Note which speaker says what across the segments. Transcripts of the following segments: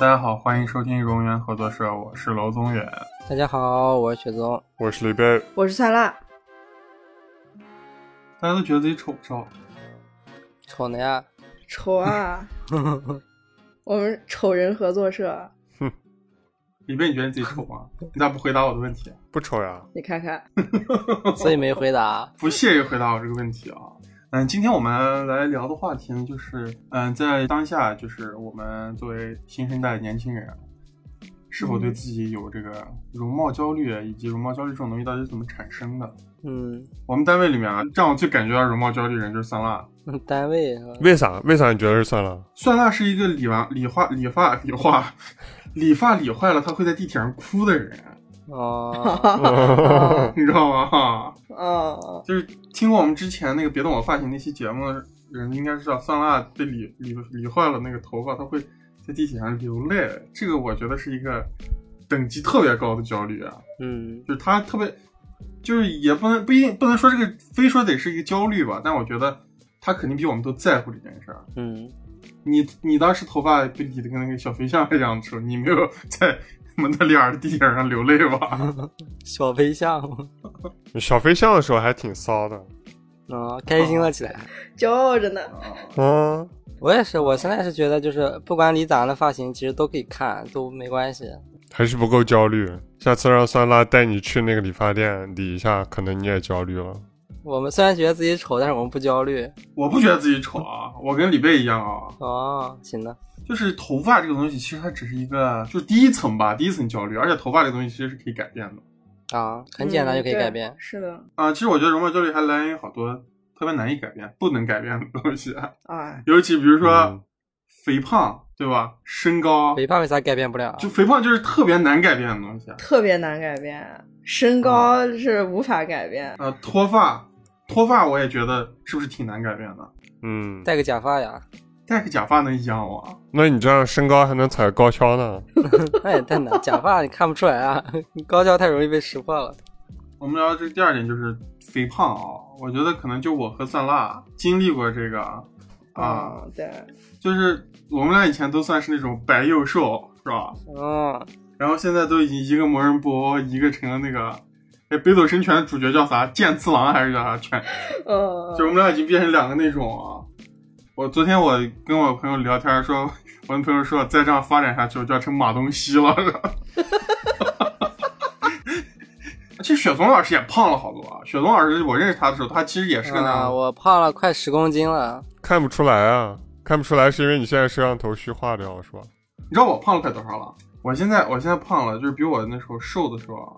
Speaker 1: 大家好，欢迎收听荣源合作社，我是娄宗远。
Speaker 2: 大家好，我是雪宗。
Speaker 3: 我是李贝，
Speaker 4: 我是灿烂，
Speaker 1: 大家都觉得自己丑不丑？
Speaker 2: 丑的呀，
Speaker 4: 丑啊！我们丑人合作社，
Speaker 1: 李贝，你觉得你自己丑吗？你咋不回答我的问题啊？
Speaker 3: 不丑呀，
Speaker 4: 你看看，
Speaker 2: 所以没回答。
Speaker 1: 不屑于回答我这个问题啊。嗯，今天我们来聊的话题呢，就是嗯，在当下，就是我们作为新生代的年轻人，啊是否对自己有这个容貌焦虑，啊以及容貌焦虑这种东西到底是怎么产生的？
Speaker 2: 嗯，
Speaker 1: 我们单位里面啊，让我最感觉到容貌焦虑的人就是酸辣。
Speaker 2: 单位啊
Speaker 3: 为啥？为啥你觉得是算了？
Speaker 1: 酸辣是一个理完理化理发理化理发理坏了，他会在地铁上哭的人，
Speaker 2: 哦，
Speaker 4: 哦
Speaker 1: 你知道吗？
Speaker 4: 哦，
Speaker 1: 就是听过我们之前那个别动我发型那期节目的人，应该知道酸辣被理理理坏了那个头发，他会在地铁上流泪。这个我觉得是一个等级特别高的焦虑啊，
Speaker 2: 嗯
Speaker 1: 就是他特别，就是也不能不一定不能说这个非说得是一个焦虑吧，但我觉得他肯定比我们都在乎这件事儿。
Speaker 2: 嗯，
Speaker 1: 你你当时头发被理的跟那个小飞象一样的时候，你没有在 蒙特利尔的地铁上流泪吧？
Speaker 2: 小飞象
Speaker 3: 小飞象的时候还挺骚的。
Speaker 2: 啊，开心了起来。
Speaker 4: 骄傲着呢。
Speaker 3: 嗯，
Speaker 2: 我也是，我现在是觉得就是不管理咋样的发型，其实都可以看，都没关系。
Speaker 3: 还是不够焦虑。下次让酸辣带你去那个理发店理一下，可能你也焦虑了。
Speaker 2: 我们虽然觉得自己丑，但是我们不焦虑。
Speaker 1: 我不觉得自己丑啊，我跟李贝一样啊，
Speaker 2: 哦，行的，
Speaker 1: 就是头发这个东西，其实它只是一个，就是第一层吧，第一层焦虑，而且头发这个东西其实是可以改变的
Speaker 2: 啊，很简单
Speaker 4: 嗯
Speaker 2: 就可以
Speaker 4: 对
Speaker 2: 改变。
Speaker 4: 是的
Speaker 1: 啊、其实我觉得容貌焦虑还来源于好多特别难以改变、不能改变的东西啊，
Speaker 4: 啊，
Speaker 1: 尤其比如说
Speaker 3: 嗯
Speaker 1: 肥胖，对吧？身高，
Speaker 2: 肥胖为啥改变不了？
Speaker 1: 就肥胖就是特别难改变的东西啊，
Speaker 4: 特别难改变，身高
Speaker 2: 啊
Speaker 4: 是无法改变。
Speaker 1: 呃脱发，脱发我也觉得是不是挺难改变的？
Speaker 3: 嗯，
Speaker 2: 戴个假发呀，
Speaker 1: 戴个假发能一啊样吗？
Speaker 3: 那你这样身高还能踩高跷呢？
Speaker 2: 那也太难。哎假发你看不出来啊， 你高跷太容易被识破了。
Speaker 1: 我们聊这第二点就是肥胖啊、我觉得可能就我和蒜辣经历过这个啊。啊
Speaker 4: 嗯，对，
Speaker 1: 就是我们俩以前都算是那种白幼瘦，是吧？
Speaker 2: 嗯，
Speaker 1: 然后现在都已经一个魔人布欧，一个成了那个，哎，北斗神拳的主角叫啥？剑次郎还是叫啥？拳？
Speaker 4: 嗯
Speaker 1: 就，是我们俩已经变成两个那种啊。我昨天我跟我朋友聊天说，我跟朋友说，再这样发展下去，我就要成马东锡了。是吧 其实雪松老师也胖了好多啊。雪松老师，我认识他的时候，他其实也是个那样
Speaker 2: 啊，
Speaker 1: 的
Speaker 2: 我胖了快十公斤了。
Speaker 3: 看不出来啊，看不出来是因为你现在摄像头虚化掉了是吧？
Speaker 1: 你知道我胖了快多少了？我现在我现在胖了，就是比我那时候瘦的时候啊，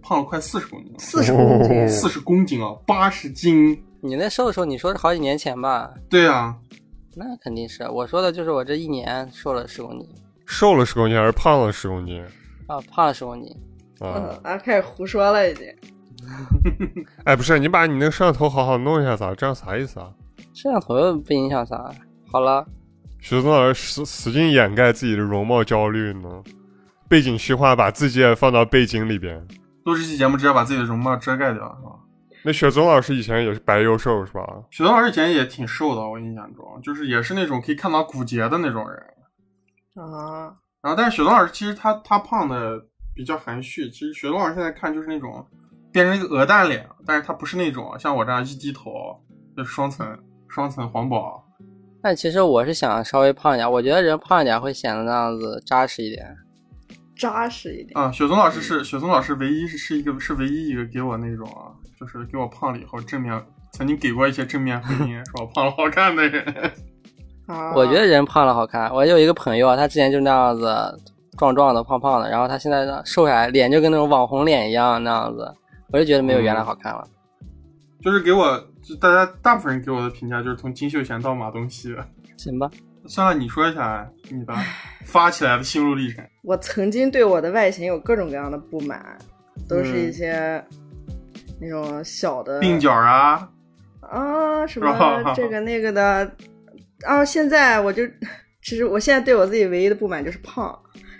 Speaker 1: 胖了快四十公斤了，
Speaker 4: 四十公斤，
Speaker 1: 四十公斤啊，八十斤。
Speaker 2: 你那瘦的时候，你说是好几年前吧？
Speaker 1: 对啊，
Speaker 2: 那肯定是，我说的就是我这一年瘦了十公斤
Speaker 3: 瘦了十公斤还是胖了十公斤
Speaker 2: 啊，胖了十公斤。
Speaker 4: 嗯
Speaker 3: 啊？
Speaker 4: 啊，开始胡说了已经。
Speaker 3: 哎，不是，你把你那个摄像头好好弄一下咋？这样啥意思啊？
Speaker 2: 摄像头又不影响啥。好了，
Speaker 3: 许宗老师使使劲掩盖自己的容貌焦虑呢，背景虚化，把自己也放到背景里边。
Speaker 1: 录这期节目直接把自己的容貌遮盖掉是吧？
Speaker 3: 那雪宗老师以前也是白幼瘦是吧？
Speaker 1: 许多老师以前也挺瘦的，我印象中就是也是那种可以看到骨节的那种人。
Speaker 4: 啊，
Speaker 1: 然后，但是雪东老师其实他他胖的比较含蓄，其实雪东老师现在看就是那种变成一个鹅蛋脸，但是他不是那种啊像我这样一低头就是双层双层环保。啊
Speaker 2: 但其实我是想稍微胖一点，我觉得人胖一点会显得那样子扎实一点。
Speaker 4: 扎实一点。
Speaker 1: 啊，雪松老师是雪松老师唯一是是一个是唯一一个给我那种啊，就是给我胖了以后正面曾经给过一些正面回应，说我胖了好看的人。
Speaker 4: 啊，
Speaker 2: 我觉得人胖了好看。我有一个朋友啊，他之前就那样子壮壮的、胖胖的，然后他现在呢瘦下来，脸就跟那种网红脸一样那样子，我就觉得没有原来好看了。
Speaker 1: 就是给我就大家大部分人给我的评价就是从金秀贤到马东锡。
Speaker 2: 行吧，
Speaker 1: 算了，你说一下你的发起来的心路历程。
Speaker 4: 我曾经对我的外形有各种各样的不满，都是
Speaker 2: 嗯
Speaker 4: 一些那种小的
Speaker 1: 鬓角啊，
Speaker 4: 啊，什么这个那个的，啊，现在我就，其实我现在对我自己唯一的不满就是胖，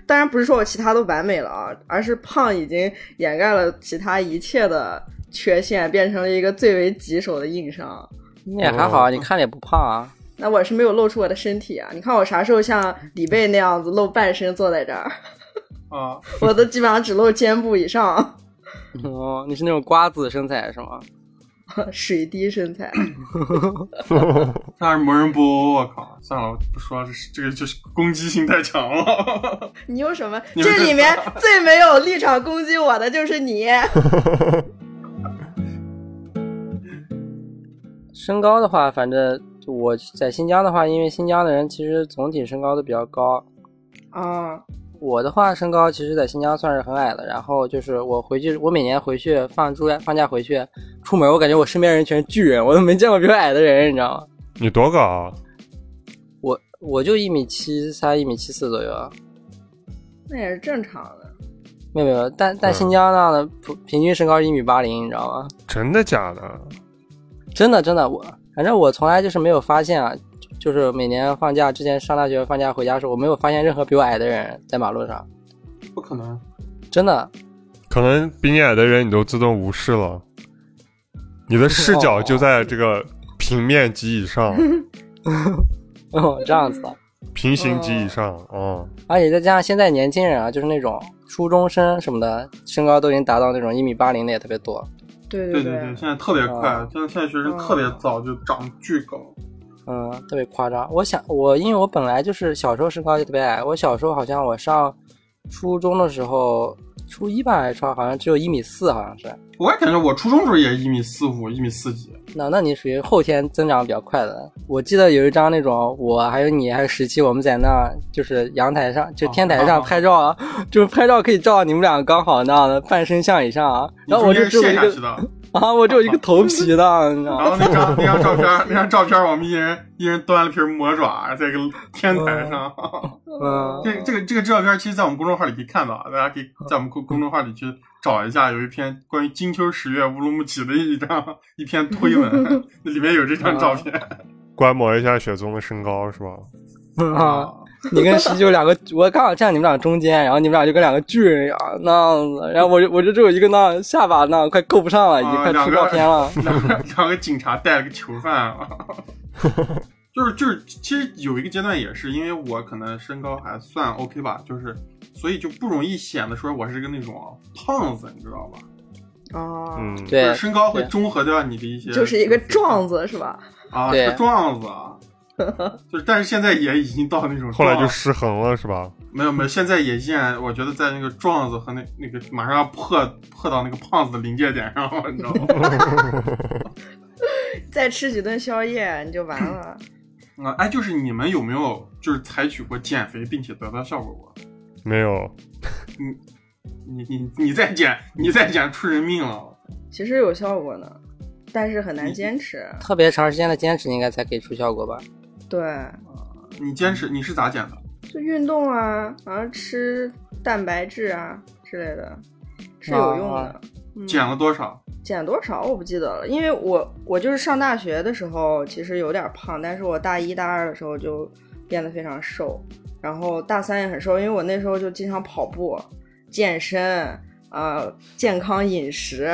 Speaker 4: 当然不是说我其他都完美了啊，而是胖已经掩盖了其他一切的缺陷，变成了一个最为棘手的硬伤。
Speaker 2: 你也还好啊，你看着也不胖啊。
Speaker 4: 那我是没有露出我的身体啊！你看我啥时候像李贝那样子露半身坐在这儿？
Speaker 1: 啊，
Speaker 4: 我都基本上只露肩部以上，
Speaker 2: 哦，你是那种瓜子身材是吗？
Speaker 4: 水滴身材。
Speaker 1: 那是魔人布欧，我靠！算了，我不说了，这是这个就是攻击性太强了。
Speaker 4: 你有什么？
Speaker 1: 你们
Speaker 4: 这里面最没有立场攻击我的就是你。
Speaker 2: 身高的话，反正我在新疆的话，因为新疆的人其实总体身高都比较高。
Speaker 4: 啊，
Speaker 2: 我的话，身高其实在新疆算是很矮的。然后就是我回去，我每年回去放出放假回去出门，我感觉我身边人全是巨人，我都没见过比我矮的人，你知道吗？
Speaker 3: 你多高啊？
Speaker 2: 我 我就一米七三、一米七四左右啊，
Speaker 4: 那也是正常的。
Speaker 2: 没有没有。但但
Speaker 3: 嗯
Speaker 2: 新疆那样的普平均身高是一米八零，你知道吗？
Speaker 3: 真的假的？
Speaker 2: 真的真的，我反正我从来就是没有发现啊，就是每年放假之前上大学放假回家的时候，我没有发现任何比我矮的人在马路上，
Speaker 1: 不可能，
Speaker 2: 真的。
Speaker 3: 可能比你矮的人你都自动无视了，你的视角就在这个平面及以上、
Speaker 2: 哦，这样子的。
Speaker 3: 平行及以上。哦，
Speaker 2: 而且再加上现在年轻人啊，就是那种初中生什么的，身高都已经达到那种一米八零的也特别多。
Speaker 4: 对
Speaker 1: 对
Speaker 4: 对
Speaker 1: 对对，现在特别快
Speaker 2: 啊，
Speaker 1: 现在现在学生特别早就长巨高，
Speaker 2: 嗯，特别夸张。我想我因为我本来就是小时候身高就特别矮，我小时候好像我上初中的时候，初一吧还是初二，好像只有一米四，好像是。
Speaker 1: 我也感觉我初中时候也一米四五、一米四几，
Speaker 2: 那那你属于后天增长比较快的。我记得有一张那种我还有你还有十七，我们在那儿就是阳台上
Speaker 1: 哦
Speaker 2: 就天台上拍照，啊， 就是拍照可以照到你们俩刚好那样的半身像以上啊。
Speaker 1: 你
Speaker 2: 然后我
Speaker 1: 中
Speaker 2: 就
Speaker 1: 间
Speaker 2: 只有
Speaker 1: 陷
Speaker 2: 一
Speaker 1: 下去
Speaker 2: 个
Speaker 1: 的。
Speaker 2: 啊，我只有一个头皮的，啊你知道
Speaker 1: 然
Speaker 2: 吗？
Speaker 1: 后那张那张照片，那张照片我们一人一人端了瓶魔爪，在一个天台上。
Speaker 2: 嗯
Speaker 1: 这这个这个照片，其实，在我们公众号里可以看到，啊大家可以在我们公公众号里去找一下，有一篇关于金秋十月乌鲁木齐的一张一篇推文，那里面有这张照片。
Speaker 3: 观摩一下雪宗的身高是吧？
Speaker 2: 啊，你跟十九两个，我刚好站你们俩中间，然后你们俩就跟两个巨人一样那样子，然后我就我就只有一个那样下巴那样快够不上了，已经
Speaker 1: 啊
Speaker 2: 快
Speaker 1: 两
Speaker 2: 出
Speaker 1: 个
Speaker 2: 照片了。
Speaker 1: 两个两个警察带了个囚犯，啊 就是就是，其实有一个阶段也是，因为我可能身高还算 OK 吧，就是所以就不容易显得说我是个那种胖子，你知道吧？
Speaker 4: 哦，
Speaker 3: 嗯，
Speaker 1: 就是
Speaker 2: 对，
Speaker 1: 身高会
Speaker 2: 对
Speaker 1: 中和掉你的一些，
Speaker 4: 就是一个壮子是吧？
Speaker 1: 啊，
Speaker 2: 对
Speaker 1: 是壮子 啊，就是但是现在也已经到那种
Speaker 3: 后来就
Speaker 1: 壮
Speaker 3: 失衡了是吧？
Speaker 1: 没有没有，现在也依然我觉得在那个壮子和那那个马上要破破到那个胖子的临界点上了，你知道吗？
Speaker 4: 再吃几顿宵夜你就完了。
Speaker 1: 啊，哎，就是你们有没有就是采取过减肥并且得到效果过？
Speaker 3: 没有，
Speaker 1: 你你你再减，你再减出人命了。
Speaker 4: 其实有效果呢，但是很难坚持。
Speaker 2: 特别长时间的坚持应该才可以出效果吧？
Speaker 4: 对，
Speaker 1: 你坚持，你是咋减的？
Speaker 4: 就运动啊，然后吃蛋白质啊之类的，是有用的
Speaker 2: 啊。
Speaker 4: 嗯
Speaker 1: 减了多少？
Speaker 4: 减多少我不记得了，因为我我就是上大学的时候其实有点胖，但是我大一大二的时候就变得非常瘦，然后大三也很瘦，因为我那时候就经常跑步、健身啊、呃健康饮食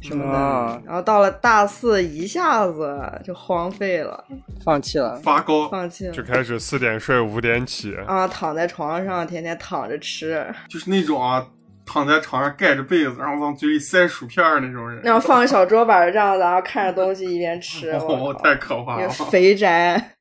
Speaker 4: 什么的，
Speaker 1: 嗯
Speaker 2: 啊
Speaker 4: 然后到了大四一下子就荒废了，
Speaker 2: 放弃了。
Speaker 1: 发高，
Speaker 4: 放弃
Speaker 3: 就
Speaker 4: 了
Speaker 3: 开始四点睡五点起，
Speaker 4: 啊，躺在床上天天躺着吃，
Speaker 1: 就是那种啊，躺在床上盖着被子，然后往嘴里塞薯片儿那种人。
Speaker 4: 然后放个小桌板儿这样子，然后看着东西一边吃，我
Speaker 1: 哦，
Speaker 4: 靠
Speaker 1: 太可怕
Speaker 4: 一
Speaker 1: 了
Speaker 4: 个！肥宅。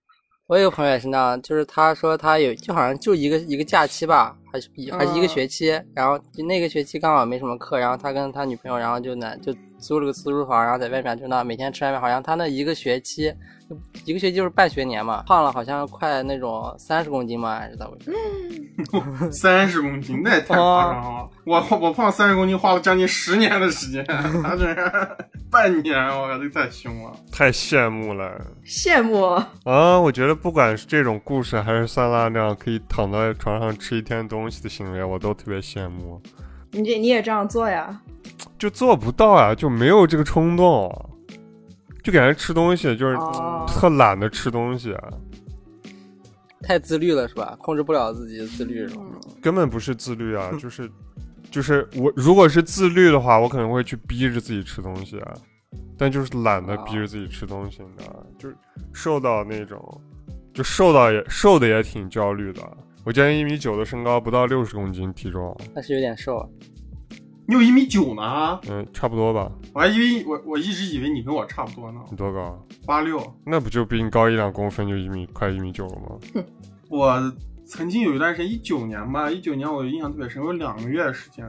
Speaker 2: 我有个朋友也是那样，就是他说他有，就好像就一个一个假期吧，还是一
Speaker 4: 嗯
Speaker 2: 还是一个学期，然后就那个学期刚好没什么课，然后他跟他女朋友，然后就呢就租了个自助房，然后在外面就那每天吃外面，好像他那一个学期，就一个学期就是半学年嘛，胖了好像快那种三十公斤嘛，还是咋回事？
Speaker 1: 三十公斤，那也太夸张
Speaker 4: 哦
Speaker 1: 了！我我胖三十公斤花了将近十年的时间，他这半年，我靠，这太凶了！
Speaker 3: 太羡慕了
Speaker 4: 羡慕，
Speaker 3: 啊！我觉得不管是这种故事，还是萨拉那样可以躺在床上吃一天东西的行为，我都特别羡慕。
Speaker 4: 你这你也这样做呀？
Speaker 3: 就做不到啊，就没有这个冲动啊，就感觉吃东西就是
Speaker 4: 哦
Speaker 3: 特懒得吃东西啊，
Speaker 2: 太自律了是吧？控制不了自己的自律是吧？
Speaker 3: 根本不是自律啊， 就是就是我如果是自律的话，我可能会去逼着自己吃东西啊，但就是懒得逼着自己吃东西，你知道吧？就是瘦到那种，就瘦到也瘦的也挺焦虑的。我将近一米九的身高，不到六十公斤体重，
Speaker 2: 那是有点瘦啊。
Speaker 1: 你有一米九呢，啊
Speaker 3: 嗯，差不多吧。
Speaker 1: 我还以为我我一直以为你跟我差不多呢，
Speaker 3: 你多高？
Speaker 1: 八六。
Speaker 3: 那不就比你高一两公分，就一米快一米九了吗？
Speaker 1: 我曾经有一段时间，一九年吧，一九年我印象特别深，我有两个月的时间，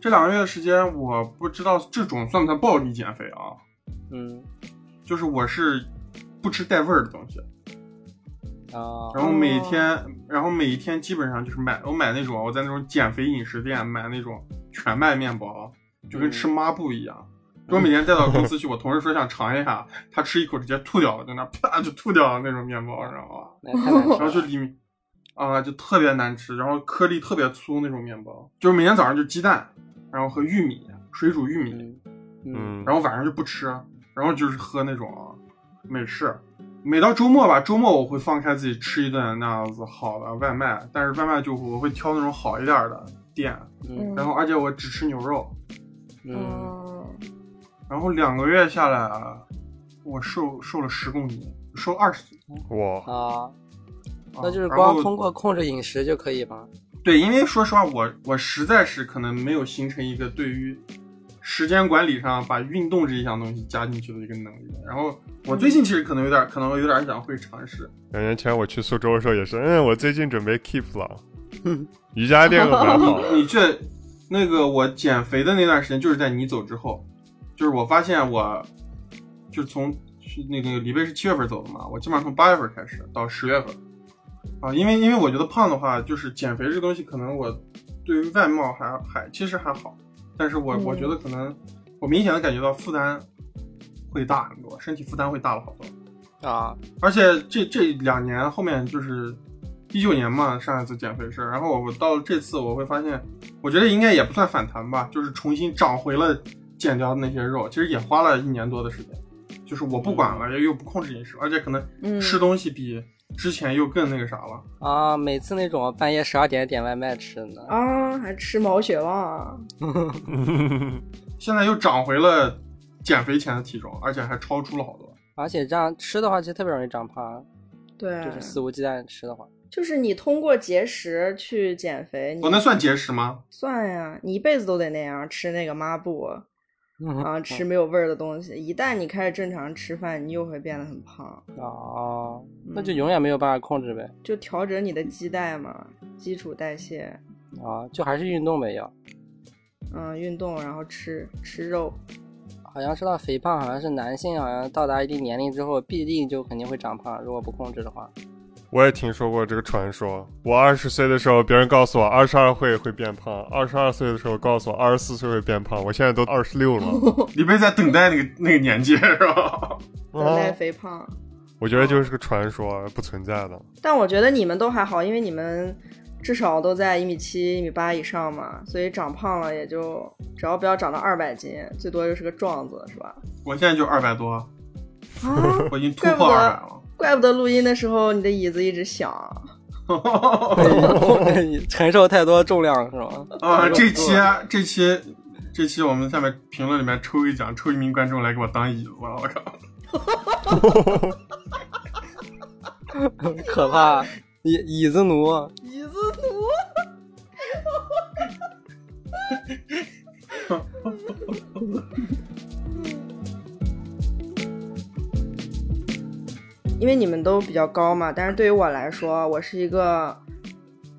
Speaker 1: 这两个月的时间，我不知道这种算不算暴力减肥啊？
Speaker 2: 嗯
Speaker 1: 就是我是不吃带味儿的东西，
Speaker 2: 啊，
Speaker 1: 然后每天，然后每天基本上就是买，我买那种我在那种减肥饮食店买那种全麦面包，就跟吃抹布一样。就我每天带到公司去，我同事说想尝一下，他吃一口直接吐掉了，在那啪就吐掉了那种面包，你知道吗？
Speaker 2: 那太难
Speaker 1: 然 后就
Speaker 2: 受了。
Speaker 1: 里面啊、就特别难吃，然后颗粒特别粗那种面包，就是每天早上就鸡蛋，然后和玉米，水煮玉米，
Speaker 2: 嗯嗯
Speaker 3: 嗯，
Speaker 1: 然后晚上就不吃，然后就是喝那种美式。每到周末吧，周末我会放开自己吃一顿那样子好的外卖，但是外卖就我会挑那种好一点的店，
Speaker 2: 嗯
Speaker 1: 然后而且我只吃牛肉，
Speaker 2: 嗯，
Speaker 1: 然后两个月下来，啊我瘦瘦了十公斤，瘦二十斤，
Speaker 3: 我
Speaker 2: 啊，
Speaker 1: 啊
Speaker 2: 那就是
Speaker 1: 然
Speaker 2: 光
Speaker 1: 后
Speaker 2: 通过控制饮食就可以吗？
Speaker 1: 对，因为说实话，我我实在是可能没有形成一个对于时间管理上把运动这一项东西加进去的一个能力。然后我最近其实可能有点，可能有点想会尝试。
Speaker 3: 两年前我去苏州的时候也是，嗯，我最近准备 keep 了，瑜伽垫都买好了，
Speaker 1: 你这那个我减肥的那段时间，就是在你走之后，就是我发现我就是从去那个李贝是七月份走的嘛，我基本上从八月份开始到十月份啊，因为因为我觉得胖的话，就是减肥这东西，可能我对于外貌还还其实还好，但是我、
Speaker 4: 嗯
Speaker 1: 我觉得可能我明显的感觉到负担会大很多，身体负担会大了好多。
Speaker 2: 啊，
Speaker 1: 而且这这两年后面就是一九年嘛，上一次减肥事儿，然后我到这次我会发现，我觉得应该也不算反弹吧，就是重新长回了减掉的那些肉，其实也花了一年多的时间，就是我不管了，又又不控制饮食，而且可能
Speaker 4: 嗯
Speaker 1: 吃东西比之前又更那个啥了，
Speaker 2: 啊，每次那种半夜十二点点外卖吃的，
Speaker 4: 啊，还吃毛血旺啊，
Speaker 1: 现在又长回了减肥前的体重，而且还超出了好多。
Speaker 2: 而且这样吃的话，其实特别容易长胖，
Speaker 4: 对，
Speaker 2: 就是肆无忌惮吃的话，
Speaker 4: 就是你通过节食去减肥，你
Speaker 1: 我那算节食吗？
Speaker 4: 算呀，你一辈子都得那样吃那个抹布，然
Speaker 2: 啊
Speaker 4: 后吃没有味儿的东西。一旦你开始正常吃饭，你又会变得很胖。
Speaker 2: 哦，那
Speaker 4: 嗯
Speaker 2: 就永远没有办法控制呗，
Speaker 4: 就调整你的基代嘛，基础代谢，
Speaker 2: 啊，就还是运动呗要。
Speaker 4: 嗯，运动，然后吃吃肉，
Speaker 2: 好像说到肥胖，好像是男性好像到达一定年龄之后，必定就肯定会长胖，如果不控制的 话。
Speaker 3: 我也听说过这个传说。我二十岁的时候，别人告诉我二十二岁会变胖；二十二岁的时候告诉我二十四岁会变胖。我现在都二十六了，
Speaker 1: 李贝在等待那个那个年纪是吧？
Speaker 4: 等
Speaker 3: 啊
Speaker 4: 待
Speaker 1: 哦
Speaker 4: 肥胖。
Speaker 3: 我觉得就是个传说，不存在的。
Speaker 4: 但我觉得你们都还好，因为你们至少都在一米七、一米八以上嘛，所以长胖了也就只要不要长到二百斤，最多就是个壮子，是吧？
Speaker 1: 我现在就二百多，
Speaker 4: 啊，
Speaker 1: 我已经突
Speaker 4: 怪不
Speaker 1: 破
Speaker 4: 得
Speaker 1: 二百了。
Speaker 4: 怪不得录音的时候你的椅子一直响。
Speaker 2: 承受太多重量是吗？
Speaker 1: 啊，这期这期这期我们下面评论里面抽一奖，抽一名观众来给我当椅子，我靠！
Speaker 2: 可怕，椅椅子奴，
Speaker 4: 椅子奴， 因为你们都比较高嘛，但是对于我来说，我是一个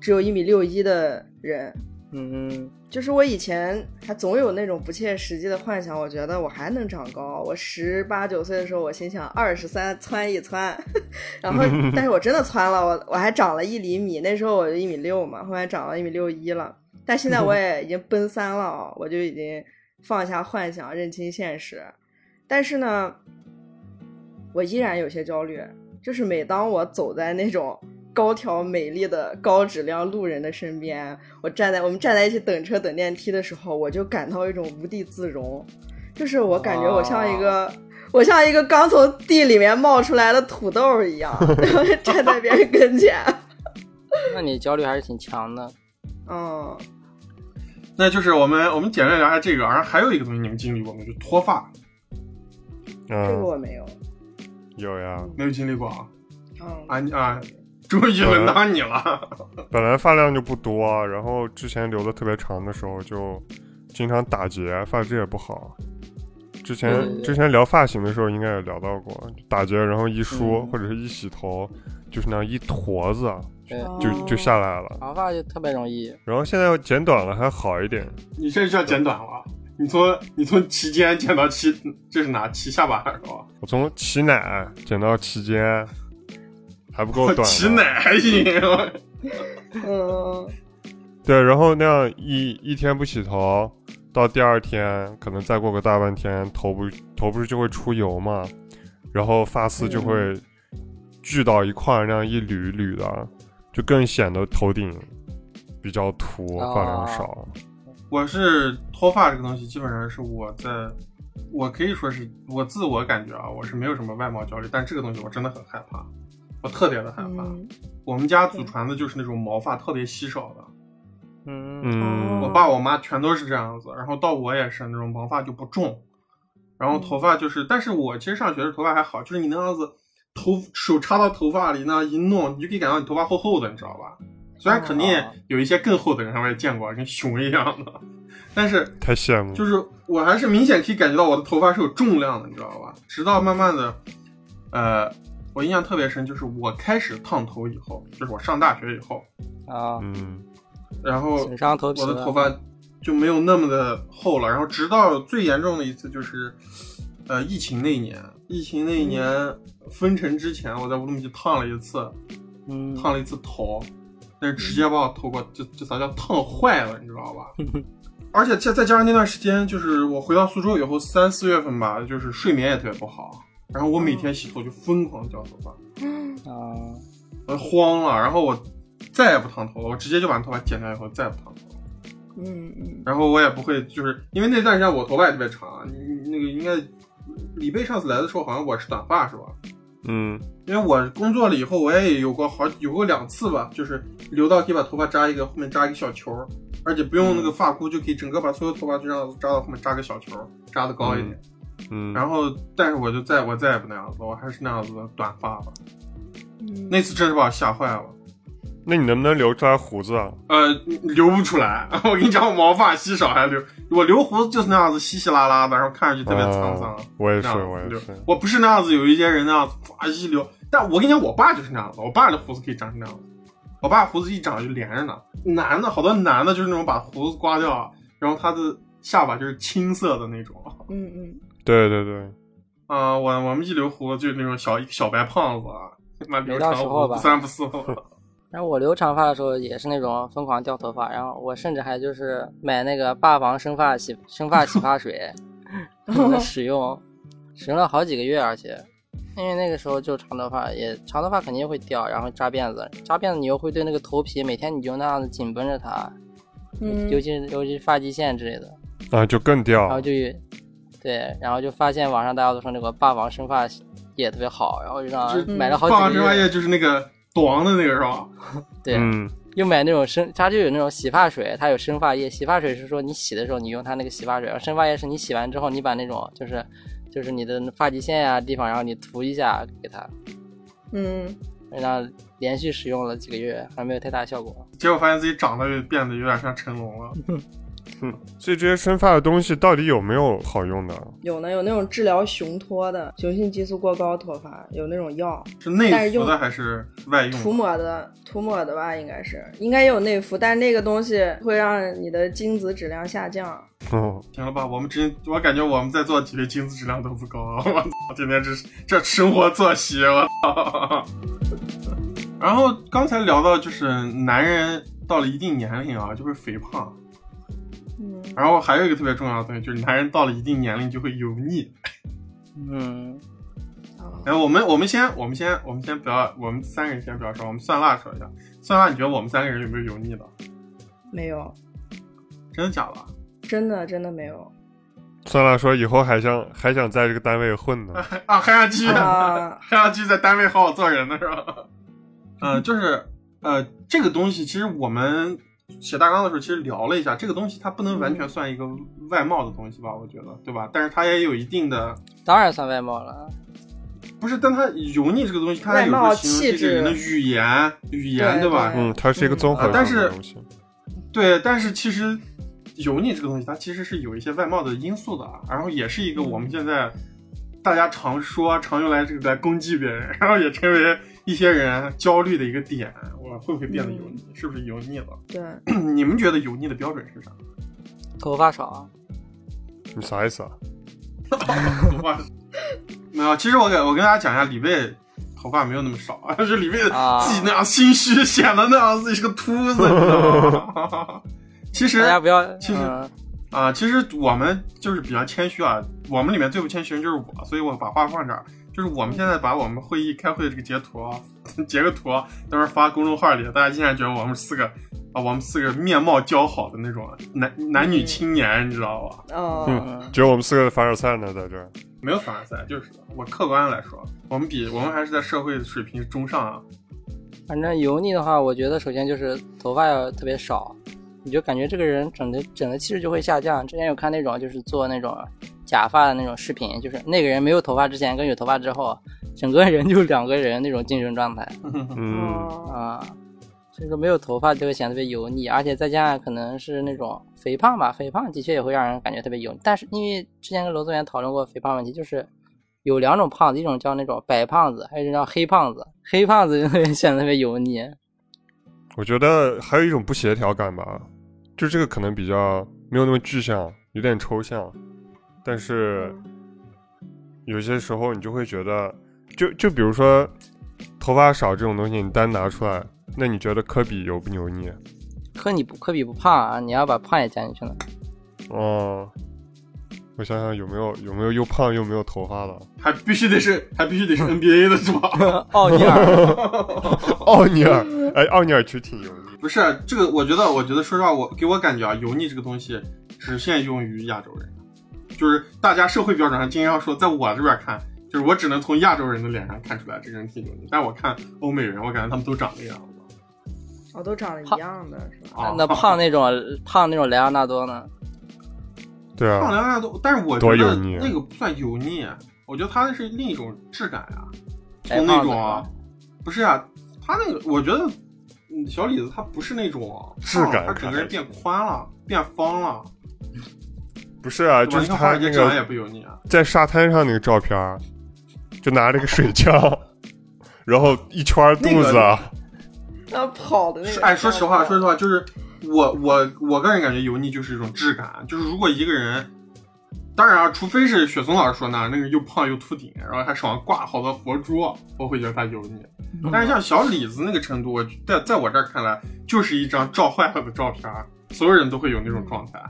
Speaker 4: 只有一米六一的人，
Speaker 2: 嗯，
Speaker 4: 就是我以前还总有那种不切实际的幻想，我觉得我还能长高。我十八九岁的时候，我心想二十三窜一窜， 然后但是我真的窜了，我我还长了一厘米。那时候我就一米六嘛，后来长了一米六一了，但现在我也已经奔三了啊、我就已经放下幻想，认清现实。但是呢，我依然有些焦虑，就是每当我走在那种高挑美丽的高质量路人的身边，我站在我们站在一起等车等电梯的时候，我就感到一种无地自容，就是我感觉我像一个。我像一个刚从地里面冒出来的土豆儿一样，然后站在别人跟前。
Speaker 2: 那你焦虑还是挺强的。
Speaker 4: 嗯，
Speaker 1: 那就是我们我们简略聊一下这个，然后还有一个东西你们经历过吗？就脱发。
Speaker 4: 这个
Speaker 3: 嗯，
Speaker 4: 我没有。
Speaker 3: 有呀。
Speaker 1: 没有经历过啊
Speaker 4: 嗯，
Speaker 1: 啊你啊！终于轮到你了，
Speaker 3: 本来发量就不多啊，然后之前留的特别长的时候就经常打结，发质也不好。之前
Speaker 2: 对对对
Speaker 3: 之前聊发型的时候应该也聊到过，打结然后一梳、
Speaker 2: 嗯
Speaker 3: 或者是一洗头，就是那样一坨子啊
Speaker 2: 对，
Speaker 3: 就、
Speaker 4: 哦
Speaker 3: 就下来了。
Speaker 2: 长发就特别容易。
Speaker 3: 然后现在剪短了还好一点，
Speaker 1: 你这是要剪短了啊。你从你从齐肩剪到齐，这是哪齐下巴是吧？
Speaker 3: 我从齐奶剪到齐肩，还不够
Speaker 2: 哦
Speaker 3: 短。
Speaker 1: 齐奶还行，
Speaker 4: 嗯，
Speaker 3: 对，然后那样一一天不洗头，到第二天可能再过个大半天，头不头不是就会出油嘛，然后发丝就会聚到一块儿，那样一缕一缕的，就更显得头顶比较秃，
Speaker 2: 啊
Speaker 3: 发量少。
Speaker 1: 我是脱发这个东西，基本上是我在，我可以说是我自我感觉啊，我是没有什么外貌焦虑，但这个东西我真的很害怕，我特别的害怕。
Speaker 4: 嗯
Speaker 1: 我们家祖传的就是那种毛发特别稀少的，
Speaker 2: 嗯
Speaker 3: 嗯，
Speaker 1: 我
Speaker 4: 哦
Speaker 1: 爸我妈全都是这样子，然后到我也是那种毛发就不重，然后头发就是，但是我其实上学的时候头发还好，就是你那样子头手插到头发里那样一弄，你就可以感到你头发厚厚的，你知道吧？虽然肯定
Speaker 2: 哦
Speaker 1: 有一些更厚的人，我也见过，跟熊一样的，但是
Speaker 3: 太羡慕了。
Speaker 1: 就是我还是明显可以感觉到我的头发是有重量的，你知道吧？直到慢慢的，呃，我印象特别深，就是我开始烫头以后，就是我上大学以后，
Speaker 2: 啊，
Speaker 3: 嗯，
Speaker 1: 然后
Speaker 2: 损伤头皮
Speaker 1: 我的
Speaker 2: 了
Speaker 1: 头发就没有那么的厚了。然后直到最严重的一次就是，呃，疫情那一年，疫情那一年封城之前，我在乌鲁木齐烫了一次，
Speaker 2: 嗯，
Speaker 1: 烫了一次头，但是直接把我头给我就就咋叫烫坏了，你知道吧？而且再再加上那段时间，就是我回到苏州以后，三四月份吧，就是睡眠也特别不好，然后我每天洗头就疯狂掉头发，
Speaker 2: 啊，
Speaker 1: 我慌了，然后我再也不烫头了，我直接就把头发剪掉以后再也不烫头了。
Speaker 4: 嗯嗯，
Speaker 1: 然后我也不会，就是因为那段时间我头发也特别长，你你那个应该李贝上次来的时候好像我是短发是吧？
Speaker 3: 嗯，
Speaker 1: 因为我工作了以后，我也有过好有过两次吧，就是留到可以把头发扎一个，后面扎一个小球儿，而且不用那个发箍就可以整个把所有头发就这样子扎到后面扎个小球儿，扎的高一点。
Speaker 3: 嗯，
Speaker 1: 然后，但是我就再我再也不那样子，我还是那样子的短发吧。
Speaker 4: 嗯
Speaker 1: 那次真是把我吓坏了，
Speaker 3: 那你能不能留出来胡子啊？
Speaker 1: 呃，留不出来。 我跟你讲，我毛发稀少，还留我留胡子就是那样子稀稀拉拉的，然后看上去特别沧桑。
Speaker 3: 啊我也是，
Speaker 1: 那样
Speaker 3: 我也
Speaker 1: 子
Speaker 3: 是
Speaker 1: 留。我不是那样子，有一些人那样子哇一留，但我跟你讲，我爸就是那样子，我爸的胡子可以长成那样子，我爸胡子一长就连着呢。男的好多男的就是那种把胡子刮掉，啊然后他的下巴就是青色的那种。
Speaker 4: 嗯嗯，
Speaker 3: 对对对，
Speaker 1: 啊、我我们一留胡子就是那种小小白胖子啊，他妈留
Speaker 2: 没到
Speaker 1: 长
Speaker 2: 时
Speaker 1: 胡
Speaker 2: 候
Speaker 1: 子
Speaker 2: 吧
Speaker 1: 不三不四了。
Speaker 2: 然后我留长发的时候也是那种疯狂掉头发，然后我甚至还就是买那个霸王生发洗生发洗发水来使用，使用了好几个月，而且因为那个时候就长头发也长头发肯定会掉，然后扎辫子，扎辫子你又会对那个头皮，每天你就那样子紧绷着它，
Speaker 4: 嗯
Speaker 2: 尤其是尤其是发际线之类的，
Speaker 3: 啊，就更掉
Speaker 2: 然。后就有对，然后就发现网上大家都说那个霸王生发也特别好，然后就让
Speaker 1: 就是
Speaker 2: 买了好
Speaker 1: 霸王
Speaker 2: 几
Speaker 1: 生
Speaker 2: 个
Speaker 1: 发
Speaker 2: 月，
Speaker 1: 液就是那个短的那个是吧？
Speaker 2: 对，
Speaker 3: 嗯，
Speaker 2: 又买那种生，它就有那种洗发水，它有生发液。洗发水是说你洗的时候你用它那个洗发水，然后生发液是你洗完之后你把那种就是就是你的发际线呀、地方，然后你涂一下给它，
Speaker 4: 嗯，
Speaker 2: 让它连续使用了几个月，还没有太大效果。
Speaker 1: 结果发现自己长得有变得有点像成龙了。
Speaker 3: 所以这些生发的东西到底有没有好用的？
Speaker 4: 有呢，有那种治疗雄脱的，雄性激素过高脱发，有那种药，
Speaker 1: 是内
Speaker 4: 但是
Speaker 1: 服
Speaker 4: 用
Speaker 1: 的还是外用
Speaker 4: 涂
Speaker 1: 的？
Speaker 4: 抹的，涂抹的吧，应该是，应该也有内服，但那个东西会让你的精子质量下降。
Speaker 3: 嗯，
Speaker 1: 行了吧，我们之前我感觉我们在座几位精子质量都不高，我操，今天这这生活作息，我操。 然后刚才聊到就是男人到了一定年龄啊就会肥胖，
Speaker 4: 嗯，
Speaker 1: 然后还有一个特别重要的东西就是男人到了一定年龄就会油腻。
Speaker 2: 嗯，
Speaker 4: 哦
Speaker 1: 然后我们我们先我们先我们先不要，我们三个人先不要说，我们算辣说一下，算辣你觉得我们三个人有没有油腻的？
Speaker 4: 没有，
Speaker 1: 真的假的？
Speaker 4: 真的真的 没有
Speaker 3: 算了，说以后还想还想在这个单位混呢。
Speaker 1: 啊，还想继续。
Speaker 4: 啊。
Speaker 1: 还要去在单 呃位好好做人呢，是吧？嗯、就是呃，这个东西其实我们写大纲的时候，其实聊了一下这个东西，它不能完全算一个外贸的东西吧？我觉得，对吧？但是它也有一定的，
Speaker 2: 当然算外贸了。
Speaker 1: 不是，但它油腻这个东西，它
Speaker 4: 外
Speaker 1: 有时
Speaker 4: 貌
Speaker 1: 候形容
Speaker 4: 气
Speaker 1: 这个人的
Speaker 4: 质
Speaker 1: 语言，语言
Speaker 4: 对
Speaker 1: 吧？
Speaker 4: 对
Speaker 3: 嗯，它是一个综合
Speaker 1: 啊但
Speaker 3: 性的
Speaker 1: 是
Speaker 3: 东西。
Speaker 1: 对，但是其实油腻这个东西，它其实是有一些外貌的因素的啊，然后也是一个我们现在大家常说、常用来这个来攻击别人，然后也成为一些人焦虑的一个点。我会不会变得油腻？是不是油腻了？
Speaker 4: 对，
Speaker 1: 你们觉得油腻的标准是啥？
Speaker 2: 头发少啊，
Speaker 3: 你啥意思啊？
Speaker 1: 头发没有，其实我给我跟大家讲一下，李贝头发没有那么少， 是李贝自
Speaker 2: 啊
Speaker 1: 己那样心虚，显得那样自己是个秃子，你知道吗？ 其实
Speaker 2: 大家不要。
Speaker 1: 其实
Speaker 2: 嗯
Speaker 1: 啊，其实我们就是比较谦虚啊，我们里面最不谦虚人就是我，所以我把话放这儿。就是我们现在把我们会议开会的这个截图啊， 截个图啊，到时候发公众号里，大家依然觉得我们四个啊，我们四个面貌姣好的那种男男女青年，你知道吧？
Speaker 4: 哦，
Speaker 3: 嗯，觉得我们四个凡尔赛呢，在这儿。
Speaker 1: 没有凡尔赛，就是我客观来说，我们比我们还是在社会水平中上啊。
Speaker 2: 反正油腻的话，我觉得首先就是头发要特别少，你就感觉这个人整的整个气质就会下降。之前有看那种就是做那种假发的那种视频，就是那个人没有头发之前跟有头发之后，整个人就两个人那种精神状态
Speaker 3: 嗯，
Speaker 4: 哦，
Speaker 2: 啊。所以说没有头发就会显得特别油腻，而且再加上可能是那种肥胖吧，肥胖的确也会让人感觉特别油腻。但是因为之前跟楼总也讨论过肥胖问题，就是有两种胖子，一种叫那种白胖子，还有一种叫黑胖子。黑胖子就会显得特别油腻。
Speaker 3: 我觉得还有一种不协调感吧，就这个可能比较没有那么具象，有点抽象，但是有些时候你就会觉得，就就比如说头发少这种东西，你单拿出来，那你觉得科比油不油腻？
Speaker 2: 科你不科比不胖啊，你要把胖也加 进去了。
Speaker 3: 哦、我想想有没有有没有又胖又没有头发的？
Speaker 1: 还必须得是，还必须得是 NBA 的是啊吧？
Speaker 2: 奥尼尔，
Speaker 3: 奥尼尔，哎，奥尼尔其实挺油腻，
Speaker 1: 不是这个，我觉得，我觉得，说实话，我给我感觉啊，油腻这个东西只限用于亚洲人，就是大家社会标准上经常说，在我这边看，就是我只能从亚洲人的脸上看出来这个人挺油腻，但我看欧美人，我感觉他们都长那样子
Speaker 4: 我哦都长得一样的是吧？
Speaker 1: 啊。
Speaker 2: 那胖那种胖那种莱昂纳多呢？
Speaker 3: 对
Speaker 1: 胖
Speaker 3: 啊，
Speaker 1: 两样都，但是我
Speaker 3: 多
Speaker 1: 觉
Speaker 3: 油
Speaker 1: 得
Speaker 3: 腻啊
Speaker 1: 那个不算油腻，我觉得他那是另一种质感呀、
Speaker 2: 白
Speaker 1: 从那
Speaker 2: 胖子
Speaker 1: 种啊，不是啊，他那个我觉得嗯小李子他不是那种啊
Speaker 3: 质
Speaker 1: 胖
Speaker 3: 感
Speaker 1: 他整个人
Speaker 3: 看
Speaker 1: 变宽了，变方了，
Speaker 3: 不是啊，
Speaker 1: 对
Speaker 3: 就
Speaker 1: 吧
Speaker 3: 是
Speaker 1: 你看
Speaker 3: 他
Speaker 1: 华尔街
Speaker 3: 那
Speaker 1: 长得
Speaker 3: 个
Speaker 1: 也不油腻啊。
Speaker 3: 在沙滩上那个照片儿，就拿着个水枪， 然后一圈儿肚子啊，
Speaker 4: 那跑的那
Speaker 1: 是
Speaker 4: 个，
Speaker 1: 哎，说实话，说实话，就是我我我个人感觉油腻就是一种质感，啊就是如果一个人，当然啊，除非是雪松老师说那样那个又胖又秃顶，然后还手上挂好多佛珠，我会觉得他油腻。但是像小李子那个程度，我在在我这儿看来，就是一张照坏了的照片儿，所有人都会有那种状态。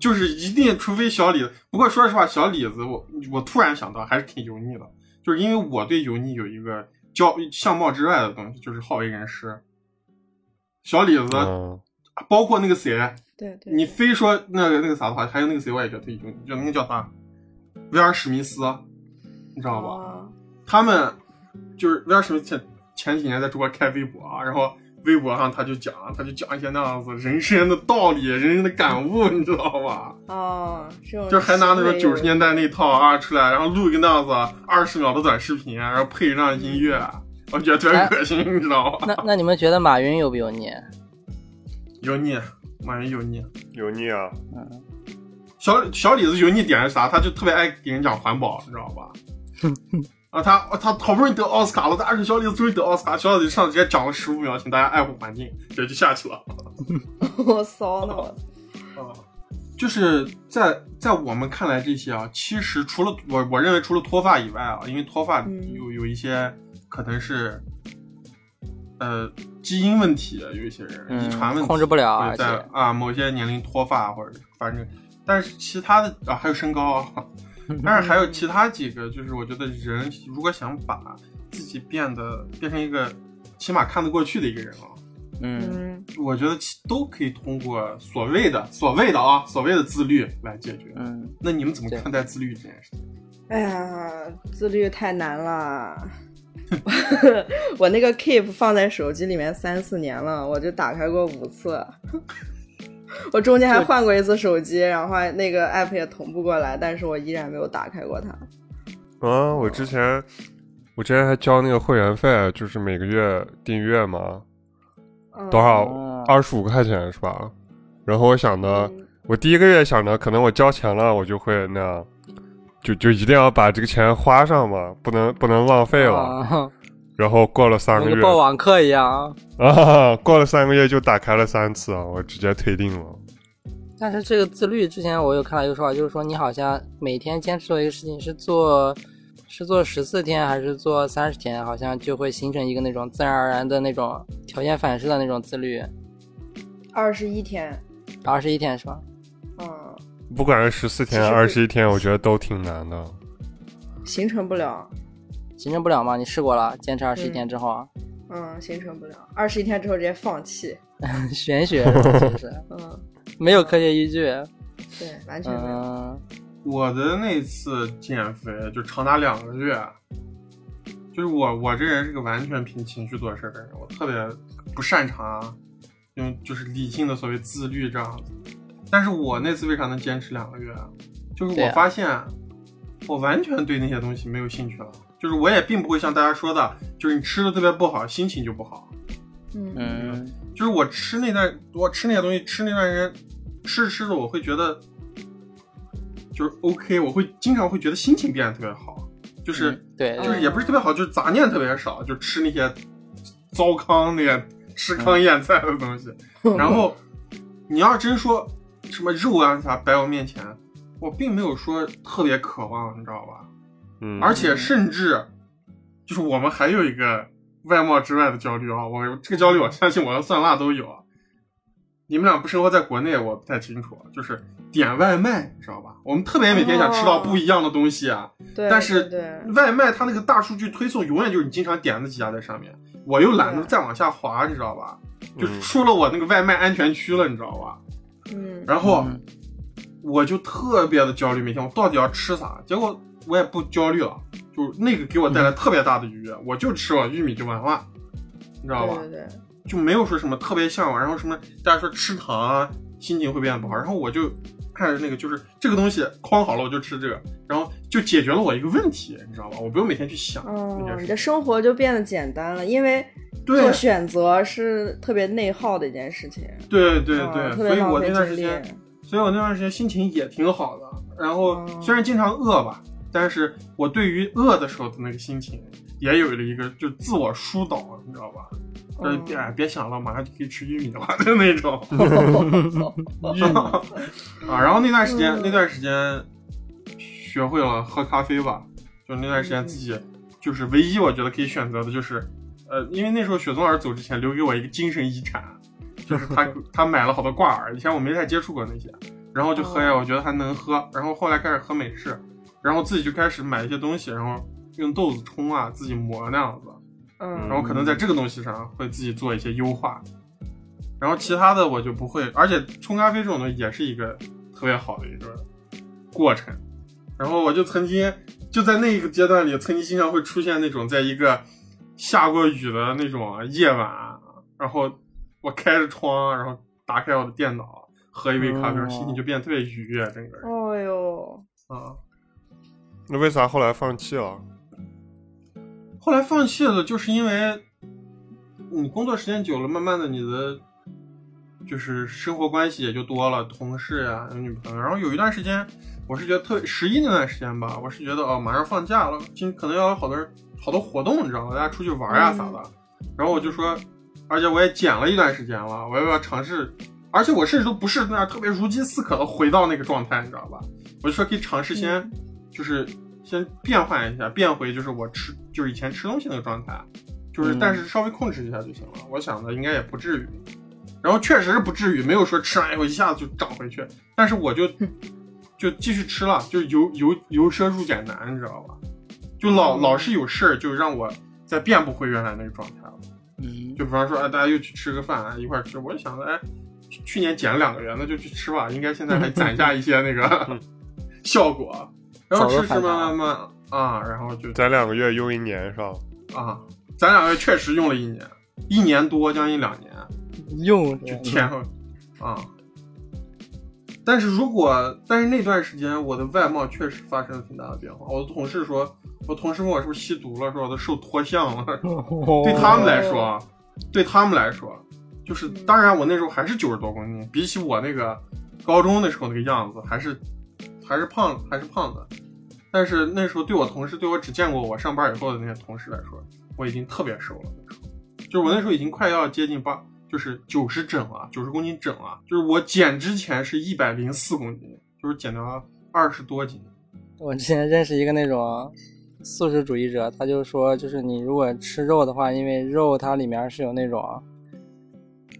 Speaker 1: 就是一定，除非小李子。不过说实话，小李子我，我突然想到，还是挺油腻的。就是因为我对油腻有一个交相貌之外的东西，就是好为人师。小李子，
Speaker 3: 嗯，
Speaker 1: 包括那个谁，
Speaker 4: 对对，
Speaker 1: 你非说那个那个啥的话，还有那个谁，我也觉得油腻，就那个叫啥，威尔史密斯，你知
Speaker 4: 知
Speaker 1: 道吧？
Speaker 4: 哦
Speaker 1: 他们就是威尔史密斯前前几年在中国开微博啊，然后微博上他就讲，他就讲一些那样子人生的道理、人生的感悟，你知道吧？
Speaker 4: 哦，这种
Speaker 1: 就是还拿那种
Speaker 4: 行
Speaker 1: 九
Speaker 4: 为
Speaker 1: 十年代那套啊出来，然后录一个那样子啊二十秒的短视频，然后配上音乐，我觉得特别恶心，你知道吧？
Speaker 2: 那那你们觉得马云油不油腻？
Speaker 1: 油腻，马云油腻。
Speaker 3: 油腻啊，
Speaker 1: 小小李子油腻点是啥？他就特别爱给人讲环保，你知道 吧？啊，他他好不容易得奥斯卡了，但是小李子终于得奥斯卡，小李子上来直接讲了十五秒，请大家爱护环境，直接就下去了。
Speaker 4: 我骚呢，我
Speaker 1: 啊，就是在在我们看来，这些啊，其实除了我我认为除了脱发以外啊，因为脱发
Speaker 4: 嗯
Speaker 1: 有有一些可能是，呃，基因问题，有一些人、
Speaker 2: 嗯
Speaker 1: 遗传问题
Speaker 2: 控制不了
Speaker 1: 会
Speaker 2: 而
Speaker 1: 在
Speaker 2: 且
Speaker 1: 啊某些年龄脱发或者反正，但是其他的啊还有身高啊， 但是还有其他几个，就是我觉得人如果想把自己变得变成一个起码看得过去的一个人啊，
Speaker 2: 嗯，
Speaker 4: 嗯
Speaker 1: 我觉得其都可以通过所谓的所谓的啊所谓的自律来解决。
Speaker 2: 嗯，
Speaker 1: 那你们怎么
Speaker 2: 对
Speaker 4: 哎
Speaker 1: 看待自律这件事情？
Speaker 4: 哎呀，自律太难了。 我那个 Keep 放在手机里面三四年了，我就打开过五次。 我中间还换过一次手机，然后还那个 app 也同步过来，但是我依然没有打开过它。
Speaker 3: 啊，我之前我之前还交那个会员费，就是每个月订阅嘛，
Speaker 4: 嗯
Speaker 3: 多少
Speaker 2: 啊
Speaker 3: 二十五块钱是吧？然后我想的，
Speaker 4: 嗯
Speaker 3: 我第一个月想着，可能我交钱了，我就会那样，就就一定要把这个钱花上嘛，不能不能浪费了。
Speaker 2: 啊，
Speaker 3: 然后过了三
Speaker 2: 那
Speaker 3: 个
Speaker 2: 个
Speaker 3: 月
Speaker 2: 报网课一样。
Speaker 3: 啊，过了三个月就打开了三次啊，我直接退订了。
Speaker 2: 但是这个自律，之前我有看到一个说法，就是说你好像每天坚持做一个事情，是做是做十四天还是做三十天，好像就会形成一个那种自然而然的那种条件反射的那种自律。
Speaker 4: 二十一天，
Speaker 2: 二十一天是吧？
Speaker 4: 嗯，
Speaker 3: 不管是十四天
Speaker 4: 其实
Speaker 3: 二十一天，我觉得都挺难的。
Speaker 4: 形成不了，
Speaker 2: 形成不了吗？你试过了，坚持二十一天之后啊，
Speaker 4: 嗯，形成不了。二十一天之后直接放弃，
Speaker 2: 玄学是不是
Speaker 4: 嗯，
Speaker 2: 没有科学依据。
Speaker 4: 对，完全没有。
Speaker 2: 嗯，
Speaker 1: 我的那次减肥就长达两个月，就是我我这人是个完全凭情绪做事儿的人，我特别不擅长用就是理性的所谓自律这样子。但是我那次为啥能坚持两个月啊？就是
Speaker 2: 对
Speaker 1: 我
Speaker 2: 啊
Speaker 1: 发现我完全对那些东西没有兴趣了，就是我也并不会像大家说的，就是你吃的特别不好，心情就不好。
Speaker 4: 嗯
Speaker 2: 嗯，
Speaker 1: 就是我吃那段，我吃那些东西，吃那段时间，吃着吃着，我会觉得就是 OK，我会经常会觉得心情变得特别好，就是、
Speaker 2: 嗯对，
Speaker 1: 就是也不是特别好，就是杂念特别少，就吃那些糟糠那些吃糠咽菜的东西。然后你要真说什么肉啊啥摆我面前，我并没有说特别渴望，你知道吧？
Speaker 3: 嗯，
Speaker 1: 而且甚至就是我们还有一个外貌之外的焦虑啊，我这个焦虑我相信我和蒜辣都有啊。你们俩不生活在国内，我不太清楚，啊就是点外卖，你知道吧？我们特别每天想吃到不一样的东西啊，
Speaker 4: 对，
Speaker 1: 但是
Speaker 4: 对对
Speaker 1: 外卖它那个大数据推送永远就是你经常点的几家在上面，我又懒得再往下滑，你知道吧？就是
Speaker 3: 嗯
Speaker 1: 出了我那个外卖安全区了，你知道吧？
Speaker 4: 嗯，
Speaker 1: 然后
Speaker 2: 嗯
Speaker 1: 我就特别的焦虑，每天我到底要吃啥？结果我也不焦虑了，就是那个给我带来特别大的愉悦，我就吃我玉米就完了，你知道吧？
Speaker 4: 对对对，
Speaker 1: 就没有说什么特别向往，然后什么大家说吃糖啊，心情会变得不好，然后我就看着那个就是这个东西框好了，我就吃这个，然后就解决了我一个问题，你知道吧？我不用每天去想那
Speaker 4: 哦，
Speaker 1: 些
Speaker 4: 你
Speaker 1: 事。
Speaker 4: 的生活就变得简单了，因为
Speaker 1: 对
Speaker 4: 嗯做选择是特别内耗的一件事情。
Speaker 1: 对对
Speaker 4: 嗯
Speaker 1: 对，
Speaker 4: 特
Speaker 1: 所
Speaker 4: 别
Speaker 1: 以
Speaker 4: 浪
Speaker 1: 我
Speaker 4: 费
Speaker 1: 那段时
Speaker 4: 精力
Speaker 1: 间。所以我那段时间心情也挺好的。然后
Speaker 4: 嗯
Speaker 1: 虽然经常饿吧，但是我对于饿的时候的那个心情也有了一个就自我疏导，你知道吧？就是别、哎别想了，马上就可以吃玉米了的 那种。你知道吗啊，然后那段时间、
Speaker 4: 嗯
Speaker 1: 那段时间学会了喝咖啡吧，就那段时间自己就是唯一我觉得可以选择的就是，呃，因为那时候雪松老师走之前留给我一个精神遗产，就是他他买了好多挂耳，以前我没太接触过那些，然后就喝呀，我觉得还能喝，然后后来开始喝美式，然后自己就开始买一些东西，然后用豆子冲啊，自己磨那样子，
Speaker 4: 嗯
Speaker 1: 然后可能在这个东西上会自己做一些优化，然后其他的我就不会，而且冲咖啡这种东西也是一个特别好的一个过程。然后我就曾经就在那个阶段里，曾经经常会出现那种在一个下过雨的那种夜晚，啊然后我开着窗，然后打开我的电脑，喝一杯咖啡，
Speaker 2: 哦
Speaker 1: 心情就变得特别愉悦，整个人
Speaker 4: 哦呦，
Speaker 1: 啊。
Speaker 3: 那为啥后来放弃了？
Speaker 1: 后来放弃了，就是因为你工作时间久了，慢慢的你的就是生活关系也就多了，同事呀、有女朋友。然后有一段时间，我是觉得特十一那段时间吧，我是觉得哦，马上放假了，今可能要有好多人好多活动，你知道吗？大家出去玩呀、
Speaker 4: 嗯
Speaker 1: 啥的。然后我就说，而且我也减了一段时间了，我要不要尝试？而且我甚至都不是那样特别如饥似渴的回到那个状态，你知道吧？我就说可以尝试先，
Speaker 4: 嗯
Speaker 1: 就是先变换一下，变回就是我吃就是以前吃东西那个状态，就是、
Speaker 2: 嗯
Speaker 1: 但是稍微控制一下就行了。我想的应该也不至于，然后确实是不至于，没有说吃完以后一下子就长回去，但是我就就继续吃了，就是由由由奢入俭难，你知道吧？就老
Speaker 4: 嗯
Speaker 1: 老是有事儿，就让我再变不回原来那个状态了。
Speaker 2: 嗯
Speaker 1: 就比方说，哎，大家又去吃个饭，一块儿吃。我就想着，哎，去去年减了两个月，那就去吃吧，应该现在还攒下一些那个 效果。然后吃吃
Speaker 2: 早日反
Speaker 1: 慢慢
Speaker 2: 弹
Speaker 1: 慢啊，然后就
Speaker 3: 攒两个月用一年是吧？
Speaker 1: 啊，咱俩确实用了一年，一年多，将近两年。
Speaker 2: 用
Speaker 1: 就天啊，啊！但是如果但是那段时间我的外貌确实发生了挺大的变化。我的同事说，我同事问我是不是吸毒了，说我的手脱相了。 对
Speaker 2: 哦
Speaker 1: 他们来说，啊，对他们来说，就是当然我那时候还是九十多公斤，比起我那个高中那时候那个样子，还是还是胖还是胖子。但是那时候对我同事，对我只见过我上班以后的那些同事来说，我已经特别瘦了。那时候，就是我那时候已经快要接近八，就是九十整了，九十公斤整了。就是我减之前是一百零四公斤，就是减掉二十多斤。
Speaker 2: 我之前认识一个那种素食主义者，他就说，就是你如果吃肉的话，因为肉它里面是有那种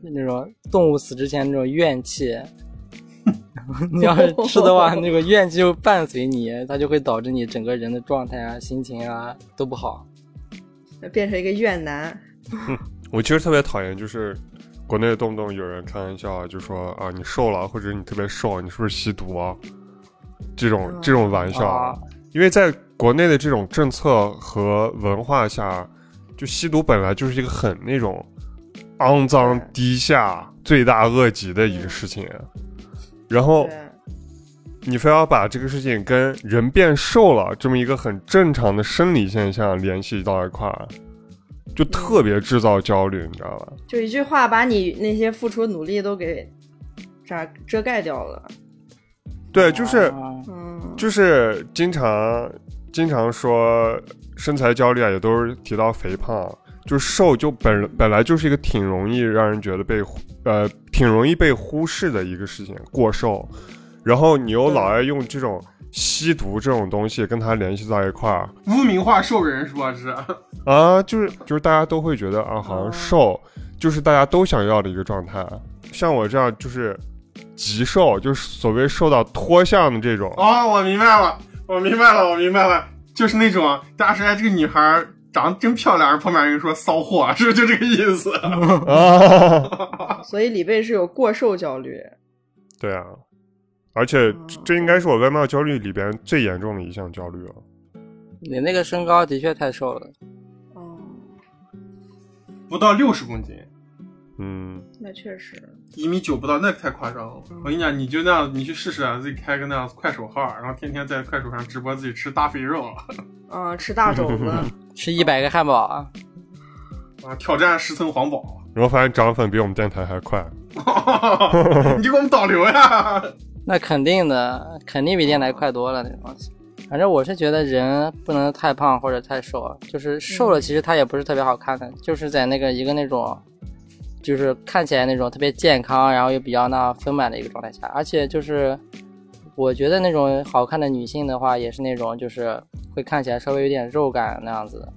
Speaker 2: 那种动物死之前那种 怨气。你要是吃的话，那个怨气就伴随你，它就会导致你整个人的状态啊、心情啊都不好，
Speaker 4: 变成一个怨男。
Speaker 3: 我其实特别讨厌，就是国内动不动有人开玩笑就说啊你瘦了，或者你特别瘦，你是不是吸毒啊？这种这种玩笑，
Speaker 2: 啊
Speaker 3: 因为在国内的这种政策和文化下，就吸毒本来就是一个很那种肮脏、低下、罪大恶极的一个事情。啊然
Speaker 1: 哦
Speaker 3: 后
Speaker 4: 对
Speaker 3: 你非要把这个事情跟人变瘦了这么一个很正常的生理现象联系到一块儿，就特别制造焦虑，你知道吧？
Speaker 4: 就一句话把你那些付出的努力都给遮遮盖掉了。
Speaker 3: 对，就是
Speaker 2: 啊
Speaker 4: 嗯，
Speaker 3: 就是经常经常说身材焦虑啊，也都是提到肥胖，啊就瘦就本本来就是一个挺容易让人觉得被忽呃挺容易被忽视的一个事情，过瘦，然后你又
Speaker 4: 对
Speaker 3: 老爱用这种吸毒这种东西跟它联系到一块儿
Speaker 1: 污名化瘦人说是，
Speaker 3: 啊，就是就是大家都会觉得啊，好像瘦就是大家都想要的一个状态，啊像我这样就是极瘦，就是所谓瘦到脱相的这种，
Speaker 1: 哦，我明白了，我明白了，我明白了，就是那种大家说哎这个女孩儿长得真漂亮，而旁边人说骚货，是不是就这个意思？
Speaker 3: 啊，
Speaker 4: 所以李贝是有过瘦焦虑。
Speaker 3: 对啊，而且
Speaker 4: 嗯
Speaker 3: 这这应该是我外貌焦虑里边最严重的一项焦虑了。
Speaker 2: 你那个身高的确太瘦了，
Speaker 4: 哦，
Speaker 1: 不到六十公斤，
Speaker 3: 嗯，
Speaker 4: 那确实。
Speaker 1: 一米九不到，那太夸张了。我跟你讲，你就那样，你去试试啊，自己开个那样快手号，然后天天在快手上直播自己吃大肥肉
Speaker 4: 啊、吃大肘子，
Speaker 2: 吃一百个汉堡啊，
Speaker 1: 啊，挑战十层环 保。
Speaker 3: 然后发现涨粉比我们电台还快，
Speaker 1: 你就给我们导流呀！
Speaker 2: 那肯定的，肯定比电台快多了那东西。反正我是觉得人不能太胖或者太瘦啊，就是瘦了其实它也不是特别好看的，就是在那个一个那种，就是看起来那种特别健康，然后又比较那丰满的一个状态下，而且就是我觉得那种好看的女性的话，也是那种就是会看起来稍微有点肉感那样子的。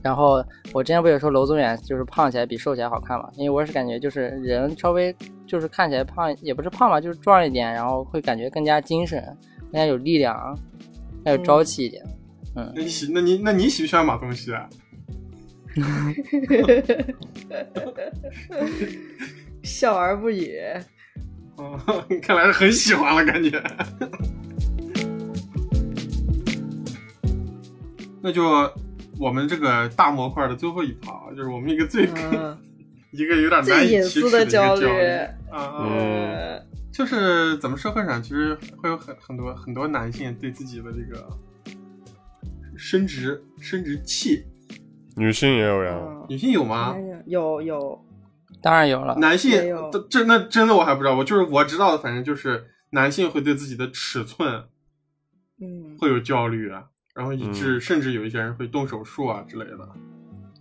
Speaker 2: 然后我之前不也说娄宗远就是胖起来比瘦起来好看嘛？因为我是感觉就是人稍微就是看起来胖也不是胖吧，就是壮一点，然后会感觉更加精神，更加有力量，更加有朝气一点。
Speaker 1: 那你喜，那你那你喜不喜欢马东锡啊？
Speaker 4: 笑而不 语。
Speaker 1: 哦， 看来是很喜欢了，感觉。 那就我们这个大模块的最后一趴啊，就是我们一个最、
Speaker 4: 嗯，
Speaker 1: 一个有点难
Speaker 4: 最
Speaker 1: 以
Speaker 4: 隐
Speaker 1: 启
Speaker 4: 私
Speaker 1: 齿的一个
Speaker 4: 焦
Speaker 1: 焦
Speaker 4: 虑。
Speaker 1: 啊啊！
Speaker 3: 嗯
Speaker 4: 呃，
Speaker 1: 就是咱们社会上其实会有很很多很多男性对自己的这个生殖生殖器，
Speaker 3: 女性也有呀。
Speaker 4: 嗯
Speaker 1: 女性有吗？
Speaker 4: 有有，
Speaker 2: 当然有了，
Speaker 1: 男性
Speaker 4: 也有
Speaker 1: 真那真的我还不知道，我就是我知道的，反正就是男性会对自己的尺寸
Speaker 4: 嗯，
Speaker 1: 会有焦虑啊，然后以致
Speaker 3: 嗯
Speaker 1: 甚至有一些人会动手术啊之类的。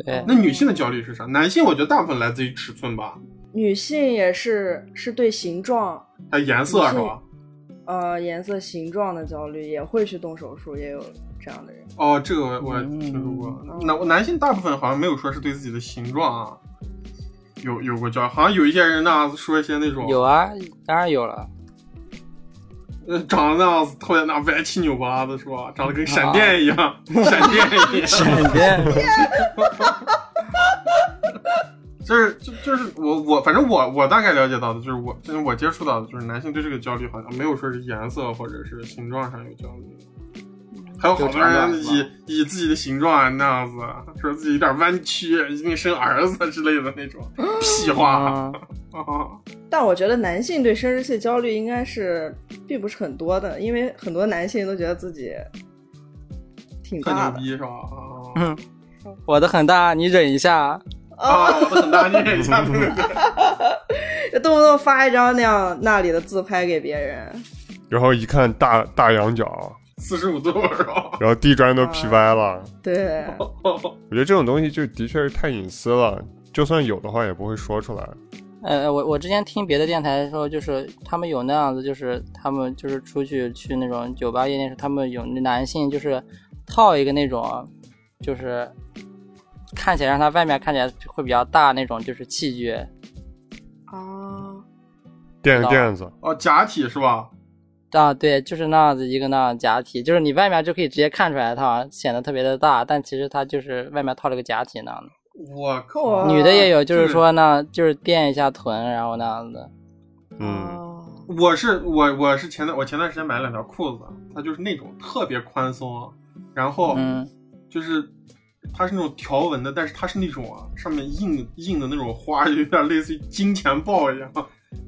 Speaker 2: 对，
Speaker 1: 那女性的焦虑是啥？男性我觉得大部分来自于尺寸吧，
Speaker 4: 女性也是是对形状。
Speaker 1: 还有颜色啊
Speaker 4: 女
Speaker 1: 是
Speaker 4: 性
Speaker 1: 吧？
Speaker 4: 呃，颜色、形状的焦虑也会去动手术，也有这样的人。
Speaker 1: 哦，这个我我听说过。男、男性大部分好像没有说是对自己的形状啊有有过焦虑，好像有一些人那样子说一些那种
Speaker 2: 有啊，当然有了。
Speaker 1: 呃，长得那样子特别那歪七扭八的是吧？长得跟闪电一样， 闪电一样，
Speaker 2: 肯 定，
Speaker 1: 就是就就是我我反正我我大概了解到的就是我就是我接触
Speaker 2: 嗯
Speaker 1: 到的就是男性对这个焦虑好像没有说是颜色或者是形状上有焦虑，还有好
Speaker 2: 有
Speaker 1: 多
Speaker 2: 长短
Speaker 1: 人
Speaker 2: 是吧
Speaker 1: 以以自己的形状啊那样子，说自己有点弯曲，一定生儿子之类的那种
Speaker 2: 嗯
Speaker 1: 屁话。
Speaker 2: 啊，
Speaker 1: 啊
Speaker 4: 但我觉得男性对生殖器焦虑应该是并不是很多的，因为很多男性都觉得自己挺
Speaker 1: 特
Speaker 4: 大
Speaker 1: 牛
Speaker 4: 的
Speaker 1: 逼是吧？啊
Speaker 2: 嗯我的很大，你忍一下。
Speaker 1: 啊，我很大念一下，对对对，
Speaker 4: 就动不动发一张那样那里的自拍给别人。
Speaker 3: 然后一看大大羊角，
Speaker 1: 四十五度是吧？
Speaker 3: 然后地砖都劈歪了。
Speaker 4: 对，
Speaker 1: 哦
Speaker 3: 我觉得这种东西就的确是太隐私了，就算有的话也不会说出来。
Speaker 2: 呃，我我之前听别的电台说，就是他们有那样子，就是他们就是出去去那种酒吧夜店时，他们有男性就是套一个那种，就是看起来让他外面看起来会比较大那种，就是器具，
Speaker 4: 哦，
Speaker 3: 垫
Speaker 2: 知
Speaker 3: 个
Speaker 2: 道
Speaker 3: 垫子，
Speaker 1: 哦，假体是吧？
Speaker 2: 啊，对，就是那样子一个那样假体，就是你外面就可以直接看出来它显得特别的大，但其实它就是外面套了个假体那样的。
Speaker 1: 我
Speaker 4: 哇
Speaker 1: 靠！
Speaker 2: 女的也有，就
Speaker 1: 这
Speaker 2: 是
Speaker 1: 个
Speaker 2: 说那就是垫一下臀，然后那样子。
Speaker 1: 哦
Speaker 3: 嗯，
Speaker 4: 哦，
Speaker 1: 我是我我是前段我前段时间买了两条裤子，它就是那种特别宽松，然后
Speaker 2: 嗯，
Speaker 1: 就是它是那种条纹的，但是它是那种啊上面印印的那种花，有点类似于金钱豹一样，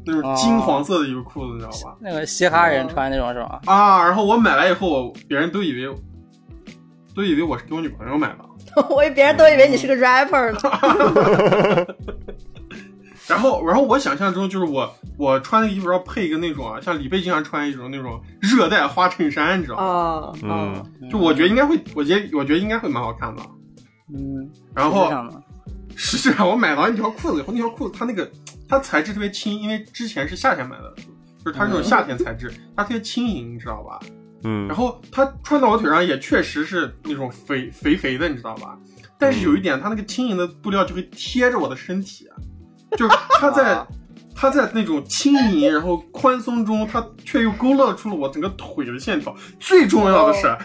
Speaker 1: 那种金黄色的一个裤子，你知道吧？
Speaker 2: 那个嘻哈人穿那种是吧？
Speaker 1: 啊，然后我买来以后，别人都以为都以为我是给我女朋友买的，
Speaker 4: 我以为别人都以为你是个 rapper 呢。
Speaker 1: 然后，然后我想象中就是我我穿那个衣服，要配一个那种啊，像李贝经常穿一种那种热带花衬衫，你知道吗？
Speaker 4: 哦，
Speaker 3: 嗯
Speaker 4: 哦，
Speaker 1: 就我觉得应该会，我觉得我觉得应该会蛮好看的。
Speaker 2: 嗯，
Speaker 1: 然
Speaker 2: 是这
Speaker 1: 后
Speaker 2: 样的
Speaker 1: 实际上我买完一条裤子以后，那条裤子它那个它材质特别轻，因为之前是夏天买的，就是它是那
Speaker 2: 嗯
Speaker 1: 种夏天材质，它特别轻盈，你知道吧？
Speaker 3: 嗯
Speaker 1: 然，后它穿到我腿上也确实是那种肥肥肥的，你知道吧？但是有一点，它那个轻盈的布料就会贴着我的身体，啊就是它在它在那种轻盈然后宽松中，它却又勾勒出了我整个腿的线条。最重要的是，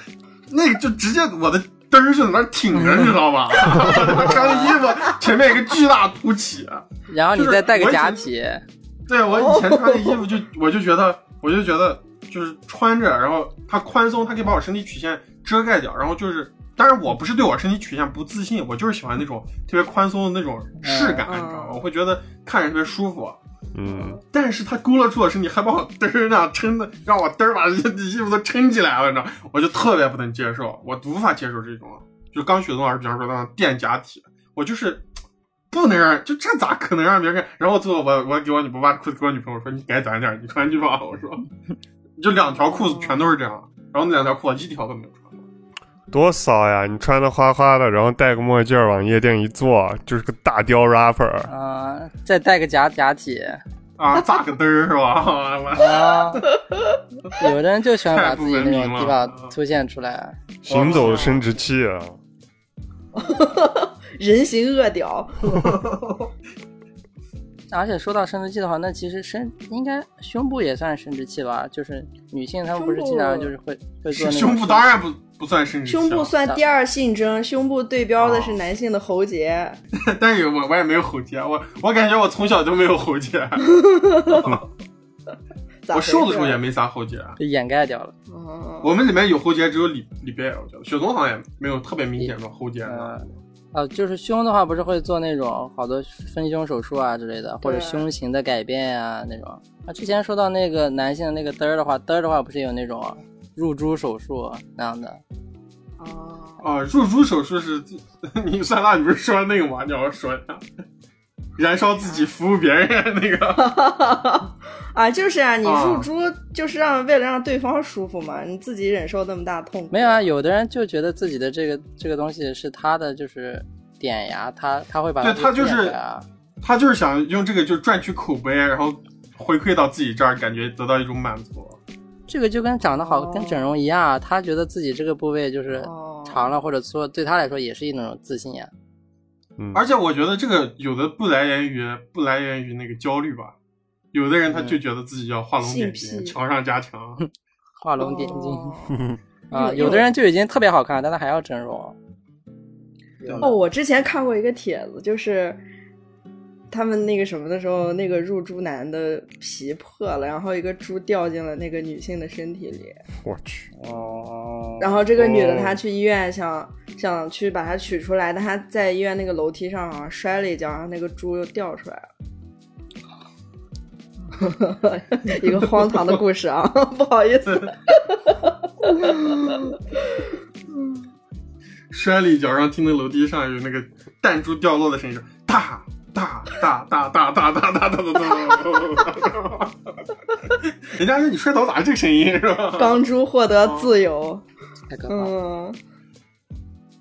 Speaker 1: 那个就直接我的。嘚儿就在那儿挺着，你知道吧？我穿的衣服前面有一个巨大凸起，
Speaker 2: 然后
Speaker 1: 就
Speaker 2: 你
Speaker 1: 是
Speaker 2: 再带个
Speaker 1: 我以
Speaker 2: 假
Speaker 1: 前
Speaker 2: 体，
Speaker 1: 对我以前穿的衣服就，我就觉得，我就觉得就是穿着，然后它宽松，它可以把我身体曲线遮盖掉，然后就是，当然我不是对我身体曲线不自信，我就是喜欢那种特别宽松的那种质感，
Speaker 4: 嗯
Speaker 1: 你知道吗？我会觉得看着特别舒服。
Speaker 3: 嗯，
Speaker 1: 但是它勾勒出我身体，还把我嘚儿那样撑的，让我嘚儿把这衣服都撑起来了，你知道吗，我就特别不能接受，我无法接受这种，就刚雪松老师比方说那种垫假体，我就是不能让，就这咋可能让别人看？然后最后我我给我女朋友把裤子给我女朋友说，你改短点儿，你穿去吧，我说， 就两条裤子全都是这样，然后那两条裤子一条都没有穿过。
Speaker 3: 多骚呀！你穿的花花的，然后戴个墨镜儿往夜店一坐，就是个大雕 rapper。
Speaker 2: 嗯、再带个假假体
Speaker 1: 啊，咋个嘚儿是 吧？我
Speaker 2: 啊。有的人就喜欢把自己那
Speaker 1: 太不文明
Speaker 2: 种
Speaker 1: 了嗯
Speaker 2: 地方凸显出来。
Speaker 3: 行走的生殖器啊！
Speaker 4: 人形恶屌，
Speaker 2: 而且说到生殖器的话，那其实生应该胸部也算是生殖器吧？就是女性她们不是经常就是会会做那种
Speaker 1: 胸部当然不不算生殖哦器啊，
Speaker 4: 胸部算第二性征，胸部对标的是男性的喉结。
Speaker 1: 但是我我也没有喉结，我我感觉我从小就没有喉结，我
Speaker 4: 咋回事
Speaker 1: 瘦的时候也。没啥喉结。啊
Speaker 2: 被掩盖掉了。
Speaker 4: 哦
Speaker 1: 我们里面有喉结，只有李李贝，我觉得雪松好像也没有特别明显的喉结。
Speaker 2: 呃，啊，就是胸的话，不是会做那种好多丰胸手术啊之类的，或者
Speaker 4: 对
Speaker 2: 胸型的改变啊那种。啊，之前说到那个男性的那个嘚儿的话，嘚儿的话不是有那种入珠手术那样的？
Speaker 4: 哦，
Speaker 1: 啊，入珠手术是， 你酸辣，你不是说那个吗？你要说一下，燃烧自己服务别人 那个。
Speaker 4: 啊，就是啊，你
Speaker 1: 啊
Speaker 4: 入猪就是让为了让对方舒服嘛，你自己忍受那么大痛苦。
Speaker 2: 没有啊，有的人就觉得自己的这个这个东西是他的，就是点呀，他他会把它
Speaker 1: 对他就是
Speaker 2: 点出来啊。
Speaker 1: 他就是想用这个就赚取口碑，啊然后回馈到自己这儿，感觉得到一种满足。
Speaker 2: 这个就跟长得好、
Speaker 4: 哦
Speaker 2: 跟整容一样啊，他觉得自己这个部位就是
Speaker 4: 哦
Speaker 2: 长了或者粗了，对他来说也是一种自信啊呀、
Speaker 3: 嗯，
Speaker 1: 而且我觉得这个有的不来源于不来源于那个焦虑吧，有的人他就觉得自己要画龙点
Speaker 4: 嗯性
Speaker 1: 睛，
Speaker 4: 癖
Speaker 1: 强上加强。
Speaker 2: 画龙点睛、
Speaker 4: 哦
Speaker 2: 啊！
Speaker 4: 嗯
Speaker 2: 有的人就已经特别好看，但他还要整容。
Speaker 1: 对
Speaker 4: 哦，我之前看过一个帖子，就是他们那个什么的时候，那个入猪男的皮破了，然后一个猪掉进了那个女性的身体里，
Speaker 3: 我去，
Speaker 2: 哦
Speaker 4: 然后这个女的她去医院想、想去把它取出来，但她在医院那个楼梯上好像摔了一跤，然后那个猪又掉出来了。 一个荒唐的故事啊， 不好意思。
Speaker 1: 摔了一跤，然后听那楼梯上有那个弹珠掉落的声音，大大大大大大大大大大。人家说你摔倒咋是这个声音是吧？
Speaker 4: 钢珠获得自由。
Speaker 2: 太可怕了。
Speaker 4: 嗯，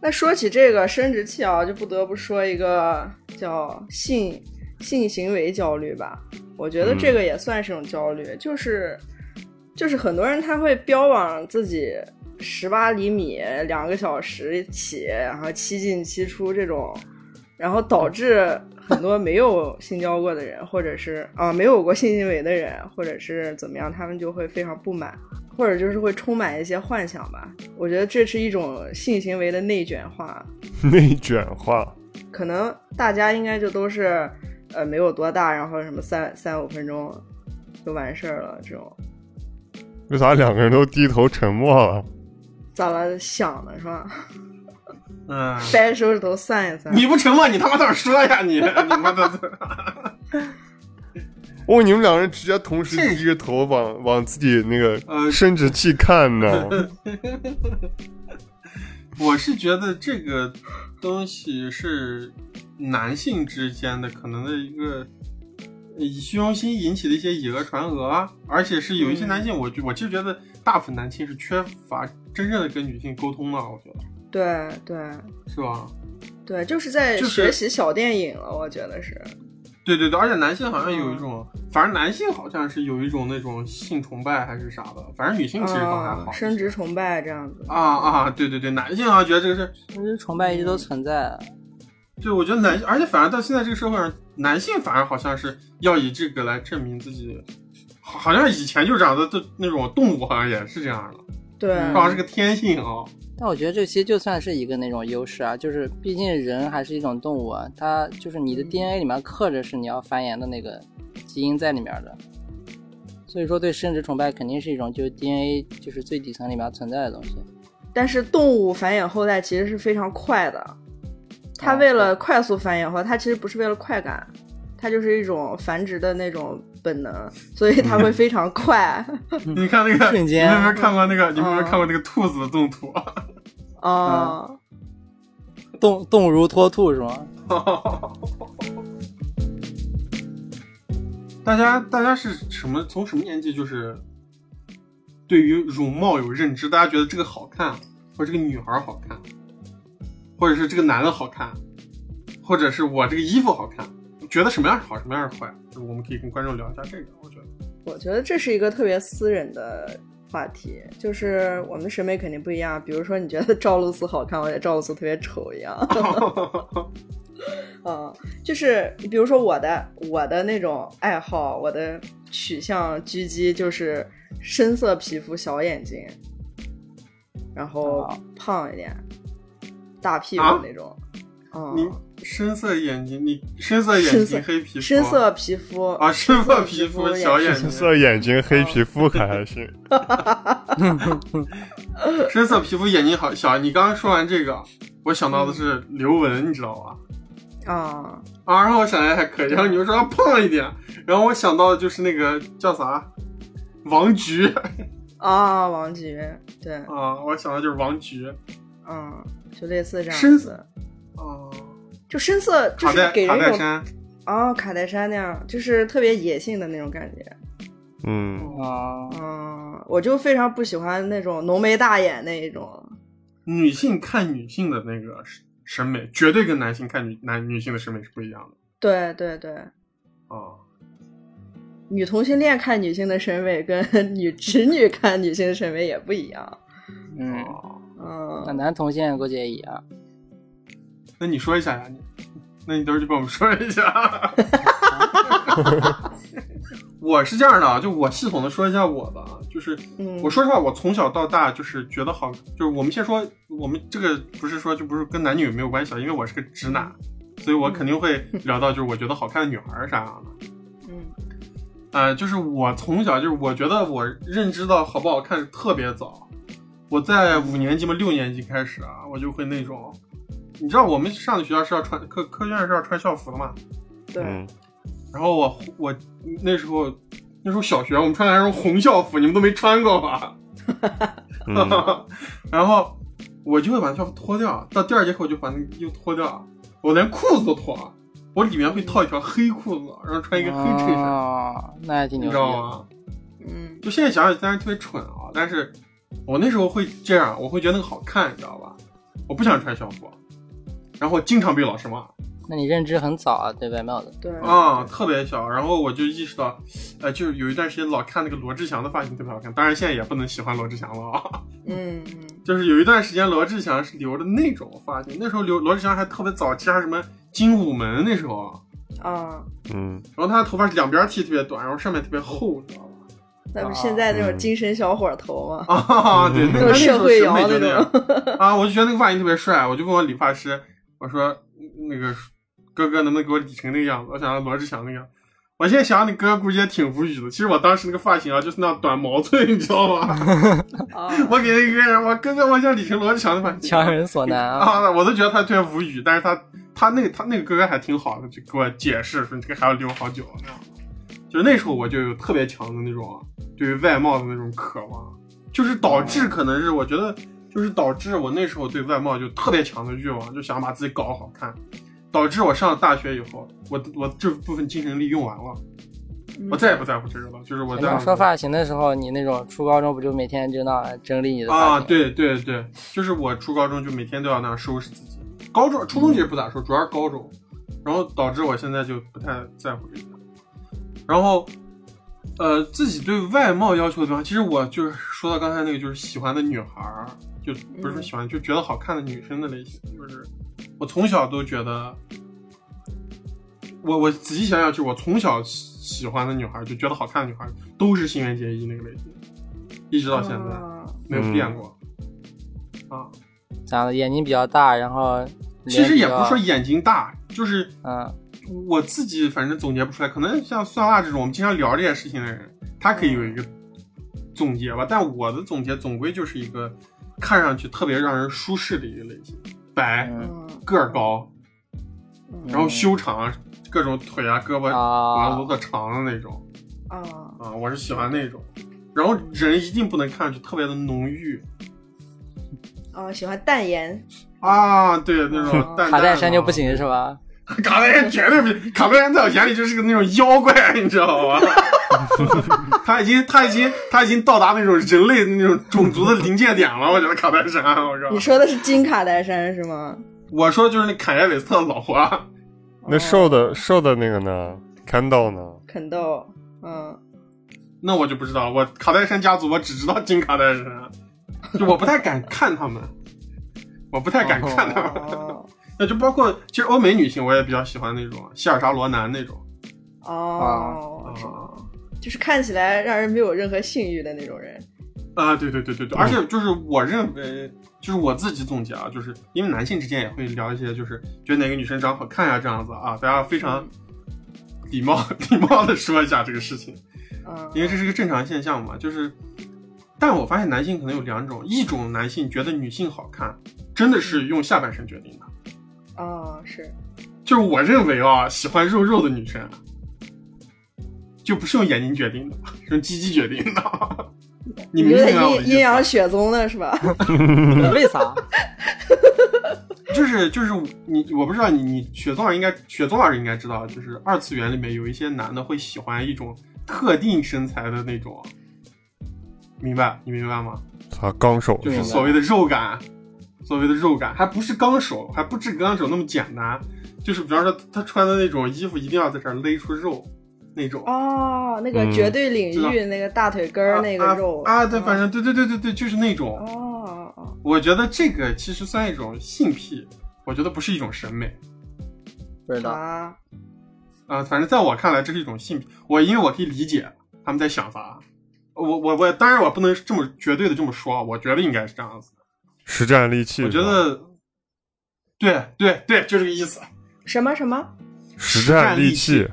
Speaker 4: 那说起这个生殖器啊，就不得不说一个叫性性行为焦虑吧。我觉得这个也算是一种焦虑，就是就是很多人他会标榜自己十八厘米两个小时起，然后七进七出这种，然后导致很多没有性交过的人，或者是啊没有过性行为的人，或者是怎么样，他们就会非常不满。或者就是会充满一些幻想吧。我觉得这是一种性行为的内卷化，
Speaker 3: 内卷化，
Speaker 4: 可能大家应该就都是呃没有多大，然后什么三三五分钟就完事儿了这种。
Speaker 3: 为啥两个人都低头沉默了？
Speaker 4: 咋了？想呢是吧？
Speaker 1: 嗯，
Speaker 4: 掰着手指头算一算。
Speaker 1: 你不沉默，你他妈倒是说呀你！你妈的，
Speaker 3: 哦，你们两个人直接同时低着头往往自己那个
Speaker 1: 呃
Speaker 3: 生殖器看呢，
Speaker 1: 我是觉得这个东西是男性之间的可能的一个以虚荣心引起的一些以讹传讹啊，而且是有一些男性，我就我就觉得大部分男性是缺乏真正的跟女性沟通的，我觉得
Speaker 4: 对对
Speaker 1: 是吧？
Speaker 4: 对，就是在
Speaker 1: 就是
Speaker 4: 学习小电影了，我觉得是。
Speaker 1: 对对对，而且男性好像有一种，反正男性好像是有一种那种性崇拜还是啥的，反正女性其实倒还
Speaker 4: 啊
Speaker 1: 好，，
Speaker 4: 生殖崇拜这样子。
Speaker 1: 啊啊，对对对，男性好像觉得这个是
Speaker 2: 其实崇拜一直都存在，
Speaker 1: 对，我觉得男，而且反而到现在这个社会上，男性反而好像是要以这个来证明自己，好好像以前就这样的，都那种动物好像也是这样的，
Speaker 4: 对，
Speaker 2: 嗯
Speaker 1: 好像是个天性啊、
Speaker 2: 但我觉得这其实就算是一个那种优势啊，就是毕竟人还是一种动物啊，它就是你的 DNA 里面刻着是你要繁衍的那个基因在里面的，所以说对生殖崇拜肯定是一种就是 DNA 就是最底层里面存在的东西。
Speaker 4: 但是动物繁衍后代其实是非常快的，它
Speaker 2: 啊
Speaker 4: 为了快速繁衍后，代，它其实不是为了快感，它就是一种繁殖的那种本能，所以它会非常快。
Speaker 1: 你看那个，
Speaker 2: 瞬间
Speaker 1: 你们有没有看过那个？你们有没有
Speaker 4: 嗯
Speaker 1: 看过那个兔子的动图？
Speaker 4: 哦，
Speaker 2: 动动如脱兔是吗？
Speaker 1: 大家大家是什么？从什么年纪就是对于容貌有认知？大家觉得这个好看，或者这个女孩好看，或者是这个男的好看，或者是我这个衣服好看，觉得什么样是好，什么样是坏？就是我们可以跟观众聊一下这个，我觉得。
Speaker 4: 我觉得这是一个特别私人的话题，就是我们的审美肯定不一样。比如说，你觉得赵露思好看，我觉得赵露思特别丑一样。 嗯，就是比如说我的我的那种爱好，我的取向狙击就是深色皮肤、小眼睛，然后
Speaker 2: 哦
Speaker 4: 胖一点，大屁股
Speaker 1: 啊
Speaker 4: 那种。
Speaker 1: 你
Speaker 4: 嗯，
Speaker 1: 深色眼睛，你深色眼
Speaker 4: 深
Speaker 1: 睛
Speaker 4: 色
Speaker 1: 黑皮肤，
Speaker 4: 深色皮肤
Speaker 1: 啊，深色皮肤
Speaker 4: 肤
Speaker 1: 小
Speaker 4: 眼
Speaker 1: 眼
Speaker 4: 睛
Speaker 1: 睛，
Speaker 3: 色眼睛黑皮肤还还行。
Speaker 1: 深色皮肤眼睛好小。你刚刚说完这个，我想到的是刘雯，你知道吧？
Speaker 4: 啊，
Speaker 1: 啊，然后我想来还可以，然后你又说要胖一点，然后我想到的就是那个叫啥，王菊
Speaker 4: 啊，王菊，对，
Speaker 1: 啊，我想到就是王菊
Speaker 4: 嗯，就类似这
Speaker 1: 深
Speaker 4: 样
Speaker 1: 色
Speaker 4: 子，
Speaker 1: 啊，
Speaker 4: 就深色，就
Speaker 1: 卡
Speaker 4: 是
Speaker 1: 戴
Speaker 4: 给
Speaker 1: 卡
Speaker 4: 人
Speaker 1: 戴
Speaker 4: 一种
Speaker 1: 珊，
Speaker 4: 哦，卡戴珊那样，就是特别野性的那种感觉。
Speaker 3: 嗯，
Speaker 2: 啊，
Speaker 4: 嗯，我就非常不喜欢那种浓眉大眼那一种。
Speaker 1: 女性看女性的那个审审美，绝对跟男性看女男女性的审美是不一样
Speaker 4: 对对对，
Speaker 1: 的啊。
Speaker 4: 女同性恋看女性的审美跟 女直女看女性的审美也不一样。
Speaker 2: 嗯，
Speaker 1: 哦，
Speaker 2: 那
Speaker 4: 嗯，
Speaker 2: 男同性恋估计也一样。
Speaker 1: 那你说一下呀，你，那你等会儿就帮我们说一 下。我是这样的啊，就我系统的说一下我的，啊，就是
Speaker 4: 嗯
Speaker 1: 我说实话，我从小到大就是觉得好，就是我们先说，我们这个不是说就不是跟男女没有关系啊，因为我是个直男，所以我肯定会聊到就是我觉得好看的女孩儿啥样的。
Speaker 4: 嗯
Speaker 1: 呃，就是我从小就是我觉得我认知到好不好看是特别早。我在五年级嘛六年级开始啊，我就会那种，你知道我们上的学校是要穿科科学院是要穿校服的嘛，
Speaker 4: 对，
Speaker 3: 嗯，
Speaker 1: 然后我我那时候那时候小学我们穿的还是红校服，你们都没穿过吧？
Speaker 3: 嗯
Speaker 1: 然后我就会把校服脱掉，到第二节课我就把那个又脱掉，我连裤子都脱了，我里面会套一条黑裤子，然后穿一个黑衬衫，
Speaker 2: 哦，那还挺
Speaker 1: 你
Speaker 2: 牛
Speaker 1: 知
Speaker 2: 逼
Speaker 1: 道
Speaker 2: 的。
Speaker 1: 吗？
Speaker 4: 嗯，
Speaker 1: 就现在想想，当然特别蠢啊，但是我那时候会这样，我会觉得那个好看，你知道吧？我不想穿校服，然后我经常被老师骂
Speaker 2: 那你认知很早啊，对外貌的。
Speaker 4: 对，
Speaker 1: 啊，特别小。然后我就意识到，呃，就是有一段时间老看那个罗志祥的发型特别好看，当然现在也不能喜欢罗志祥了啊。
Speaker 4: 嗯嗯，
Speaker 1: 就是有一段时间罗志祥是留着那种发型，那时候留罗志祥还特别早期，还什么精武门那时候啊，
Speaker 4: 啊，
Speaker 3: 嗯，
Speaker 1: 然后他的头发是两边剃特别短，然后上面特别厚，你知道吧？
Speaker 4: 咱们现在这种精神小伙头嘛，
Speaker 1: 啊，对，那
Speaker 4: 那
Speaker 1: 个
Speaker 4: 种嗯社会摇
Speaker 1: 那
Speaker 4: 那
Speaker 1: 种啊，我就觉得那个发型特别帅，我就问我理发师，我说那个哥哥能不能给我理成那个样子？我想要罗志祥那个样。我现在想想，你哥估计也挺无语的。其实我当时那个发型啊，就是那样短毛寸，你知道吗？
Speaker 4: 啊，
Speaker 1: 我给那个人，我哥哥，我想理成罗志祥的发型。
Speaker 2: 强人所难 啊！
Speaker 1: 啊，我都觉得他特别无语，但是他他那个他那个哥哥还挺好的，就给我解释说你这个还要留好久啊那样。就是那时候我就有特别强的那种啊对于外貌的那种渴望，就是导致可能是我觉得就是导致我那时候对外貌就特别强的欲望，就想把自己搞好看，导致我上了大学以后，我我这部分精神力用完了，我再也不在哦乎这个了，就是我
Speaker 2: 嗯哎你
Speaker 1: 在
Speaker 2: 们说发型的时候，你那种初高中不就每天就那整理你的发
Speaker 1: 啊，
Speaker 2: 型？
Speaker 1: 对对对，就是我初高中就每天都要那样收拾自己，高中初中其实不咋收，主要是高中，然后导致我现在就不太在乎这个。然后，呃，自己对外貌要求的地方，其实我就是说到刚才那个，就是喜欢的女孩儿，就不
Speaker 2: 嗯
Speaker 1: 是说喜欢，就觉得好看的女生的类型，就是我从小都觉得，我我仔细想想，就是我从小喜喜欢的女孩儿，就觉得好看的女孩儿，都是新垣结衣那个类型，一直到现在。
Speaker 2: 哦
Speaker 4: 啊
Speaker 1: 没有
Speaker 2: 嗯
Speaker 1: 变过。啊，
Speaker 2: 长得眼睛比较大，然后
Speaker 1: 其实也不
Speaker 2: 是
Speaker 1: 是说眼睛大，就是
Speaker 2: 嗯
Speaker 1: 我自己反正总结不出来。可能像酸辣这种我们经常聊这件事情的人，他可以有一个总结吧。但我的总结总归就是一个看上去特别让人舒适的一个类型，白、
Speaker 2: 嗯，
Speaker 4: 嗯
Speaker 1: 个儿高，
Speaker 4: 嗯
Speaker 1: 然后修长，各种腿啊、胳膊、
Speaker 2: 啊
Speaker 1: 脖子都特长的那种
Speaker 4: 啊，
Speaker 1: 啊，我是喜欢那种。然后人一定不能看上去特别的浓郁
Speaker 4: 啊，喜欢淡颜，
Speaker 1: 啊，对 那种
Speaker 4: 嗯
Speaker 1: 淡淡
Speaker 2: 卡戴珊就
Speaker 1: 的啊
Speaker 2: 不行是吧？
Speaker 1: 卡戴珊绝对不行，卡戴珊在我眼里就是个那种妖怪，你知道吗？ 他已经，他已经，他已经到达那种人类那种种族的临界点了。我觉得卡戴珊，我说，
Speaker 4: 你说的是金卡戴珊是吗？
Speaker 1: 我说就是那凯耶韦斯特的老婆啊，
Speaker 3: 那瘦的瘦的那个呢？看到呢？
Speaker 4: 肯豆，嗯，
Speaker 1: 那我就不知道了。我卡戴珊家族，我只知道金卡戴珊，就我不太敢看他们，我不太敢看他们。
Speaker 4: 哦
Speaker 1: 那就包括其实欧美女性，我也比较喜欢那种希尔莎罗南那种
Speaker 4: 哦，
Speaker 1: 啊
Speaker 4: 我知道就是看起来让人没有任何性欲的那种人，
Speaker 1: 啊，对对对
Speaker 4: 嗯
Speaker 1: 对对，而且就是我认为，就是我自己总结啊，就是因为男性之间也会聊一些，就是觉得哪个女生长得好看呀、这样子啊，大家非
Speaker 4: 嗯
Speaker 1: 常礼貌 礼貌的说一下这个事情，
Speaker 4: 嗯，
Speaker 1: 因为这是个正常现象嘛。就是，但我发现男性可能有两种，一种男性觉得女性好看，真的
Speaker 4: 嗯
Speaker 1: 是用下半身决定的，
Speaker 4: 啊是，
Speaker 1: 就是我认为啊，喜欢肉肉的女生啊，就不是用眼睛决定的，是用鸡鸡决定的。 你
Speaker 4: 有
Speaker 1: 明
Speaker 4: 点
Speaker 1: 白我的意思
Speaker 4: 阴
Speaker 1: 啊
Speaker 4: 阴
Speaker 1: 吧
Speaker 4: 阳雪宗的是 吧？
Speaker 1: 嗯
Speaker 2: 为啥？
Speaker 1: 就是就是你，我不知道你你雪宗老师应该雪宗老师应该知道，就是二次元里面有一些男的会喜欢一种特定身材的那种，明白？你明白吗？
Speaker 3: 他刚手
Speaker 1: 就是
Speaker 2: 明白
Speaker 1: 所谓的肉感，所谓的肉感，还不是钢手，还不是钢手那么简单，就是比方说他穿的那种衣服一定要在这儿勒出肉那种。
Speaker 4: 哦，那个
Speaker 3: 嗯
Speaker 4: 绝对领
Speaker 1: 知道
Speaker 4: 域那个大腿根儿那个肉嗯
Speaker 1: 啊啊，对，反正对对对对对，就是那种。
Speaker 4: 哦哦
Speaker 1: 我觉得这个其实算一种性癖，我觉得不是一种审美。
Speaker 2: 不知
Speaker 4: 哦
Speaker 2: 道。
Speaker 4: 啊，
Speaker 1: 啊、反正在我看来，这是一种性癖。我因为我可以理解他们在想啥。我我我，当然我不能这么绝对的这么说啊，我觉得应该是这样子。
Speaker 3: 实战利器
Speaker 1: 我
Speaker 3: 是吧，
Speaker 1: 觉得，对对对，就这个意思。
Speaker 4: 什么什么？
Speaker 3: 实战
Speaker 1: 实
Speaker 3: 利器。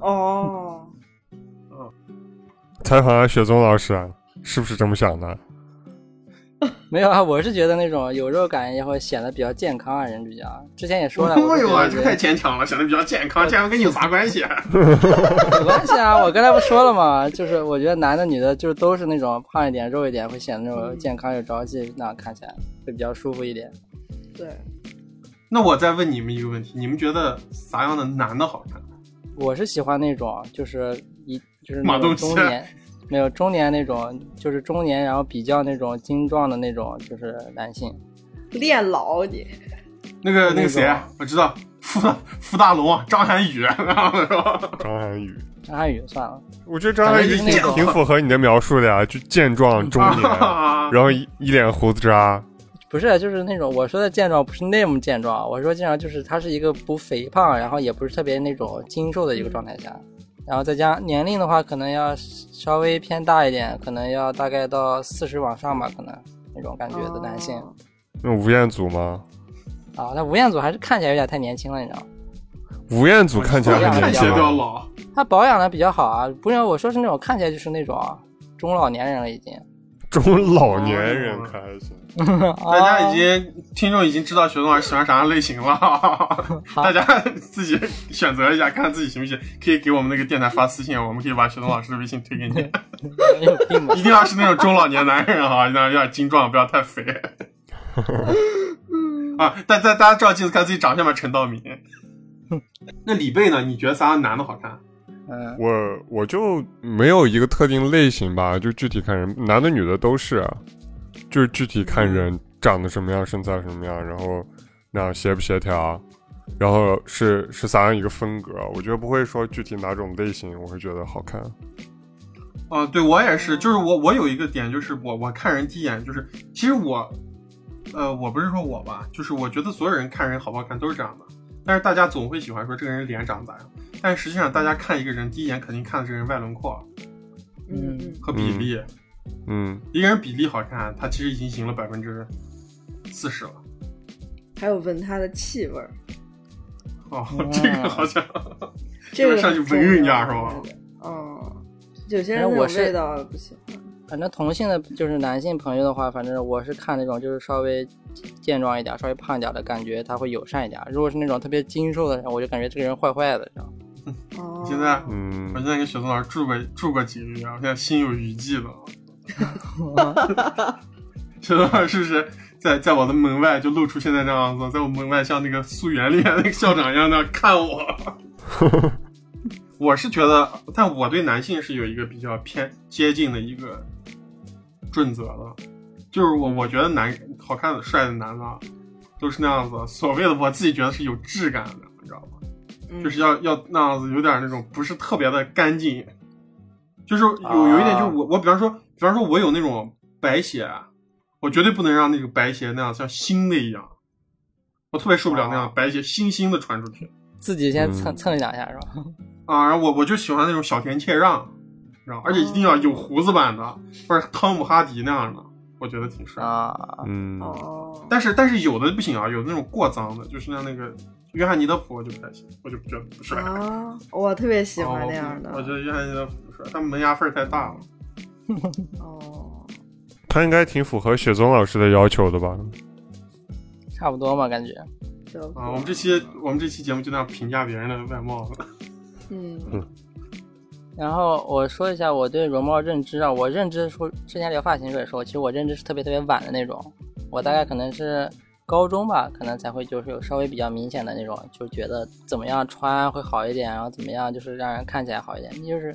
Speaker 4: 哦，
Speaker 3: 采访下雪宗老师啊，是不是这么想的？
Speaker 2: 没有啊，我是觉得那种有肉感也会显得比较健康啊，人比较。之前也说了，我
Speaker 1: 哎
Speaker 2: 就
Speaker 1: 呦
Speaker 2: 觉
Speaker 1: 啊，
Speaker 2: 得
Speaker 1: 这个太牵强了，显得比较健康，健康跟你有啥关系？啊
Speaker 2: 没关系啊，我刚才不说了嘛，就是我觉得男的女的，就是都是那种胖一点、肉一点，会显得那种健康有朝气，那样看起来会比较舒服一点。
Speaker 4: 对，
Speaker 1: 那我再问你们一个问题，你们觉得啥样的男的好看？
Speaker 2: 我是喜欢那种，就是一就是那
Speaker 1: 马
Speaker 2: 种
Speaker 1: 东
Speaker 2: 中
Speaker 1: 锡啊
Speaker 2: 年，没有中年那种，就是中年然后比较那种精壮的那种，就是男性。
Speaker 4: 练老你
Speaker 1: 那个那个谁
Speaker 2: 那
Speaker 1: 啊，我知道，傅大傅大龙啊，张涵予，然后说
Speaker 3: 张涵予，
Speaker 2: 张涵予算了，
Speaker 3: 我觉得张涵予
Speaker 1: 张涵予
Speaker 3: 挺
Speaker 1: 那种
Speaker 3: 挺符合你的描述的呀，就健壮中 年，
Speaker 1: 啊
Speaker 3: 然后一一脸胡子渣，
Speaker 2: 不是就是那种我说的健壮，不是那么健壮，啊我说健壮就是他是一个不肥胖，然后也不是特别那种精瘦的一个状态下，然后再加上年龄的话，可能要稍微偏大一点，可能要大概到四十往上吧，可能那种感觉的男性。
Speaker 4: 哦
Speaker 3: 那吴彦祖吗？
Speaker 2: 啊，那吴彦祖还是看起来有点太年轻了，你知道吗？
Speaker 3: 吴彦祖看起来很
Speaker 1: 看
Speaker 3: 年
Speaker 1: 起来
Speaker 3: 轻
Speaker 1: 比较
Speaker 3: 啊，
Speaker 1: 老，
Speaker 2: 他保养的比较好啊，不是我说是那种看起来就是那种中老年人了已经，
Speaker 3: 中老
Speaker 1: 啊
Speaker 3: 年人
Speaker 1: 嗯
Speaker 3: 开始。
Speaker 1: 大
Speaker 2: 大
Speaker 1: 家已经听众已经知道雪冬老师喜欢啥样类型了， 大家自己选择一下，看自己行不行，可以给我们那个电台发私信，我们可以把雪冬老师的微信推给你，
Speaker 2: 没有病 吧？
Speaker 1: 一定要是那种中老年男人啊，一定要有点精壮，不要太 肥。啊，但但大家照镜子看自己长相吧，陈 道明。那李贝呢？你觉得啥样男的好看？
Speaker 2: 嗯，
Speaker 3: 我我就没有一个特定类型吧，就具体看人，男的女的都是啊，就是具体看
Speaker 1: 嗯
Speaker 3: 人长得什么样，身材什么样，然后那样协不协调，然后是是啥样一个风格，啊我觉得不会说具体哪种类型，我会觉得好看。
Speaker 1: 啊，对我也是，就是我我有一个点，就是我我看人第一眼就是，其实我，呃，我不是说我吧，就是我觉得所有人看人好不好看都是这样的，但是大家总会喜欢说这个人脸长得咋样，但实际上大家看一个人第一眼肯定看的这个人外轮廓
Speaker 4: 嗯
Speaker 2: 嗯
Speaker 4: 嗯，
Speaker 1: 和比例，
Speaker 3: 嗯，
Speaker 1: 一个人比例好看，他其实已经赢了百分之四十了。
Speaker 4: 还有闻它的气味儿，
Speaker 1: 哦，
Speaker 2: 嗯
Speaker 1: 这个好像
Speaker 4: 这个
Speaker 1: 上去
Speaker 4: 很重
Speaker 1: 闻人
Speaker 4: 要
Speaker 1: 家是吧？
Speaker 4: 嗯，有些人
Speaker 2: 哎
Speaker 4: 那
Speaker 2: 我
Speaker 4: 种
Speaker 2: 是
Speaker 4: 味道不喜欢。
Speaker 2: 反正同性的就是男性朋友的话，反正我是看那种就是稍微健壮一点、稍微胖一点的感觉，他会友善一点。如果是那种特别精瘦的人，我就感觉这个人坏坏的，你知道吗？
Speaker 4: 哦，
Speaker 1: 现在
Speaker 3: 嗯
Speaker 1: 我现在跟雪松老师住过住过几个月，我现在心有余悸了。雪松老师是不是在在我的门外就露出现在这样子，在我门外像那个苏元烈那个校长一样那样看我。我是觉得，但我对男性是有一个比较偏接近的一个准则的，就是我我觉得男好看的、帅的男的啊，都是那样子，所谓的我自己觉得是有质感的，你知道吗？
Speaker 4: 嗯
Speaker 1: 就是要要那样子，有点那种不是特别的干净，就是有
Speaker 2: 啊
Speaker 1: 有一点，就是我我比方说，比方说我有那种白鞋，啊我绝对不能让那个白鞋那样像新的一样，我特别受不了那样
Speaker 2: 啊
Speaker 1: 白鞋新新的传出去
Speaker 2: 自己先
Speaker 3: 嗯
Speaker 2: 蹭蹭两下是 吧？
Speaker 1: 啊，然后我我就喜欢那种小田切让，然后而且一定
Speaker 2: 哦
Speaker 1: 要有胡子版的，或者汤姆哈迪那样的，我觉得挺帅。
Speaker 2: 啊，
Speaker 3: 嗯，
Speaker 4: 哦，
Speaker 1: 但是但是有的不行啊，有的那种过脏的，就是像那个约翰尼德普，我就不太行，我就觉得不帅。 哦
Speaker 4: 啊，我特别喜欢那样的。
Speaker 1: 我觉得约翰尼德普不帅，他门牙缝儿太大了。
Speaker 4: 哦，
Speaker 3: 他应该挺符合雪宗老师的要求的吧？
Speaker 2: 差不多嘛，感觉。
Speaker 4: 对
Speaker 1: 啊，我们这期我们这期节目就那样评价别人的外貌了。
Speaker 4: 嗯
Speaker 2: 然后我说一下我对容貌认知啊，我认知说之前聊发型时候也说，其实我认知是特别特别晚的那种，我大概可能是高中吧，可能才会就是有稍微比较明显的那种，就觉得怎么样穿会好一点，然后怎么样就是让人看起来好一点。就是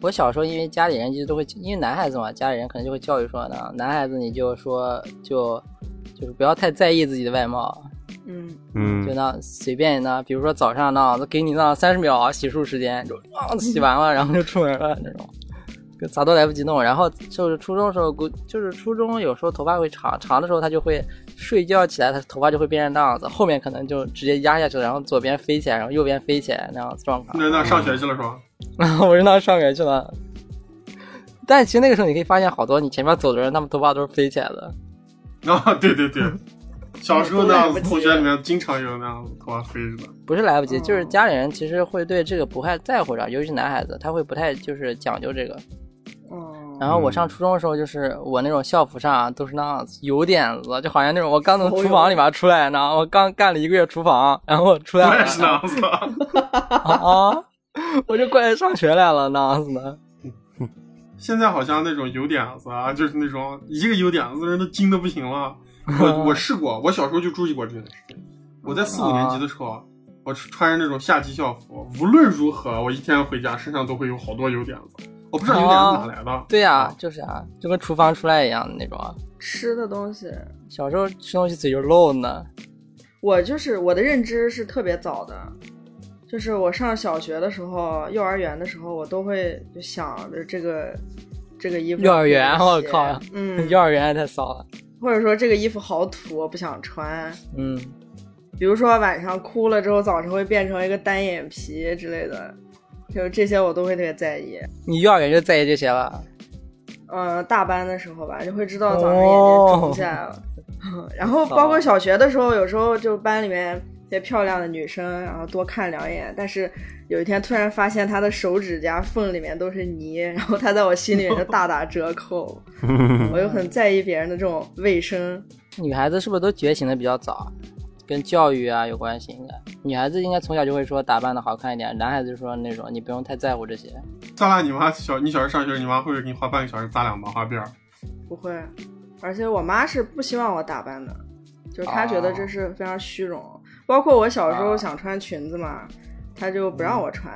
Speaker 2: 我小时候因为家里人就都会，因为男孩子嘛，家里人可能就会教育说呢，男孩子你就说就就是不要太在意自己的外貌，
Speaker 4: 嗯，
Speaker 2: 就
Speaker 3: 嗯，
Speaker 2: 那随便那，比如说早上那，给你那三十秒洗漱时间，就啊洗完了，然后就出门了那种，就啥都来不及弄。然后就是初中的时候，估就是初中有时候头发会长，长的时候他就会睡觉起来，他头发就会变成那样子，后面可能就直接压下去了，然后左边飞起来，然后右边飞起来那样子状况。
Speaker 1: 那那上学去了是吧？
Speaker 2: 然后我扔到上面去了。但其实那个时候你可以发现，好多你前面走的人，他们头发都是飞起来的。
Speaker 1: 啊，对对 对，小时候那样子
Speaker 4: 都来不及
Speaker 1: 同学里面经常有那样子头发飞着的。
Speaker 2: 不是来不及，
Speaker 4: 嗯
Speaker 2: 就是家里人其实会对这个不太在乎着，尤其是男孩子，他会不太就是讲究这个。
Speaker 4: 哦，
Speaker 2: 然后我
Speaker 1: 嗯
Speaker 2: 上初中的时候，就是我那种校服上啊都是那样子油点子，就好像那种我刚
Speaker 1: 哦
Speaker 2: 从厨房里面出来呢，我刚干了一个月厨房，然后我出来
Speaker 1: 我
Speaker 2: 了
Speaker 1: 也是那样子啊的。
Speaker 2: 啊啊，我就过来上学来了那样子的。
Speaker 1: 现在好像那种油点子啊， 就是那种一个油点子人都精的不行了。 我我试过，我小时候就注意过这件事。我在四五年级的时候，我穿着那种夏季校服，无论如何，我一天回家身上都会有好多油点子。我不知道油点子哪来
Speaker 4: 哦
Speaker 1: 的。
Speaker 2: 对呀、
Speaker 1: 啊
Speaker 2: 就是啊，就跟厨房出来一样的那种啊。
Speaker 4: 吃的东西，
Speaker 2: 小时候吃东西嘴就漏呢，
Speaker 4: 我就是我的认知是特别早的，就是我上小学的时候、幼儿园的时候，我都会就想着这个这个衣服。
Speaker 2: 幼儿园
Speaker 4: 这个
Speaker 2: 我
Speaker 4: 鞋
Speaker 2: 靠
Speaker 4: 嗯，
Speaker 2: 幼儿园也太骚了。
Speaker 4: 或者说这个衣服好土，我不想穿。
Speaker 2: 嗯，
Speaker 4: 比如说晚上哭了之后，早晨会变成一个单眼皮之类的，就这些我都会特别在意。
Speaker 2: 你幼儿园就在意这些了。
Speaker 4: 呃，大班的时候吧，就会知道早上眼睛肿起来了。 嗯然后包括小学的时候，有时候就班里面一些漂亮的女生，然后多看两眼。但是有一天突然发现她的手指甲缝里面都是泥，然后她在我心里面就大打折扣。嗯我又很在意别人的这种卫生。
Speaker 2: 女孩子是不是都觉醒的比较早啊？跟教育啊有关系，应该女孩子应该从小就会说打扮的好看一点，男孩子就说那种你不用太在乎这些。
Speaker 1: 萨拉，你妈小你小时候上学，你妈会不会给你花半个小时扎两麻花辫儿？
Speaker 4: 不会，而且我妈是不希望我打扮的，就是她觉
Speaker 2: 啊
Speaker 4: 得这是非常虚荣。包括我小时候想穿裙子嘛，她就不让我穿。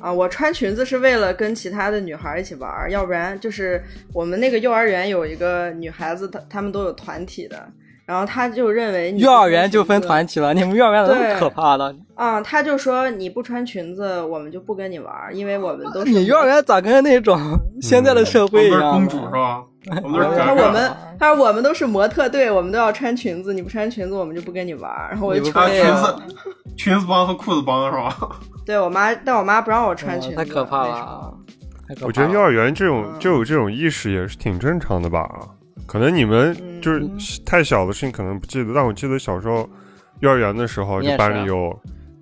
Speaker 4: 啊，我穿裙子是为了跟其他的女孩一起玩儿，要不然就是我们那个幼儿园有一个女孩子，她她们都有团体的，然后她就认为你
Speaker 2: 幼儿园就分
Speaker 4: 体。
Speaker 2: 团体了，你们幼儿园怎么那么
Speaker 4: 对
Speaker 2: 可怕的？
Speaker 4: 啊、他就说你不穿裙子，我们就不跟你玩儿，因为我们都是
Speaker 2: 你幼儿园咋跟那种现在的社
Speaker 1: 我们
Speaker 2: 会一
Speaker 1: 都是
Speaker 2: 样
Speaker 1: 公
Speaker 2: 呢？
Speaker 1: 主是吧？我们都是
Speaker 4: 他
Speaker 1: 格
Speaker 4: 说
Speaker 1: 格。
Speaker 4: 我们，他说我们都是模特队，我们都要穿裙子，你不穿裙子我们就不跟你玩儿。然后我就
Speaker 2: 你不
Speaker 1: 啊，
Speaker 4: 穿
Speaker 2: 对
Speaker 1: 裙
Speaker 2: 呀
Speaker 1: 子，裙子帮和裤子帮是吧？
Speaker 4: 对我妈，但我妈不让我
Speaker 2: 哇
Speaker 4: 穿裙
Speaker 2: 嗯
Speaker 4: 子，
Speaker 2: 太可怕了
Speaker 4: 那时候
Speaker 2: 啊！太可怕了
Speaker 3: 我觉得幼儿园这种
Speaker 4: 嗯
Speaker 3: 就有这种意识也是挺正常的吧。可能你们就是太小的事情可能不记得，但我记得小时候幼儿园的时候，
Speaker 2: 你也
Speaker 3: 就是
Speaker 2: 啊
Speaker 3: 班里有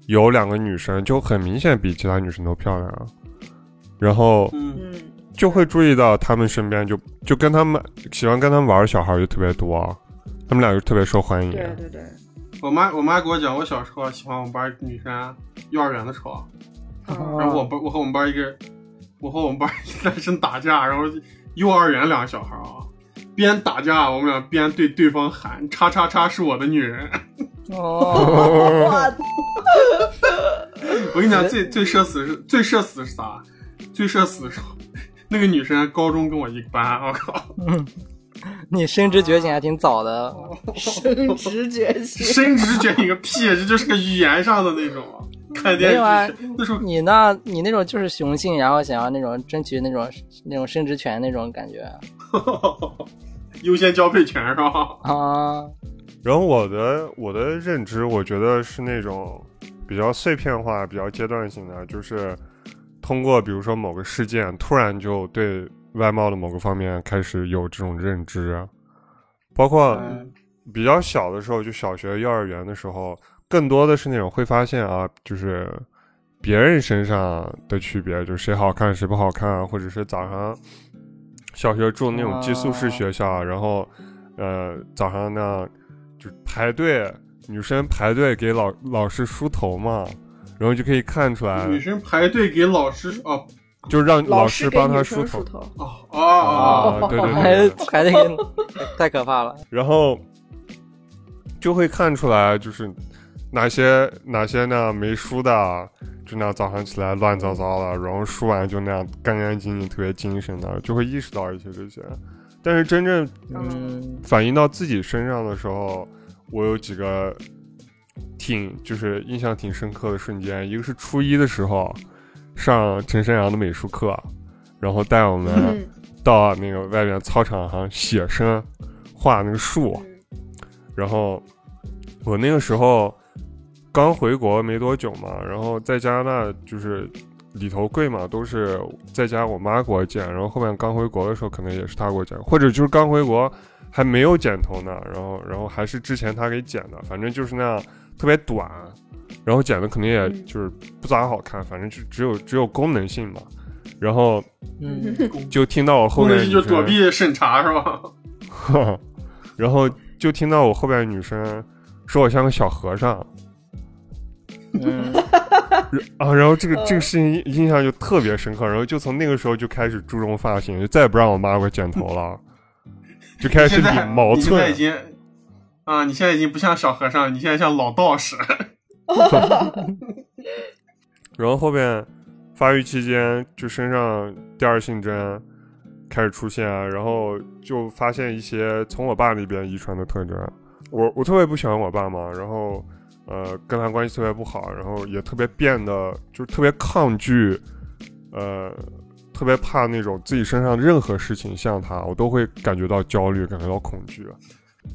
Speaker 3: 有两个女生就很明显比其他女生都漂亮啊，然后
Speaker 1: 嗯，
Speaker 4: 嗯，
Speaker 3: 就会注意到她们身边就就跟她们喜欢跟她们玩的小孩就特别多啊，她们俩就特别受欢迎。啊
Speaker 4: 对 对对，
Speaker 1: 我妈我妈给我讲，我小时候喜欢我们班女生，幼儿园的时候，
Speaker 4: 嗯
Speaker 1: 然后我班我和我们班一个，我和我们班一个男生打架，然后幼儿园两个小孩啊，边打架我们俩边对对方喊“叉叉叉是我的女人
Speaker 2: 哦，
Speaker 4: 哇，”。
Speaker 1: 我跟你讲，最最社死是最社死是啥？最社死是那个女生高中跟我一个班，我靠，
Speaker 2: 你深知觉醒还挺早的，
Speaker 4: 生殖觉醒，
Speaker 1: 深直觉一个屁，这就是个语言上的那种啊。看电
Speaker 2: 没有啊
Speaker 1: 视那时候
Speaker 2: 你那，你那种就是雄性，然后想要那种争取那种那种生殖权那种感觉
Speaker 1: 优先交配权是吧？
Speaker 2: 啊。
Speaker 3: 然后我的我的认知，我觉得是那种比较碎片化、比较阶段性的，就是通过比如说某个事件，突然就对外貌的某个方面开始有这种认知，包括
Speaker 1: 嗯
Speaker 3: 比较小的时候，就小学、幼儿园的时候，更多的是那种会发现啊，就是别人身上的区别，就是谁好看谁不好看啊，或者是早上小学住那种寄宿式学校，啊然后呃早上那样就排队，女生排队给老老师梳头嘛，然后就可以看出来，
Speaker 1: 女生排队给老师哦
Speaker 3: 就让
Speaker 4: 老
Speaker 3: 师
Speaker 4: 给
Speaker 3: 帮她
Speaker 4: 女
Speaker 3: 梳
Speaker 4: 生梳
Speaker 3: 头。
Speaker 4: 头，
Speaker 1: 哦哦哦，
Speaker 3: 啊，对对对
Speaker 2: 还
Speaker 3: 对，
Speaker 2: 还得给，太可怕了。
Speaker 3: 然后就会看出来，就是哪些哪些呢没梳的，就那样早上起来乱糟糟的，然后梳完就那样干干净净、特别精神的，就会意识到一些这些。但是真正
Speaker 2: 嗯，
Speaker 3: 反映到自己身上的时候，我有几个挺就是印象挺深刻的瞬间，一个是初一的时候上陈山阳的美术课，然后带我们、
Speaker 4: 嗯，
Speaker 3: 到那个外边操场上写生，画那个树。
Speaker 4: 嗯
Speaker 3: 然后我那个时候刚回国没多久嘛，然后在加拿大就是里头贵嘛，都是在家我妈给我剪，然后后面刚回国的时候可能也是她给我剪，或者就是刚回国还没有剪头呢，然后然后还是之前她给剪的，反正就是那样特别短，然后剪的肯定也
Speaker 4: 嗯
Speaker 3: 就是不咋好看，反正就只有只有功能性嘛。然后
Speaker 2: 嗯，
Speaker 3: 就听到我后
Speaker 1: 工
Speaker 3: 面
Speaker 1: 程
Speaker 3: 的
Speaker 1: 师
Speaker 3: 女
Speaker 1: 就
Speaker 3: 生
Speaker 1: 躲避审查是吧？
Speaker 3: 然后就听到我后边的女生说我像个小和尚
Speaker 2: 嗯，
Speaker 3: 啊，然后这个
Speaker 1: 嗯
Speaker 3: 这个事情印印象就特别深刻，然后就从那个时候就开始注重发型，就再也不让我妈给我剪头了，就开始
Speaker 1: 现在
Speaker 3: 理毛
Speaker 1: 你现在已
Speaker 3: 寸，
Speaker 1: 经啊，你现在已经不像小和尚，你现在像老道士。
Speaker 3: 然后后边发育期间就身上第二性征开始出现，然后就发现一些从我爸那边遗传的特征。我我特别不喜欢我爸嘛，然后呃跟他关系特别不好，然后也特别变得就是特别抗拒，呃特别怕那种自己身上任何事情像他，我都会感觉到焦虑，感觉到恐惧。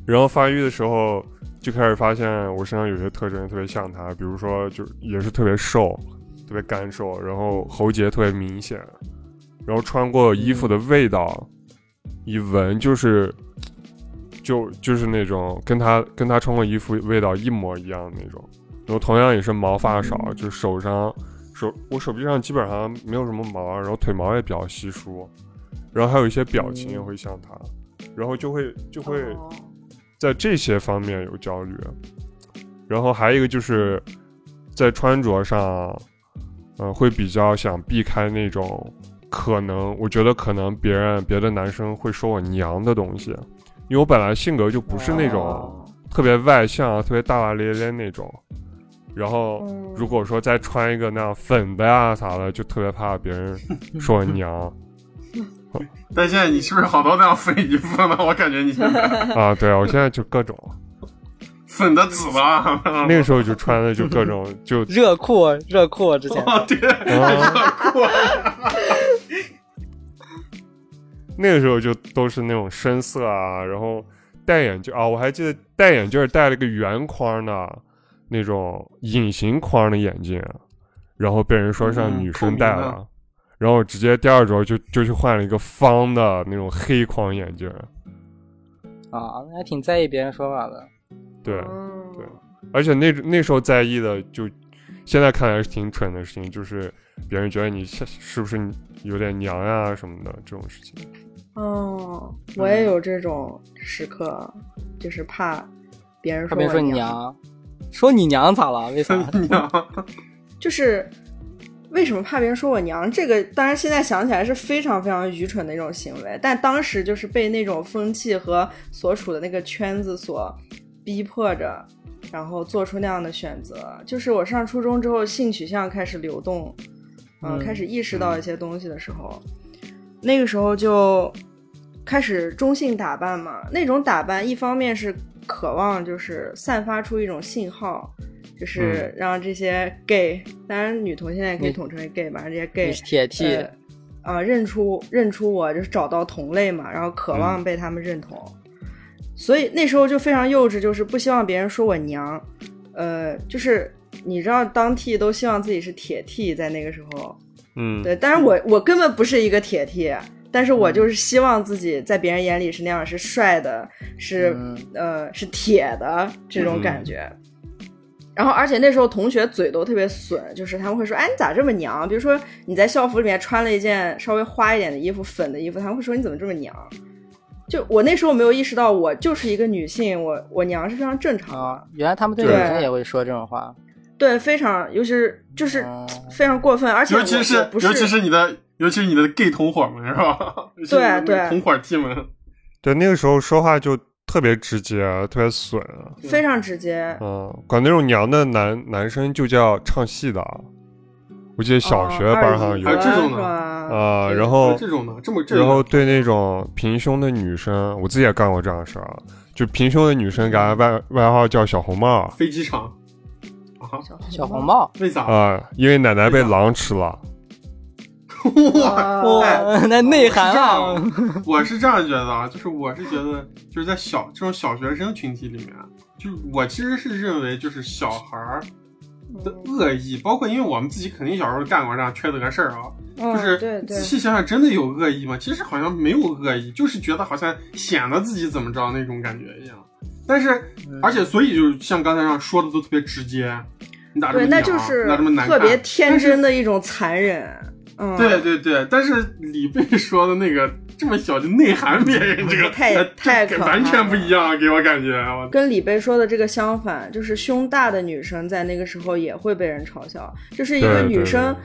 Speaker 3: 然后发育的时候就开始发现我身上有些特征特别像他，比如说就也是特别瘦，特别干瘦，然后喉结特别明显，然后穿过衣服的味道一闻就是就就是那种跟他跟他穿过衣服味道一模一样的那种。然后同样也是毛发少，就手上手我手臂上基本上没有什么毛，啊然后腿毛也比较稀疏，然后还有一些表情也会像他，然后就会就会。
Speaker 4: 嗯哦
Speaker 3: 在这些方面有焦虑，然后还有一个就是在穿着上，呃，会比较想避开那种可能，我觉得可能别人别的男生会说我娘的东西，因为我本来性格就不是那种
Speaker 4: 哦
Speaker 3: 特别外向、啊特别大大咧咧那种，然后
Speaker 4: 嗯
Speaker 3: 如果说再穿一个那样粉的呀、啥的，就特别怕别 人说我娘
Speaker 1: 但现在你是不是好多那样粉衣服呢？我感觉你现在
Speaker 3: 啊。对啊，我现在就 各种，
Speaker 1: 粉的紫 了。啊
Speaker 3: 那个时候就穿的就各种就
Speaker 2: 热裤热裤之前
Speaker 1: 哦，对，
Speaker 3: 啊
Speaker 1: 热裤。
Speaker 3: 那个时候就都是那种深色啊，然后戴眼镜啊，我还记得戴眼镜儿戴了个圆框的那种隐形框的眼镜，然后被人说像
Speaker 1: 嗯
Speaker 3: 女
Speaker 1: 透
Speaker 3: 生
Speaker 1: 明
Speaker 3: 戴
Speaker 1: 的
Speaker 3: 了，然后我直接第二周就就去换了一个方的那种黑框眼镜，
Speaker 2: 啊，那还挺在意别人说法的。
Speaker 3: 对，
Speaker 4: 哦
Speaker 3: 对而且那那时候在意的就现在看来是挺蠢的事情，就是别人觉得你是是不是有点娘呀、什么的这种事情。
Speaker 4: 哦，我
Speaker 3: 嗯
Speaker 4: 也有这种时刻，就是怕别人
Speaker 2: 他
Speaker 4: 说
Speaker 2: 别
Speaker 4: 我
Speaker 2: 说你，娘，说你娘咋了？为 啥？
Speaker 4: 就是为什么怕别人说我娘？这个当然现在想起来是非常非常愚蠢的一种行为，但当时就是被那种风气和所处的那个圈子所逼迫着，然后做出那样的选择。就是我上初中之后，性取向开始流动，嗯，
Speaker 2: 嗯
Speaker 4: 开始意识到一些东西的时候，那个时候就开始中性打扮嘛。那种打扮，一方面是渴望就是散发出一种信号，就是让这些 gay，、当然女同现在也可以
Speaker 2: 你
Speaker 4: 统称为 gay 吧，这些 gay
Speaker 2: 你是铁 T，
Speaker 4: 呃啊、认出认出我，就是找到同类嘛，然后渴望被他们认同。所以那时候就非常幼稚，就是不希望别人说我娘，呃，就是你知道当 T 都希望自己是铁 T，在那个时候，
Speaker 3: 嗯，
Speaker 4: 对，但是我我根本不是一个铁 T，但是我就是希望自己在别人眼里是那样，是帅的，是、
Speaker 2: 嗯
Speaker 4: 呃是铁的这种感
Speaker 1: 嗯
Speaker 4: 觉。然后，而且那时候同学嘴都特别损，就是他们会说：“哎，你咋这么娘？”比如说你在校服里面穿了一件稍微花一点的衣服、粉的衣服，他们会说：“你怎么这么娘？”就我那时候没有意识到，我就是一个女性，我我娘是非常正常的。
Speaker 2: 啊，原来他们对女
Speaker 4: 对
Speaker 2: 生也会说这种话。
Speaker 4: 对，非常，尤其是就是、
Speaker 2: 哦
Speaker 4: 非常过分，而且
Speaker 1: 尤
Speaker 4: 我
Speaker 1: 其
Speaker 4: 我
Speaker 1: 是
Speaker 4: 不
Speaker 1: 尤其是你的，尤其是你的 gay 同伙们是吧？尤其是那个
Speaker 4: 对
Speaker 1: 同伙 T 们。
Speaker 3: 对，那个时候说话就特别直接，特别损啊。
Speaker 4: 非常直接，
Speaker 3: 嗯，管那种娘的男男生就叫唱戏的啊，我记得
Speaker 1: 哦
Speaker 3: 小学班上有
Speaker 1: 还有这种呢
Speaker 3: 啊、
Speaker 4: 啊
Speaker 3: 然
Speaker 1: 还有
Speaker 3: 后
Speaker 1: 这种的，这么这
Speaker 3: 然后
Speaker 1: 种
Speaker 3: 对那种平胸的女生，我自己也干过这样的事儿啊，就平胸的女生给她外外号叫小红帽
Speaker 1: 飞机场啊？
Speaker 2: 小红帽，
Speaker 1: 为啥？
Speaker 3: 啊、因为奶奶被
Speaker 1: 对啊
Speaker 3: 狼吃了。
Speaker 1: 哇！
Speaker 4: 啊
Speaker 1: 哎
Speaker 2: 哇， 那内涵啊！
Speaker 1: 我是这样觉得啊，就是我是觉得，就是在小这种小学生群体里面，啊就是我其实是认为，就是小孩儿的
Speaker 4: 嗯
Speaker 1: 恶意，包括因为我们自己肯定小时候干过这样缺德事儿啊，就
Speaker 4: 嗯，对
Speaker 1: 是
Speaker 4: 对
Speaker 1: 仔，细想想，真的有恶意吗？其实好像没有恶意，就是觉得好像显得自己怎么着那种感觉一样。但是，而且所以就是像刚才上说的都特别直接，你咋这么
Speaker 4: 对，那
Speaker 1: 娘
Speaker 4: 就是
Speaker 1: 咋这么难看
Speaker 4: 特别天真的一种残忍，嗯，
Speaker 1: 对对对，但是李贝说的那个这么小就内涵别人，这个
Speaker 4: 嗯太
Speaker 1: 呃
Speaker 4: 太
Speaker 1: 这
Speaker 4: 可怕
Speaker 1: 完全不一样，给我感觉，啊我
Speaker 4: 跟李贝说的这个相反，就是胸大的女生在那个时候也会被人嘲笑，就是一个
Speaker 3: 对
Speaker 4: 女生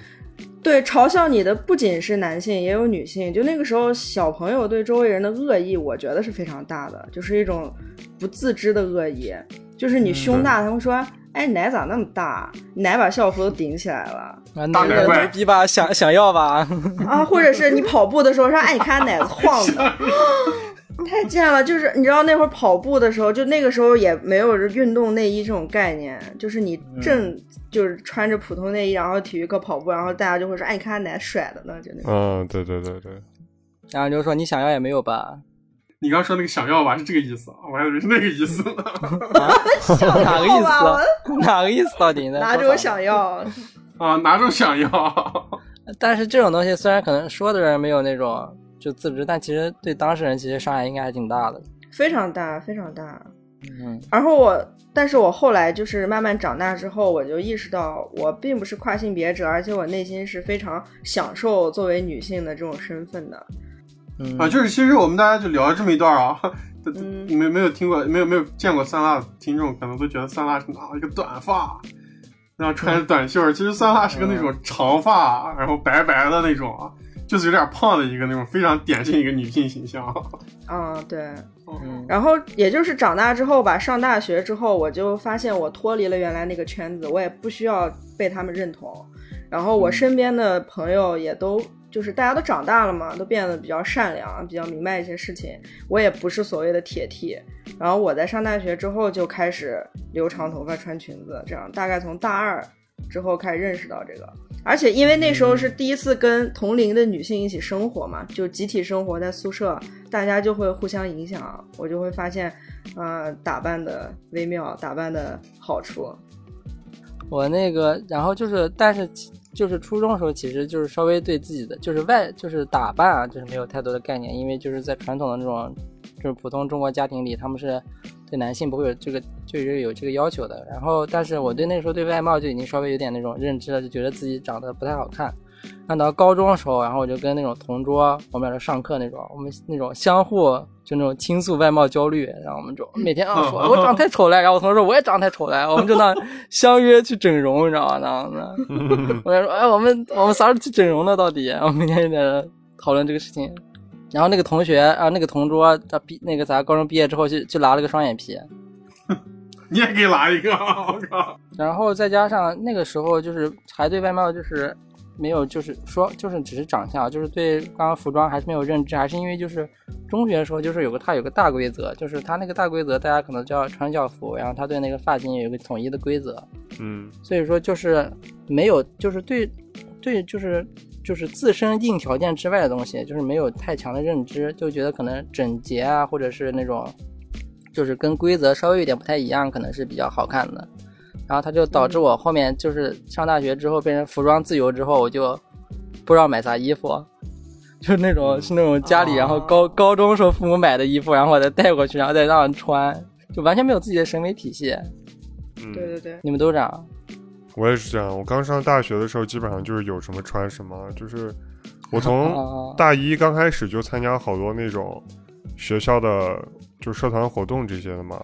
Speaker 4: 对嘲笑你的不仅是男性，也有女性。就那个时候，小朋友对周围人的恶意，我觉得是非常大的，就是一种不自知的恶意。就是
Speaker 1: 嗯
Speaker 4: 你胸大，他会说：“哎，奶咋那么大？啊奶把校服都顶起来了
Speaker 2: 啊，
Speaker 1: 大
Speaker 2: 那
Speaker 1: 奶
Speaker 2: 个
Speaker 1: 怪
Speaker 2: 牛逼吧，想想要吧，
Speaker 4: 啊！”或者是你跑步的时候说：“哎，你看奶子晃的。”你太贱了！就是你知道那会儿跑步的时候，就那个时候也没有运动内衣这种概念，就是你正就是穿着普通内衣，然后体育课跑步，然后大家就会说：“哎，你看他奶甩的呢，就 那种。
Speaker 3: 嗯，对对对对，
Speaker 2: 然后就说你想要也没有吧，
Speaker 1: 你刚说那个想要吧是这个意思啊，我还以为是那个意思 呢。
Speaker 2: 哪个意
Speaker 4: 好吧
Speaker 2: 思？
Speaker 4: 我
Speaker 2: 啊 哪个意思？到底呢？
Speaker 4: 拿着我想要，
Speaker 1: 啊，哪种想
Speaker 4: 嗯
Speaker 1: 要？
Speaker 2: 但是这种东西虽然可能说的人没有那种就自知，但其实对当事人其实伤害应该还挺大的。
Speaker 4: 非常大，非常大。
Speaker 2: 嗯，
Speaker 4: 然后我，但是我后来就是慢慢长大之后，我就意识到我并不是跨性别者，而且我内心是非常享受作为女性的这种身份的。
Speaker 2: 嗯
Speaker 1: 啊，就是其实我们大家就聊了这么一段啊，
Speaker 4: 嗯
Speaker 1: 没没有听过，没有没有见过酸辣的听众，可能都觉得酸辣是拿一个短发，然后
Speaker 4: 嗯
Speaker 1: 穿着短袖儿。其实酸辣是个那种长发，然后白白的那种啊，就是有点胖的一个那种非常典型一个女性形象。
Speaker 4: 啊，对，
Speaker 2: 嗯
Speaker 4: 然后也就是长大之后吧，上大学之后，我就发现我脱离了原来那个圈子，我也不需要被他们认同。然后我身边的朋友也都就是大家都长大了嘛，都变得比较善良，比较明白一些事情。我也不是所谓的铁 T。然后我在上大学之后就开始留长头发、穿裙子，这样大概从大二之后开始认识到这个。而且因为那时候是第一次跟同龄的女性一起生活嘛，就集体生活在宿舍，大家就会互相影响，我就会发现，呃，打扮的微妙，打扮的好处。
Speaker 2: 我那个，然后就是，但是其就是初中的时候，其实就是稍微对自己的就是外就是打扮啊，就是没有太多的概念，因为就是在传统的那种就是普通中国家庭里，他们是对男性不会有这个就是有这个要求的。然后，但是我对那个时候对外貌就已经稍微有点那种认知了，就觉得自己长得不太好看。然后到高中的时候，然后我就跟那种同桌，我们俩就上课那种，我们那种相互就那种倾诉外貌焦虑，然后我们就每天啊说我长太丑了，然后我同事说我也长太丑了，我们就那相约去整容，你知道吗？那样子，我俩说哎，我们我们啥时候去整容呢？到底？我们每天就在那讨论这个事情。然后那个同学啊，那个同桌，他毕那个咱高中毕业之后就就拉了个双眼皮，
Speaker 1: 你也给拿一个，我靠！
Speaker 2: 然后再加上那个时候就是还对外貌就是没有就是说就是只是长相，啊就是对刚刚服装还是没有认知，还是因为就是中学的时候就是有个它有个大规则，就是它那个大规则大家可能就要穿校服，然后它对那个发型有一个统一的规则，
Speaker 3: 嗯，
Speaker 2: 所以说就是没有就是对对就是。就是自身硬条件之外的东西，就是没有太强的认知，就觉得可能整洁啊，或者是那种，就是跟规则稍微有点不太一样，可能是比较好看的。然后他就导致我后面就是上大学之后变成服装自由之后，我就不知道买啥衣服， 就是那种是那种家里，
Speaker 4: 哦
Speaker 2: 然后高高中时候父母买的衣服，然后我再带过去，然后再让人穿，就完全没有自己的审美体系。
Speaker 3: 嗯
Speaker 4: 对对对，
Speaker 2: 你们都这样？
Speaker 3: 我也是这样。我刚上大学的时候，基本上就是有什么穿什么，就是 我从
Speaker 2: 啊
Speaker 3: 大一刚开始就参加好多那种学校的就社团活动这些的嘛，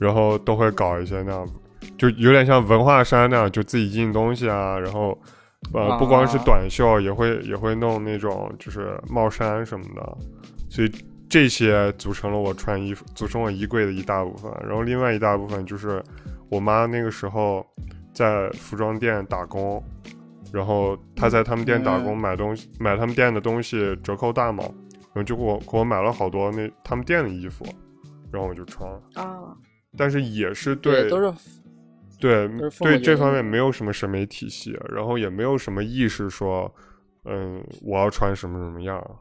Speaker 3: 然后都会搞一些那样，就有点像文化衫那样，就自己印东西啊，然后。呃，
Speaker 2: 啊
Speaker 3: 不光是短袖，也会也会弄那种就是帽衫什么的，所以这些组成了我穿衣服，组成我衣柜的一大部分。然后另外一大部分就是我妈那个时候在服装店打工，然后她在他们店打
Speaker 2: 嗯
Speaker 3: 工买东西，买他们店的东西折扣大嘛，然后就给我给我买了好多那他们店的衣服，然后我就穿。
Speaker 4: 啊，
Speaker 3: 但是也是
Speaker 2: 都是
Speaker 3: 对
Speaker 2: 都是父母
Speaker 3: 对
Speaker 2: 决
Speaker 3: 这
Speaker 2: 定
Speaker 3: 方
Speaker 2: 的
Speaker 3: 面没有什么审美体系，然后也没有什么意识说，嗯，我要穿什么什么样啊儿。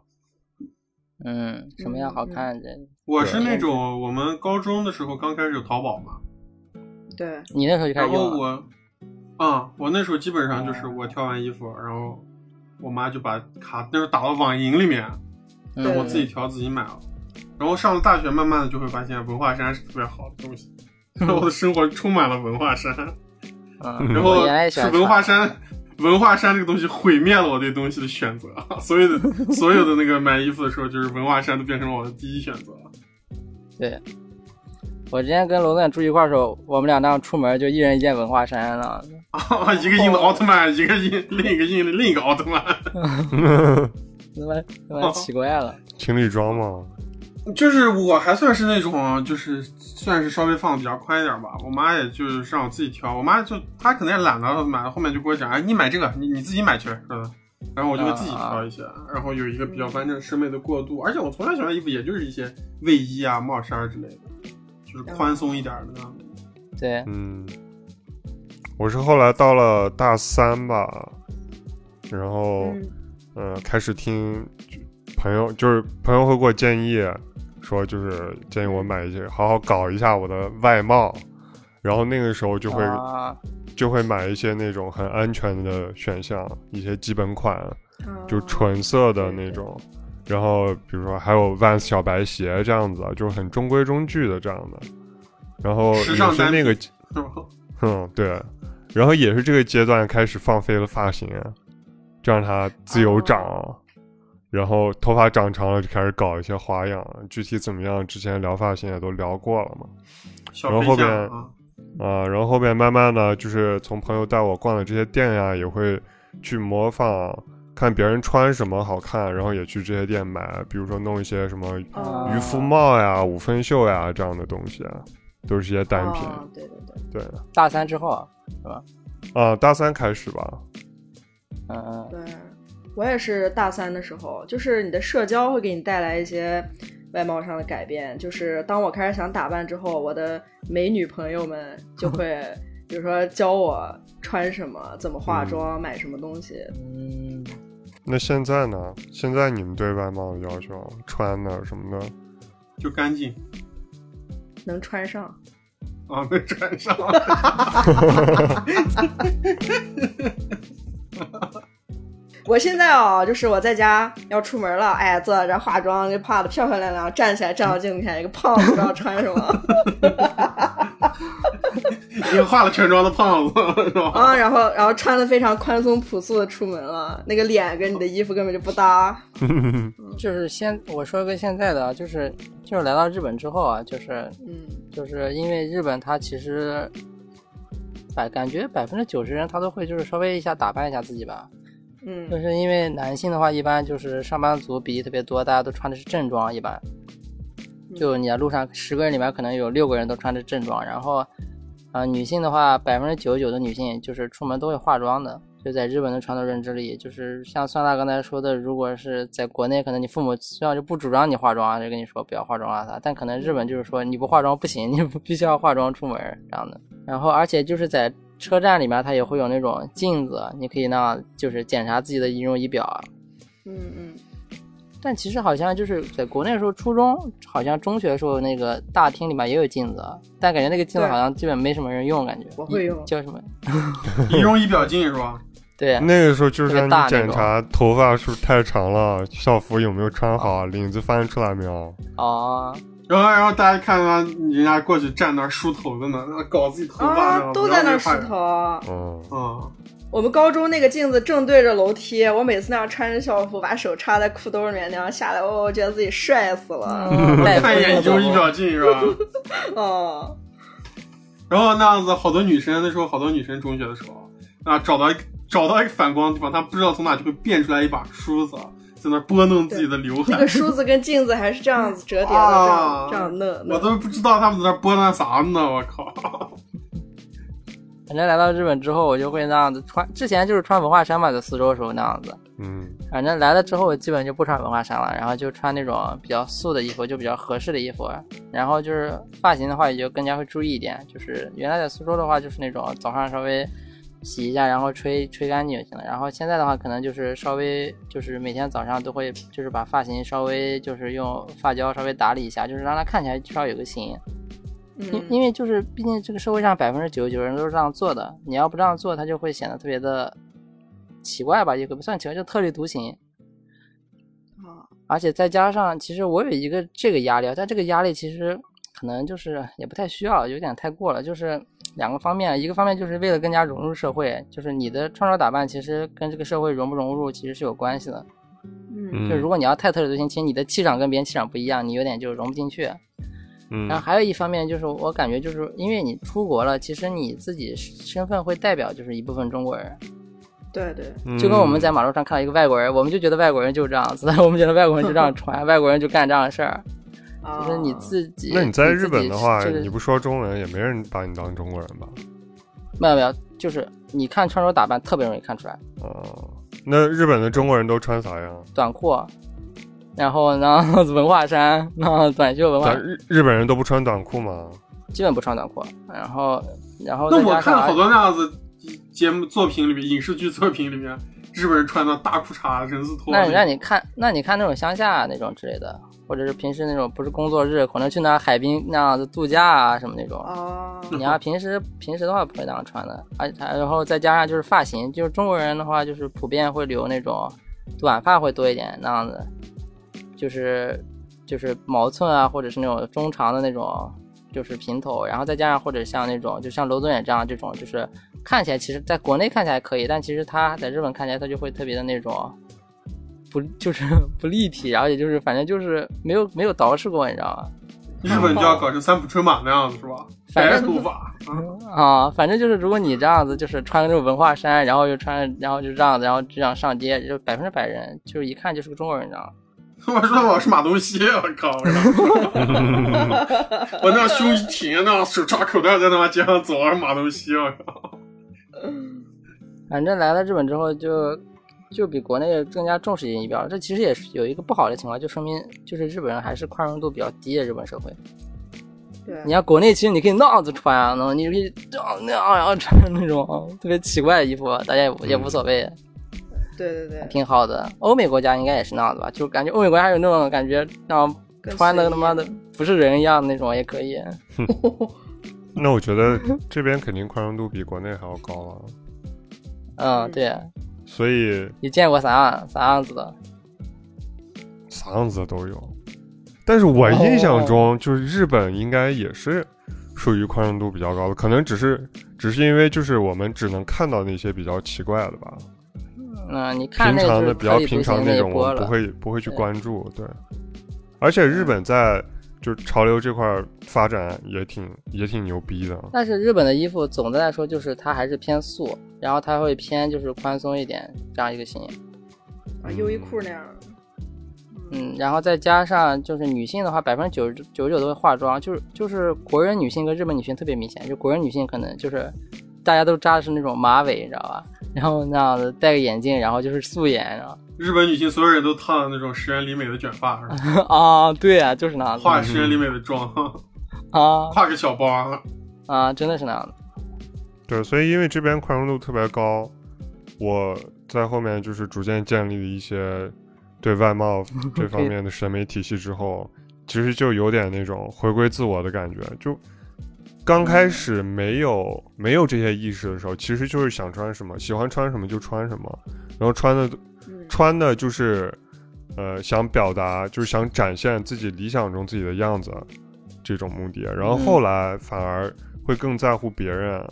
Speaker 2: 嗯什么样好看这。
Speaker 1: 我是那种我们高中的时候刚开始有淘宝嘛，
Speaker 4: 对，
Speaker 3: 哦
Speaker 2: 你那时候就开
Speaker 1: 然
Speaker 2: 始
Speaker 1: 后
Speaker 2: 用了，哦
Speaker 1: 我，啊，我那时候基本上就是我挑完衣服，然后我妈就把卡那时候打到网银里面，
Speaker 2: 嗯
Speaker 4: 对
Speaker 1: 我自己挑自己买了。然后上了大学，慢慢的就会发现文化衫是特别好的 东西，我的生活充满了文化衫。
Speaker 2: 嗯
Speaker 1: 然
Speaker 2: 我
Speaker 1: 后
Speaker 2: 原来也喜
Speaker 1: 是
Speaker 2: 欢
Speaker 1: 文化
Speaker 2: 穿
Speaker 1: 衫，文化衫这个东西毁灭了我对东西的选择， 所有的所有的那个买衣服的时候，就是文化衫都变成了我的第一选择。
Speaker 2: 对，我之前跟罗总住一块儿的时候，我们俩那样出门就一人一件文化衫了。
Speaker 1: 啊， 一个印的奥特曼，一个印另一个印的另一个奥特曼，
Speaker 2: 他妈他妈奇怪
Speaker 1: 哦
Speaker 2: 了，
Speaker 3: 情侣装嘛，
Speaker 1: 就是我还算是那种，就是算是稍微放的比较宽一点吧。我妈也就是让我自己挑，我妈就她可能也懒得买，后面就给我讲，哎，你买这个，你你自己买去，嗯。然后我就会自己挑一些，然后有一个比较完整审美的过渡。而且我从小喜欢的衣服也就是一些卫衣啊、帽衫儿之类的，就是宽松一点的那样的。
Speaker 2: 对，
Speaker 3: 嗯，我是后来到了大三吧，然后
Speaker 4: 嗯
Speaker 3: 呃开始听就朋友，就是朋友会给我建议，说就是建议我买一些，好好搞一下我的外貌。然后那个时候就会、
Speaker 1: 哦
Speaker 2: 啊，
Speaker 3: 就会买一些那种很安全的选项，一些基本款，
Speaker 4: 哦
Speaker 3: 就纯色的那种。然后比如说还有 Vans 小白鞋这样子，啊就是很中规中矩的这样的。然后
Speaker 1: 时尚
Speaker 3: 也是
Speaker 1: 单
Speaker 3: 那个，
Speaker 1: 是吧？
Speaker 3: 嗯，对。然后也是这个阶段开始放飞了发型，啊就让它自由长。
Speaker 4: 哦
Speaker 3: 然后头发长长了就开始搞一些花样，具体怎么样，之前聊发型也都聊过了嘛。
Speaker 1: 小
Speaker 3: 然后
Speaker 1: 飞
Speaker 3: 后
Speaker 1: 象
Speaker 3: 面
Speaker 1: 啊，
Speaker 3: 啊，然后后面慢慢的就是从朋友带我逛的这些店呀，也会去模仿，看别人穿什么好看，然后也去这些店买，比如说弄一些什么
Speaker 4: 哦
Speaker 3: 渔夫帽呀、五分袖呀这样的东西啊，都是一些单品。
Speaker 4: 哦对对对，
Speaker 3: 对，
Speaker 2: 大三之后，
Speaker 3: 啊，大三开始吧，
Speaker 2: 嗯嗯，
Speaker 4: 对，我也是大三的时候，就是你的社交会给你带来一些外貌上的改变。就是当我开始想打扮之后，我的美女朋友们就会， 比如说教我穿什么、怎么化
Speaker 3: 嗯
Speaker 4: 妆、买什么东西。
Speaker 2: 嗯，
Speaker 3: 那现在呢？现在你们对外貌的要求，穿的什么的，
Speaker 1: 就干净
Speaker 4: 能穿上，
Speaker 1: 啊，没穿上。
Speaker 4: 我现在啊、就是我在家要出门了，哎，坐在这化妆，就化的漂漂亮亮，站起来站到镜子前，一个胖子不知道穿 什么，
Speaker 1: 已经化了全妆的胖子， 是吧？
Speaker 4: 啊，然后然后穿的非常宽松朴素的出门了，那个脸跟你的衣服根本就不搭。
Speaker 2: 就是现我说个现在的啊，就是就是来到日本之后啊，就是
Speaker 4: 嗯，
Speaker 2: 就是因为日本它其实百感觉百分之九十人他都会就是稍微一下打扮一下自己吧，
Speaker 4: 嗯
Speaker 2: 就，是因为男性的话一般就是上班族比例特别多，大家都穿的是正装，一般就你在路上十个人里面可能有六个人都穿着正装，然后啊、呃女性的话百分之九十九的女性就是出门都会化妆的。就在日本的传统认知里，就是像酸辣刚才说的，如果是在国内，可能你父母虽然就不主张你化妆啊，就跟你说不要化妆啊啥，但可能日本就是说你不化妆不行，你必须要化妆出门这样的。然后而且就是在车站里面，它也会有那种镜子，你可以那样就是检查自己的仪容仪表啊。
Speaker 4: 嗯嗯，
Speaker 2: 但其实好像就是在国内的时候，初中好像中学的时候那个大厅里面也有镜子，但感觉那个镜子
Speaker 4: 对
Speaker 2: 好像基本没什么人用，感觉
Speaker 4: 我会用
Speaker 2: 叫什么？
Speaker 1: 仪容仪表镜是吧？
Speaker 2: 对，
Speaker 3: 那个时候就是
Speaker 2: 特
Speaker 3: 让
Speaker 2: 别大
Speaker 3: 你检查头发是不是太长了，校服有没有穿好，领子翻出来没有。
Speaker 2: 哦，
Speaker 1: 然后，然后大家看他，人家过去站那儿梳头的呢，搞自己头发呢
Speaker 4: 啊，都在那儿梳。
Speaker 1: 然后
Speaker 4: 头。
Speaker 3: 嗯，
Speaker 1: 那化
Speaker 4: 我们高中那个镜子正对着楼梯，我每次那样穿着校服，把手插在裤兜里面那样下来，哦，我觉得自己帅死了。
Speaker 1: 妆
Speaker 2: 戴
Speaker 1: 嗯，看一眼
Speaker 2: 眼
Speaker 1: 仪容仪表镜是 吧？
Speaker 4: 哦，
Speaker 1: 然后那样子，好多女生那时候，好多女生中学的时候，啊，找到一个找到一个反光的地方，她不知道从哪就会变出来一把梳子，在那儿拨弄自己的刘
Speaker 4: 那
Speaker 1: 海
Speaker 4: 个。梳子跟镜子还是这样子折叠的，这
Speaker 1: 啊
Speaker 4: 样这样弄。
Speaker 1: 我都不知道他们在那儿拨弄啥呢，我靠！
Speaker 2: 反正来到日本之后，我就会那样子穿，之前就是穿文化衫嘛，在四周的时候那样子。
Speaker 3: 嗯，
Speaker 2: 反正来了之后，我基本就不穿文化衫了，然后就穿那种比较素的衣服，就比较合适的衣服。然后就是发型的话，也就更加会注意一点。就是原来在苏州的话，就是那种早上稍微洗一下，然后吹吹干净就行了。然后现在的话，可能就是稍微就是每天早上都会就是把发型稍微就是用发胶稍微打理一下，就是让它看起来至少有个型。因
Speaker 4: 嗯，
Speaker 2: 因为就是毕竟这个社会上百分之九十九人都是这样做的，你要不这样做，它就会显得特别的奇怪吧，也不算奇怪，就特立独行。
Speaker 4: 啊
Speaker 2: 而且再加上，其实我有一个这个压力，啊，但这个压力其实可能就是也不太需要，有点太过了。就是两个方面，一个方面就是为了更加融入社会，就是你的穿着打扮其实跟这个社会融不融入其实是有关系的。
Speaker 4: 嗯
Speaker 2: 就如果你要太特立独行，其实你的气场跟别人气场不一样，你有点就融不进去。
Speaker 3: 嗯
Speaker 2: 然后还有一方面就是，我感觉就是因为你出国了，其实你自己身份会代表就是一部分中国人，
Speaker 4: 对对，
Speaker 2: 就跟我们在马路上看到一个外国人，我们就觉得外国人就是这 样子，我们觉得外国人就这样穿，外国人就干这样的事儿。
Speaker 4: 啊
Speaker 2: 就是你自己，
Speaker 3: 嗯那你在
Speaker 2: 自
Speaker 3: 日本
Speaker 2: 己
Speaker 3: 的话，
Speaker 2: 就是
Speaker 3: 你不说中文，也没人把你当中国人吧？
Speaker 2: 没有没有，就是你看穿着打扮特别容易看出来，
Speaker 3: 哦，那日本的中国人都穿啥样？
Speaker 2: 短裤，然后呢 文化衫，然后短袖文化
Speaker 3: 咱，日日本人都不穿短裤吗？
Speaker 2: 基本不穿短裤，然后然后
Speaker 1: 那
Speaker 2: 再
Speaker 1: 我
Speaker 2: 加
Speaker 1: 看
Speaker 2: 上
Speaker 1: 了好多那样子节目作品里面，影视剧作品里面，日本人穿的大裤衩、人字拖，
Speaker 2: 那你让你看，那你看那种乡下那种之类的，或者是平时那种不是工作日，可能去那儿海滨那样子度假啊什么那种。
Speaker 4: 哦，
Speaker 2: 你要平时平时的话不会那样穿的，而而然后再加上就是发型，就是中国人的话就是普遍会留那种短发会多一点那样子，就是就是毛寸啊，或者是那种中长的那种就是平头，然后再加上或者像那种就像娄宗远这样这种，就是看起来其实在国内看起来可以，但其实他在日本看起来他就会特别的那种。不就是 不立体，而且就是反正就是没有没有捯饬过，你知道吗？
Speaker 1: 日本就要搞成三浦春马那样子是吧？
Speaker 2: 啊反
Speaker 1: 白
Speaker 2: 正
Speaker 1: 头发，嗯
Speaker 2: 啊，反正就是如果你这样子，就是穿个这种文化衫，然后又穿，然后就这样子，然后这样上街，就百分之百人，就是一看就是个中国人，你知道吗？
Speaker 1: 我说我是马东锡，我靠！我说 我那胸一挺，那手插口袋在他妈街上走，我是马东锡，我靠！
Speaker 2: 反正来了日本之后就，就比国内更加重视一标。这其实也是有一个不好的情况，就说明就是日本人还是宽容度比较低的日本社会。
Speaker 4: 对，
Speaker 2: 你要国内，其实你可以那样子穿啊，那你就可以这样那样，然后穿那种特别奇怪的衣服，大家也也无所谓。
Speaker 4: 对对对，
Speaker 2: 挺好的。欧美国家应该也是那样子吧？就感觉欧美国家有那种感觉，让
Speaker 4: 跟
Speaker 2: 穿的
Speaker 4: 随
Speaker 2: 他妈
Speaker 4: 意
Speaker 2: 的不是人一样那种也可以。
Speaker 3: 那我觉得这边肯定宽容度比国内还要高了，
Speaker 2: 嗯，
Speaker 4: 嗯
Speaker 2: 对，
Speaker 3: 所以
Speaker 2: 你见过啥样啥样子的？
Speaker 3: 啥样子的都有。但是我
Speaker 2: 哦
Speaker 3: 印象中，就是日本应该也是属于宽容度比较高的，可能只是只是因为就是我们只能看到那些比较奇怪的吧，
Speaker 2: 嗯，你看
Speaker 3: 平
Speaker 2: 那个
Speaker 3: 常
Speaker 2: 就
Speaker 3: 的
Speaker 2: 是
Speaker 3: 比较
Speaker 2: 特立
Speaker 3: 平
Speaker 2: 独
Speaker 3: 常
Speaker 2: 行
Speaker 3: 那
Speaker 2: 那一
Speaker 3: 种，我
Speaker 2: 波
Speaker 3: 们不
Speaker 2: 了。
Speaker 3: 会不会去
Speaker 2: 对嗯
Speaker 3: 关注，对。而且日本在就是潮流这块儿发展也挺也挺牛逼的，啊
Speaker 2: 但是日本的衣服总的来说就是它还是偏素，然后它会偏就是宽松一点这样一个型。
Speaker 4: 啊，优衣库那样，
Speaker 2: 嗯，然后再加上就是女性的话，百分之九十九九都会化妆，就是就是国人女性跟日本女性特别明显，就国人女性可能就是大家都扎的是那种马尾，你知道吧？然后那样子戴个眼镜，然后就是素颜，啊然
Speaker 1: 日本女性所有人都烫的那种石原里美的卷发，是吧
Speaker 2: 后 啊，对啊，就是那样子
Speaker 1: 画石原里美的妆，
Speaker 2: 啊
Speaker 1: 挎个小包，
Speaker 2: 啊，真的是那样子。
Speaker 3: 对，所以因为这边宽容度特别高，我在后面就是逐渐建立了一些对外貌这方面的审美体系之后，其实就有点那种回归自我的感觉。就刚开始没有没有这些意识的时候，其实就是想穿什么，喜欢穿什么就穿什么，然后穿的
Speaker 4: 嗯，
Speaker 3: 穿的就是，呃，想表达就是想展现自己理想中自己的样子，这种目的。然后
Speaker 2: 嗯
Speaker 3: 后来反而会更在乎别人，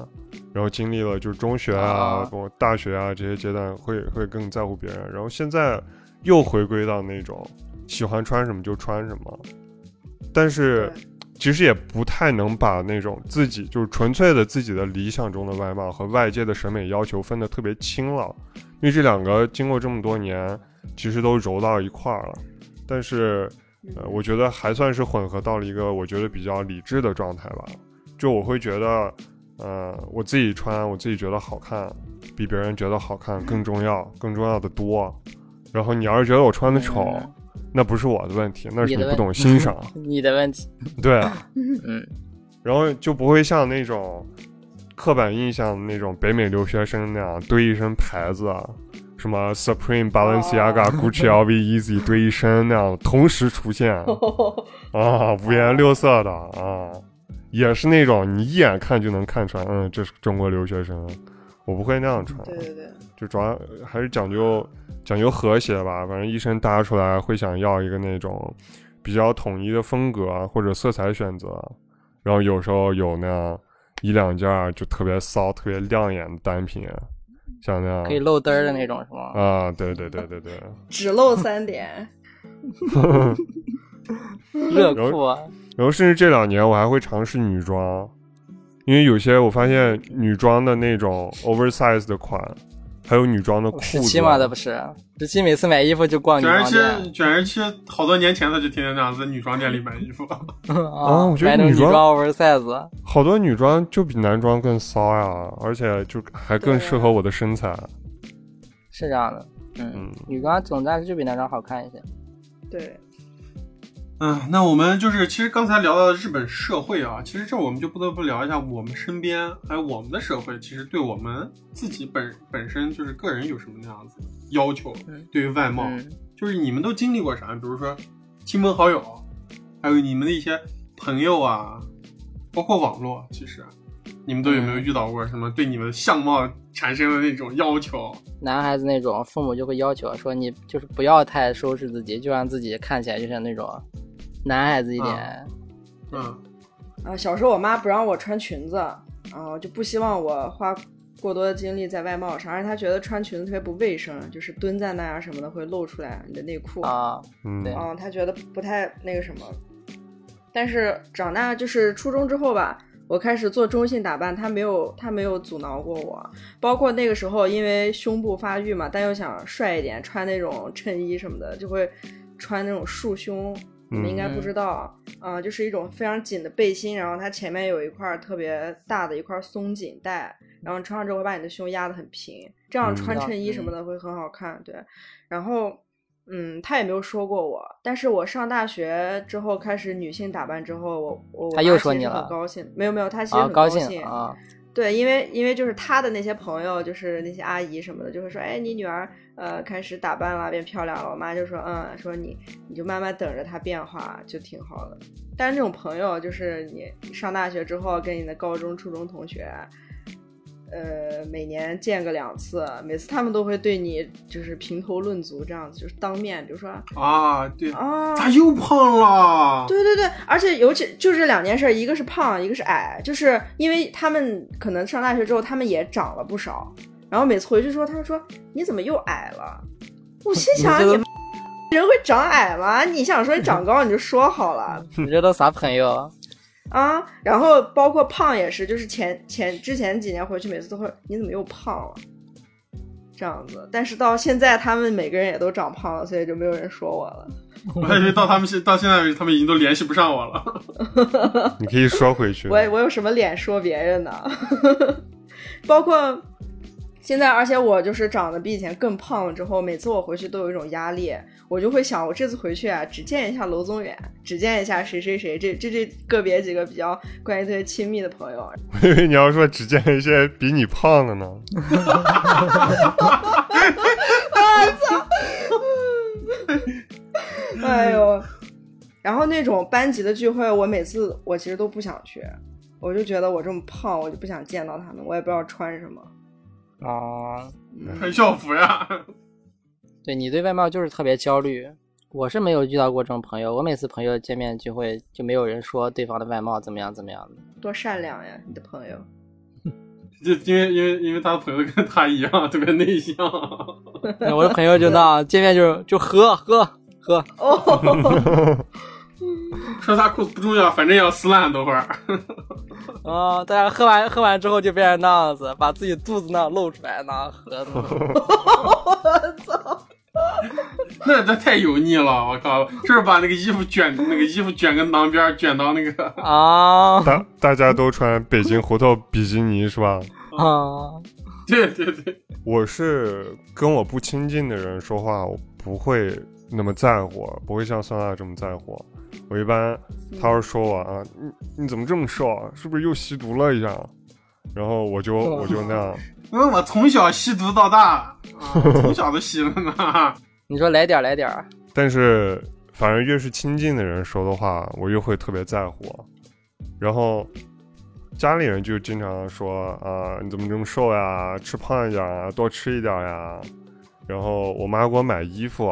Speaker 3: 然后经历了就是中学啊、
Speaker 2: 啊
Speaker 3: 包括大学啊这些阶段，会会更在乎别人。然后现在又回归到那种喜欢穿什么就穿什么，但是
Speaker 4: 对
Speaker 3: 其实也不太能把那种自己就是纯粹的自己的理想中的外貌和外界的审美要求分得特别清了，因为这两个经过这么多年，其实都揉到一块儿了。但是，呃，我觉得还算是混合到了一个我觉得比较理智的状态吧。就我会觉得，呃，我自己穿，我自己觉得好看，比别人觉得好看更重要，更重要的多。然后你要是觉得我穿的丑，
Speaker 2: 嗯
Speaker 3: 那不是我的问题，那是
Speaker 2: 你
Speaker 3: 你
Speaker 2: 的
Speaker 3: 不
Speaker 2: 问
Speaker 3: 懂欣赏。
Speaker 2: 你的问题，
Speaker 3: 对，
Speaker 2: 嗯，
Speaker 3: 然后就不会像那种刻板印象的那种北美留学生那样堆一身牌子啊，什么 Supreme、Balenciaga、Gucci、LV、Easy 堆一身那样同时出现
Speaker 4: 哦
Speaker 3: 啊，五颜六色的啊，也是那种你一眼看就能看出来，嗯，这是中国留学生。我不会那样穿，
Speaker 4: 对对对，
Speaker 3: 就主要还是讲究讲究和谐吧。反正一身搭出来会想要一个那种比较统一的风格啊或者色彩选择，然后有时候有那样一两件儿就特别骚、特别亮眼的单品，啊像那样
Speaker 2: 可以露嘚儿的那种是吗？
Speaker 3: 啊，对对对对对，
Speaker 4: 只露三点，
Speaker 3: 嗯
Speaker 2: 热裤啊，
Speaker 3: 然后甚至这两年我还会尝试女装，因为有些我发现女装的那种 oversize 的款，还有女装的裤
Speaker 2: 哦十
Speaker 3: 子
Speaker 2: 七，嘛，那不是十七，每次买衣服就逛女
Speaker 1: 卷儿
Speaker 2: 装店
Speaker 1: 七，卷儿七好多年前他就天天那样在女装店里买衣服，
Speaker 2: 啊
Speaker 3: 我觉得
Speaker 2: 买那种
Speaker 3: 女
Speaker 2: 女
Speaker 3: 装
Speaker 2: oversize，啊
Speaker 3: 好多女装就比男装更骚呀，而且就还更适合我的身材。
Speaker 2: 是这样的。嗯
Speaker 3: 嗯，
Speaker 2: 女装总的来说就比男装好看一些。
Speaker 4: 对，
Speaker 1: 嗯，那我们就是其实刚才聊到日本社会啊，其实这我们就不得不聊一下我们身边还有我们的社会，其实对我们自己本本身就是个人有什么那样子的要求
Speaker 2: 嗯，
Speaker 1: 对于外貌，
Speaker 2: 嗯，
Speaker 1: 就是你们都经历过啥？比如说亲朋好友，还有你们的一些朋友啊，包括网络，其实你们都有没有遇到过什么对你们相貌产生的那种要求？
Speaker 2: 男孩子那种，父母就会要求说你就是不要太收拾自己，就让自己看起来就像那种男孩子一点。
Speaker 1: 嗯，
Speaker 4: 啊，小时候我妈不让我穿裙子，然后就不希望我花过多的精力在外貌上，而且她觉得穿裙子特别不卫生，就是蹲在那儿啊什么的会露出来你的内裤
Speaker 2: 啊，
Speaker 3: 嗯，
Speaker 2: 对
Speaker 4: 嗯，他觉得不太那个什么。但是长大就是初中之后吧，我开始做中性打扮，他没有他没有阻挠过我。包括那个时候因为胸部发育嘛，但又想帅一点，穿那种衬衣什么的，就会穿那种束胸。你们应
Speaker 3: 嗯
Speaker 4: 该不知道啊、就是一种非常紧的背心，然后它前面有一块特别大的一块松紧带，然后穿上之后会把你的胸压得很平，这样
Speaker 3: 嗯
Speaker 4: 穿衬衣什么的会很好看。对，然后嗯，他也没有说过我，但是我上大学之后开始女性打扮之后，我我
Speaker 2: 他又
Speaker 4: 妈其
Speaker 2: 说
Speaker 4: 实
Speaker 2: 你
Speaker 4: 很
Speaker 2: 了
Speaker 4: 高兴，没有没有，他其实
Speaker 2: 啊，
Speaker 4: 很
Speaker 2: 高
Speaker 4: 兴。
Speaker 2: 兴啊，
Speaker 4: 对，因为因为就是他的那些朋友，就是那些阿姨什么的，就会说，哎，你女儿呃开始打扮了，变漂亮了。我妈就说，嗯，说你你就慢慢等着她变化，就挺好的。但是那种朋友，就是你上大学之后跟你的高中、初中同学，呃，每年见个两次，每次他们都会对你就是评头论足，这样子就是当面，比如说
Speaker 1: 啊，对，
Speaker 4: 啊，
Speaker 1: 咋又胖了？
Speaker 4: 对对对，而且尤其就这两件事儿，一个是胖，一个是矮，就是因为他们可能上大学之后，他们也长了不少。然后每次回去说，他们说你怎么又矮了？我心想
Speaker 2: 你
Speaker 4: 你
Speaker 2: 这
Speaker 4: 们人会长矮吗？你想说你长高你就说好了
Speaker 2: 你这都啥朋友？
Speaker 4: 啊。然后包括胖也是，就是前前之前几年回去，每次都会你怎么又胖了这样子。但是到现在，他们每个人也都长胖了，所以就没有人说我了。
Speaker 1: 我还以为到他们现到现在为止，他们已经都联系不上我了。
Speaker 3: 你可以说回去。
Speaker 4: 我 我有什么脸说别人呢？ 包括现在，而且我就是长得比以前更胖了之后，每次我回去都有一种压力，我就会想，我这次回去啊，只见一下娄宗远，只见一下谁谁谁，这这这个别几个比较关系特别亲密的朋友，
Speaker 3: 我以为你要说只见一些比你胖的呢。
Speaker 4: 哎呦，然后那种班级的聚会，我每次我其实都不想去，我就觉得我这么胖，我就不想见到他们，我也不知道穿什么。
Speaker 2: 啊，
Speaker 1: 穿校服呀，
Speaker 2: 对你对外貌就是特别焦虑。我是没有遇到过这种朋友，我每次朋友见面聚会就没有人说对方的外貌怎么样怎么样的。
Speaker 4: 多善良呀，你的朋友。
Speaker 1: 就因为因为因为他的朋友跟他一样，特别内向。
Speaker 2: 我的朋友就 那见面就就喝喝喝，
Speaker 4: 哦，
Speaker 1: 穿啥裤子不重要，反正要撕烂，等会儿。
Speaker 2: 啊、大家喝完喝完之后就变成那样子，把自己肚子那露出来那喝。
Speaker 1: 那这太油腻了，我靠！就是把那个衣服卷，那个衣服卷个囊边儿，卷到那个
Speaker 2: 啊
Speaker 3: 大大家都穿北京胡同比基尼是吧？
Speaker 2: 啊！
Speaker 1: 对对对，
Speaker 3: 我是跟我不亲近的人说话，我不会那么在乎，不会像酸辣这么在乎。我一般他要是说我啊，你你怎么这么瘦啊？是不是又吸毒了一样？然后我就我就那样，
Speaker 1: 因为我从小吸毒到 大，啊、从小都吸了呢。
Speaker 2: 你说来点儿来点 儿，啊
Speaker 3: 但是反正越是亲近的人说的话，我越会特别在乎。然后家里人就经常说啊、你怎么这么瘦呀？吃胖一点啊，多吃一点呀。然后我妈给我买衣服，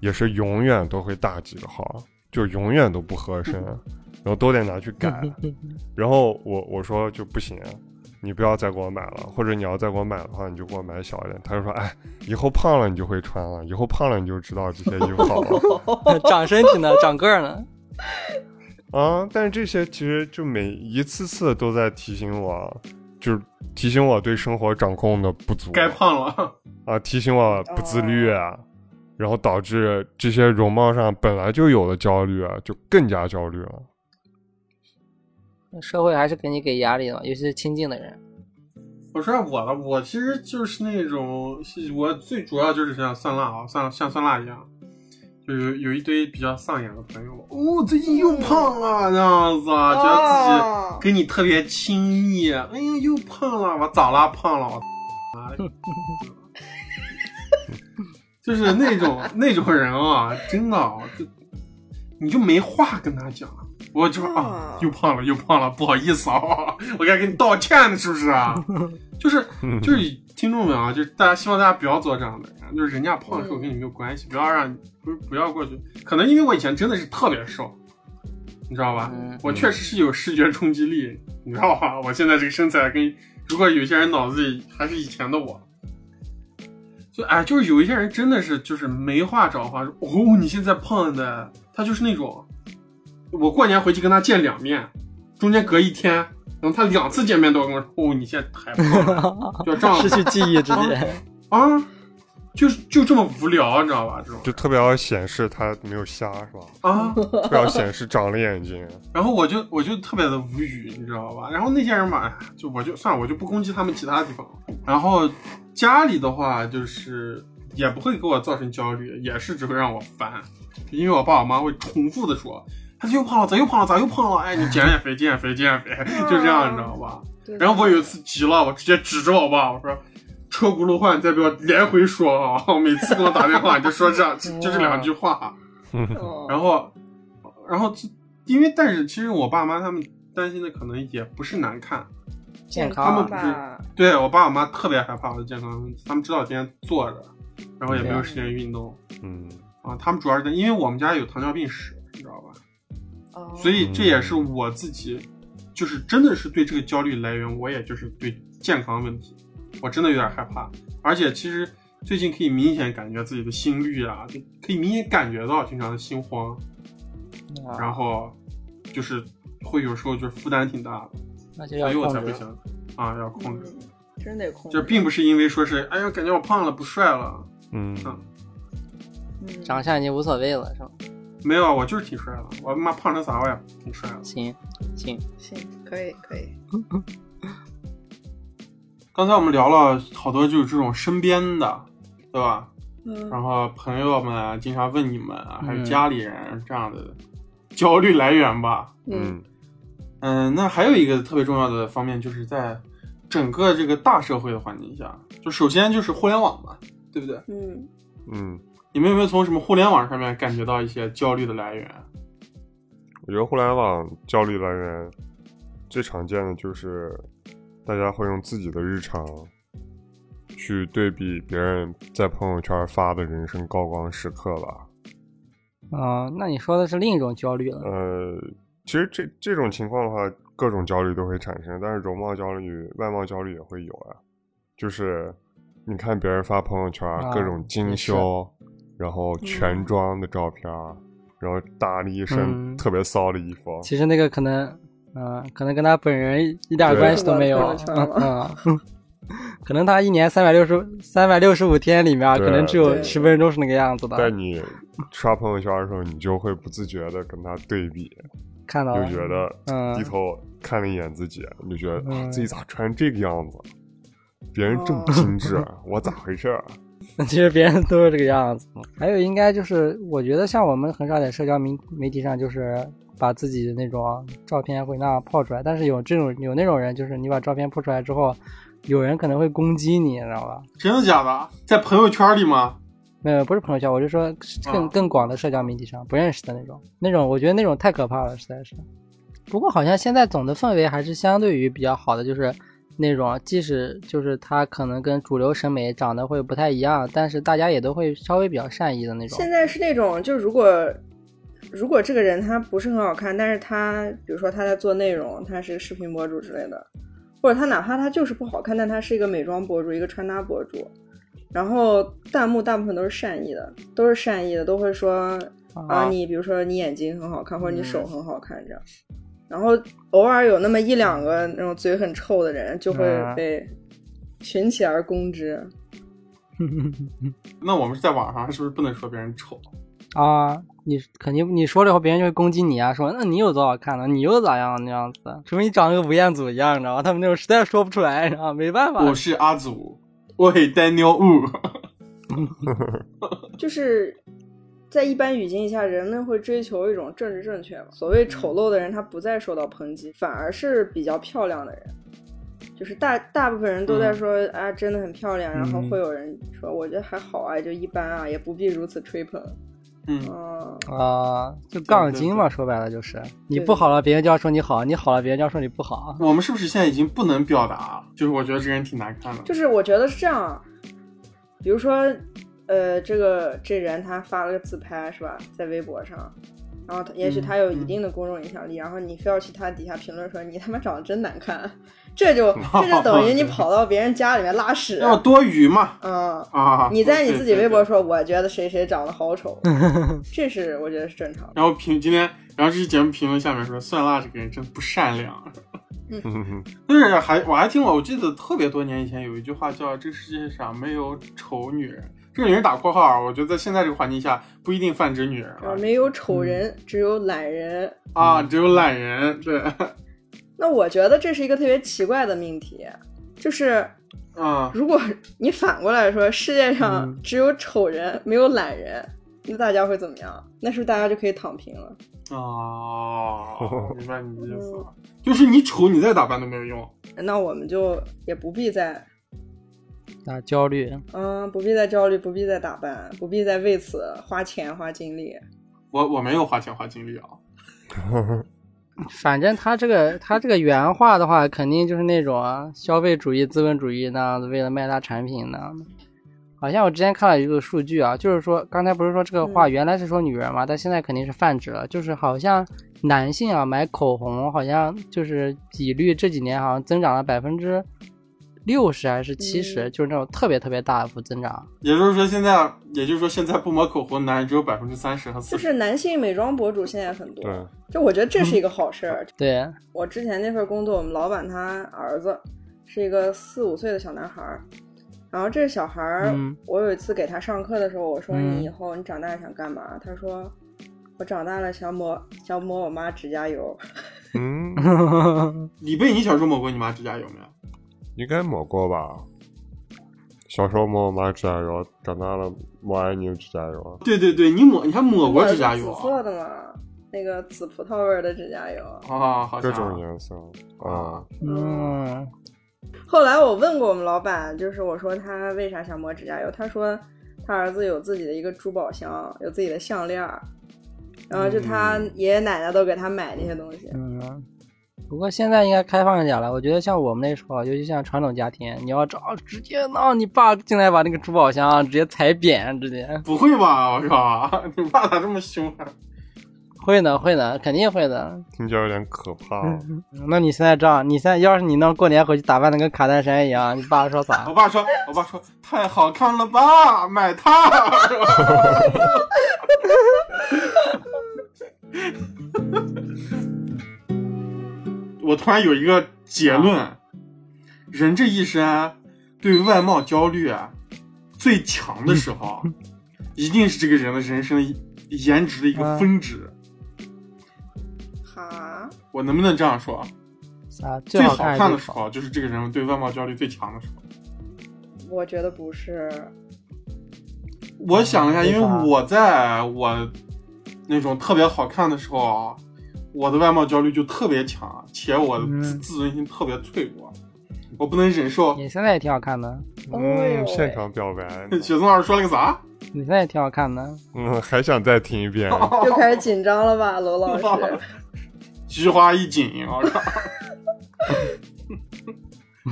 Speaker 3: 也是永远都会大几个号，就永远都不合身。然后都得拿去改。然后我我说就不行，你不要再给我买了，或者你要再给我买的话，你就给我买小一点。他就说，哎，以后胖了你就会穿了，以后胖了你就知道这些衣服好了
Speaker 2: 长身体呢，长个儿呢。
Speaker 3: 啊。但是这些其实就每一次次都在提醒我，就是提醒我对生活掌控的不足，
Speaker 1: 该胖了。
Speaker 3: 啊，提醒我不自律啊，然后导致这些容貌上本来就有的焦虑啊，就更加焦虑了。
Speaker 2: 社会还是给你给压力的嘛，尤其是亲近的人。
Speaker 1: 我说啊我的，我其实就是那种，我最主要就是像酸辣啊，像像酸辣一样，就有有一堆比较丧眼的朋友，哦，最近又胖了，这样子啊，觉得
Speaker 4: 哦
Speaker 1: 自己跟你特别亲密，哎呀，又胖了，我咋啦胖了？我 啊，就是那种 那种人啊，真的啊，就你就没话跟他讲，我就说啊
Speaker 4: 啊，
Speaker 1: 又胖了，又胖了，不好意思啊，我该给你道歉呢，是不是啊？就是
Speaker 2: 嗯
Speaker 1: 就是听众们啊，就是大家希望大家不要做这样的人，就是人家胖瘦跟你没有关
Speaker 2: 嗯
Speaker 1: 系，不要让不是不要过去。可能因为我以前真的是特别瘦，你知道吧？
Speaker 2: 嗯
Speaker 1: 我确实是有视觉冲击力，你知道吧？ 我现在这个身材跟如果有些人脑子里还是以前的我，就哎，就是有一些人真的是就是没话找话，说哦你现在胖的，他就是那种，我过年回去跟他见两面，中间隔一天，然后他两次见面都要跟我说哦你现在太胖了， 就这样
Speaker 2: 失去记忆之间，
Speaker 1: 啊，就是就这么无聊，你知道吧？这种
Speaker 3: 就特别要显示他没有瞎是吧？
Speaker 1: 啊。
Speaker 3: 特别要显示长了眼睛。
Speaker 1: 然后我就我就特别的无语，你知道吧？然后那些人嘛，哎就我就算了，我就不攻击他们其他地方了。然后家里的话，就是也不会给我造成焦虑，也是只会让我烦，因为我爸我妈会重复的说，他又胖了，咋又胖了，咋又胖了？哎，你减减肥，减减肥，减减肥，就这样，你知道吧？
Speaker 4: 对
Speaker 1: 然后我有一次急了，我直接指着我爸，我说：“车轱辘话，你再给我来回说啊！我每次给我打电话，你就说这样，就就这两句话。
Speaker 4: 哦
Speaker 1: 然后，然后就因为但是其实我爸妈他们担心的可能也不是难看，
Speaker 2: 健
Speaker 1: 嗯
Speaker 2: 康
Speaker 1: 他们不
Speaker 4: 吧，
Speaker 1: 对我爸我妈特别害怕我的健康问题，他们知道我今天坐着，然后也没有时间运动
Speaker 3: 嗯，
Speaker 1: 啊。他们主要是担因为我们家有糖尿病史，你知道吧？
Speaker 4: 哦
Speaker 1: 所以这也是我自己，就是真的是对这个焦虑来源，我也就是对健康问题，我真的有点害怕。而且其实最近可以明显感觉自己的心率啊，就可以明显感觉到经常的心慌，
Speaker 2: 啊
Speaker 1: 然后就是会有时候就是负担挺大的，
Speaker 2: 那就
Speaker 1: 所
Speaker 2: 要
Speaker 3: 哎
Speaker 1: 以我才
Speaker 2: 控
Speaker 1: 会
Speaker 2: 制。
Speaker 1: 想啊要控制。
Speaker 4: 嗯真得控制，
Speaker 1: 这并不是因为说是哎呀感觉我胖了不帅了，
Speaker 3: 嗯，
Speaker 4: 嗯
Speaker 2: 长相已经无所谓了，是吗？
Speaker 1: 没有啊，我就是挺帅的，我他妈胖成啥我也挺帅的。
Speaker 2: 行，行，
Speaker 4: 行，可以可以，
Speaker 1: 刚才我们聊了好多就是这种身边的，对吧？
Speaker 4: 嗯，
Speaker 1: 然后朋友们啊经常问你们啊，还有
Speaker 2: 嗯
Speaker 1: 家里人这样的焦虑来源吧。
Speaker 4: 嗯，
Speaker 3: 嗯
Speaker 1: 嗯，那还有一个特别重要的方面，就是在整个这个大社会的环境下，就首先就是互联网嘛，对不对？
Speaker 4: 嗯，
Speaker 3: 嗯，
Speaker 1: 你们有没有从什么互联网上面感觉到一些焦虑的来源？
Speaker 3: 我觉得互联网焦虑来源最常见的就是大家会用自己的日常去对比别人在朋友圈发的人生高光时刻吧。
Speaker 2: 啊、那你说的是另一种焦虑了。
Speaker 3: 呃，其实这这种情况的话，各种焦虑都会产生，但是容貌焦虑、外貌焦虑也会有啊。就是你看别人发朋友圈，
Speaker 2: 啊
Speaker 3: 各种精修，然后全妆的照片，然后搭了一身
Speaker 2: 嗯
Speaker 3: 特别骚的衣服，
Speaker 2: 其实那个可能，嗯、可能跟他本人一点
Speaker 3: 对
Speaker 2: 关系都没有。
Speaker 4: 我知道
Speaker 2: 嗯嗯， 可能他一年三百六十三百六十五天里面啊，
Speaker 3: 对
Speaker 2: 可能只有
Speaker 4: 对
Speaker 2: 十分钟是那个样子的。
Speaker 3: 但你刷朋友圈的时候，你就会不自觉的跟他对比，
Speaker 2: 看到
Speaker 3: 就
Speaker 2: 了，
Speaker 3: 觉得
Speaker 2: 啊嗯
Speaker 3: 低头看了一眼自己，你就觉得、啊
Speaker 2: 嗯
Speaker 3: 自己咋穿这个样子，别人这么
Speaker 4: 哦
Speaker 3: 精致，啊我咋回事 儿？
Speaker 2: 其实别人都是这个样子。还有应该就是，我觉得像我们很少在社交媒媒体上，就是把自己的那种照片会那样泡出来。但是有这种有那种人，就是你把照片铺出来之后，有人可能会攻击你，你知道吧？
Speaker 1: 真的假的？在朋友圈里吗？
Speaker 2: 没有，不是朋友圈，我是说更
Speaker 1: 啊
Speaker 2: 更广的社交媒体上不认识的那种，那种我觉得那种太可怕了，实在是。不过好像现在总的氛围还是相对于比较好的，就是那种即使就是他可能跟主流审美长得会不太一样，但是大家也都会稍微比较善意的那种。
Speaker 4: 现在是那种，就如果如果这个人他不是很好看，但是他比如说他在做内容，他是视频博主之类的，或者他哪怕他就是不好看，但他是一个美妆博主，一个穿搭博主，然后弹幕大部分都是善意的，都是善意的，都会说啊，你比如说你眼睛很好看，或者你手很好看这样。然后偶尔有那么一两个那种嘴很臭的人，就会被群起而攻之。
Speaker 1: 那我们是在网上，是不是不能说别人丑？
Speaker 2: 啊，你肯定你说了以后，别人就会攻击你啊，说那你有多好看呢？你又咋样那样子？除非你长得跟吴彦祖一样，你知道吗？他们那种实在说不出来，你知道吗？没办法。
Speaker 1: 我是阿祖，我是 Daniel Wu。
Speaker 4: 就是在一般语境下，人们会追求一种政治正确嘛。所谓丑陋的人，他不再受到抨击，反而是比较漂亮的人。就是大大部分人都在说、啊，真的很漂亮，然后会有人说，我觉得还好啊，就一般啊，也不必如此吹捧。
Speaker 1: 嗯，
Speaker 4: 嗯，
Speaker 2: 啊，就杠精嘛，说白了就是，你不好了，别人就要说你好；你好了，别人就要说你不好。
Speaker 1: 我们是不是现在已经不能表达？就是我觉得这人挺难看的。
Speaker 4: 就是我觉得是这样啊，比如说，呃，这个这人他发了个自拍是吧，在微博上，然后他也许
Speaker 1: 嗯
Speaker 4: 他有一定的公众影响力，然后你非要去他底下评论说你他妈长得真难看，这就这就等于你跑到别人家里面拉屎，
Speaker 1: 要多余嘛
Speaker 4: 嗯。
Speaker 1: 啊！
Speaker 4: 你在你自己微博
Speaker 1: 哦对对对
Speaker 4: 说，我觉得谁谁长得好 丑，这是我觉得是正常的。
Speaker 1: 然后评今天，然后这期节目评论下面说酸辣这个人真不善良。
Speaker 3: 嗯
Speaker 1: 但是还我还听过，我记得特别多年以前有一句话叫“这世界上没有丑女人”，这个女人打括号啊，我觉得在现在这个环境下不一定泛指女人
Speaker 4: 啊，
Speaker 1: 了
Speaker 4: 没有丑人，只有懒人。
Speaker 3: 嗯
Speaker 1: 啊，只有懒人。对，
Speaker 4: 那我觉得这是一个特别奇怪的命题，就是
Speaker 1: 啊，
Speaker 4: 如果你反过来说，世界上
Speaker 1: 嗯
Speaker 4: 只有丑人，没有懒人，那大家会怎么样？那是不是大家就可以躺平了？
Speaker 1: 哦，明白你的意思了，就是你丑，你再打扮都没有用。
Speaker 4: 那我们就也不必再，
Speaker 2: 啊，焦虑。
Speaker 4: 嗯，不必再焦虑，不必再打扮，不必再为此花钱花精力。
Speaker 1: 我我没有花钱花精力啊，
Speaker 3: 哼，
Speaker 2: 反正他这个他这个原话的话，肯定就是那种啊，消费主义、资本主义那样子，为了卖他产品那样的。好像我之前看了一个数据啊，就是说刚才不是说这个话
Speaker 4: 嗯
Speaker 2: 原来是说女人嘛，但现在肯定是泛指了，就是好像男性啊买口红好像就是比率这几年好像增长了百分之六十还是七十、
Speaker 4: 嗯
Speaker 2: 就是那种特别特别大的幅增长。
Speaker 1: 也就是说现在，也就是说现在不抹口红的男人只有百分之三十和
Speaker 4: 就
Speaker 1: 四十。
Speaker 4: 是男性美妆博主现在很多，
Speaker 3: 对，
Speaker 4: 就我觉得这是一个好事儿。
Speaker 2: 对，
Speaker 4: 我之前那份工作，我们老板他儿子是一个四五岁的小男孩儿，然后这个小孩儿，
Speaker 2: 嗯
Speaker 4: 我有一次给他上课的时候，我说
Speaker 2: 嗯
Speaker 4: 你以后你长大想干嘛？他说我长大了想抹想抹我妈指甲油，
Speaker 3: 嗯，
Speaker 1: 李贝，你小时候抹过你妈指甲油没有？
Speaker 3: 应该抹过吧？小时候抹我妈指甲油，长大了抹爱妮指甲油。
Speaker 1: 对对对，你抹，你还抹过
Speaker 4: 的
Speaker 1: 指
Speaker 4: 是
Speaker 1: 甲油
Speaker 4: 紫色
Speaker 1: 啊？
Speaker 4: 的嘛，那个紫葡萄味儿的指甲油。
Speaker 1: 啊，好像
Speaker 3: 各种颜色啊，
Speaker 2: 嗯，
Speaker 4: 后来我问过我们老板，就是我说他为啥想抹指甲油，他说他儿子有自己的一个珠宝箱，有自己的项链儿，然后就他
Speaker 1: 嗯
Speaker 4: 爷爷奶奶都给他买那些东西。
Speaker 2: 嗯， 不过现在应该开放一点了。我觉得像我们那时候，尤其像传统家庭，你要找直接闹你爸进来把那个珠宝箱直接踩扁，直接
Speaker 1: 不会吧？ 我靠，你爸咋这么凶啊？
Speaker 2: 会的会的，肯定会的。
Speaker 3: 听起来有点可怕。啊
Speaker 2: 嗯那你现在这样，你现在要是你能过年回去打扮的跟卡戴珊一样，你爸说啥
Speaker 1: 我？爸说，我爸说太好看了吧，买它。 我突然有一个结论：人这一生啊对外貌焦虑啊最强的时候，啊一定是这个人的人生颜值的一个峰值。
Speaker 4: 哈，
Speaker 1: 我能不能这样说？啊
Speaker 2: 啥
Speaker 1: 最
Speaker 2: 好
Speaker 1: 好
Speaker 2: 看
Speaker 1: 看的
Speaker 2: 是
Speaker 1: 时候，啊就是这个人对外貌焦虑最强的时候。
Speaker 4: 我觉得不是，
Speaker 1: 我想了一下，因
Speaker 2: 为啥
Speaker 1: 为我在我那种特别好看的时候，啊我的外貌焦虑就特别强，啊且我的自
Speaker 2: 嗯
Speaker 1: 自尊心特别脆弱，啊我不能忍受。
Speaker 2: 你现在也挺好看的，
Speaker 4: 哎呦
Speaker 3: 嗯，现场 表白，
Speaker 1: 雪松老师说了个啥？
Speaker 2: 你现在也挺好看的。
Speaker 3: 嗯，还想再听一遍。
Speaker 4: 又开始紧张了吧，罗老师？
Speaker 1: 菊花一紧，我靠！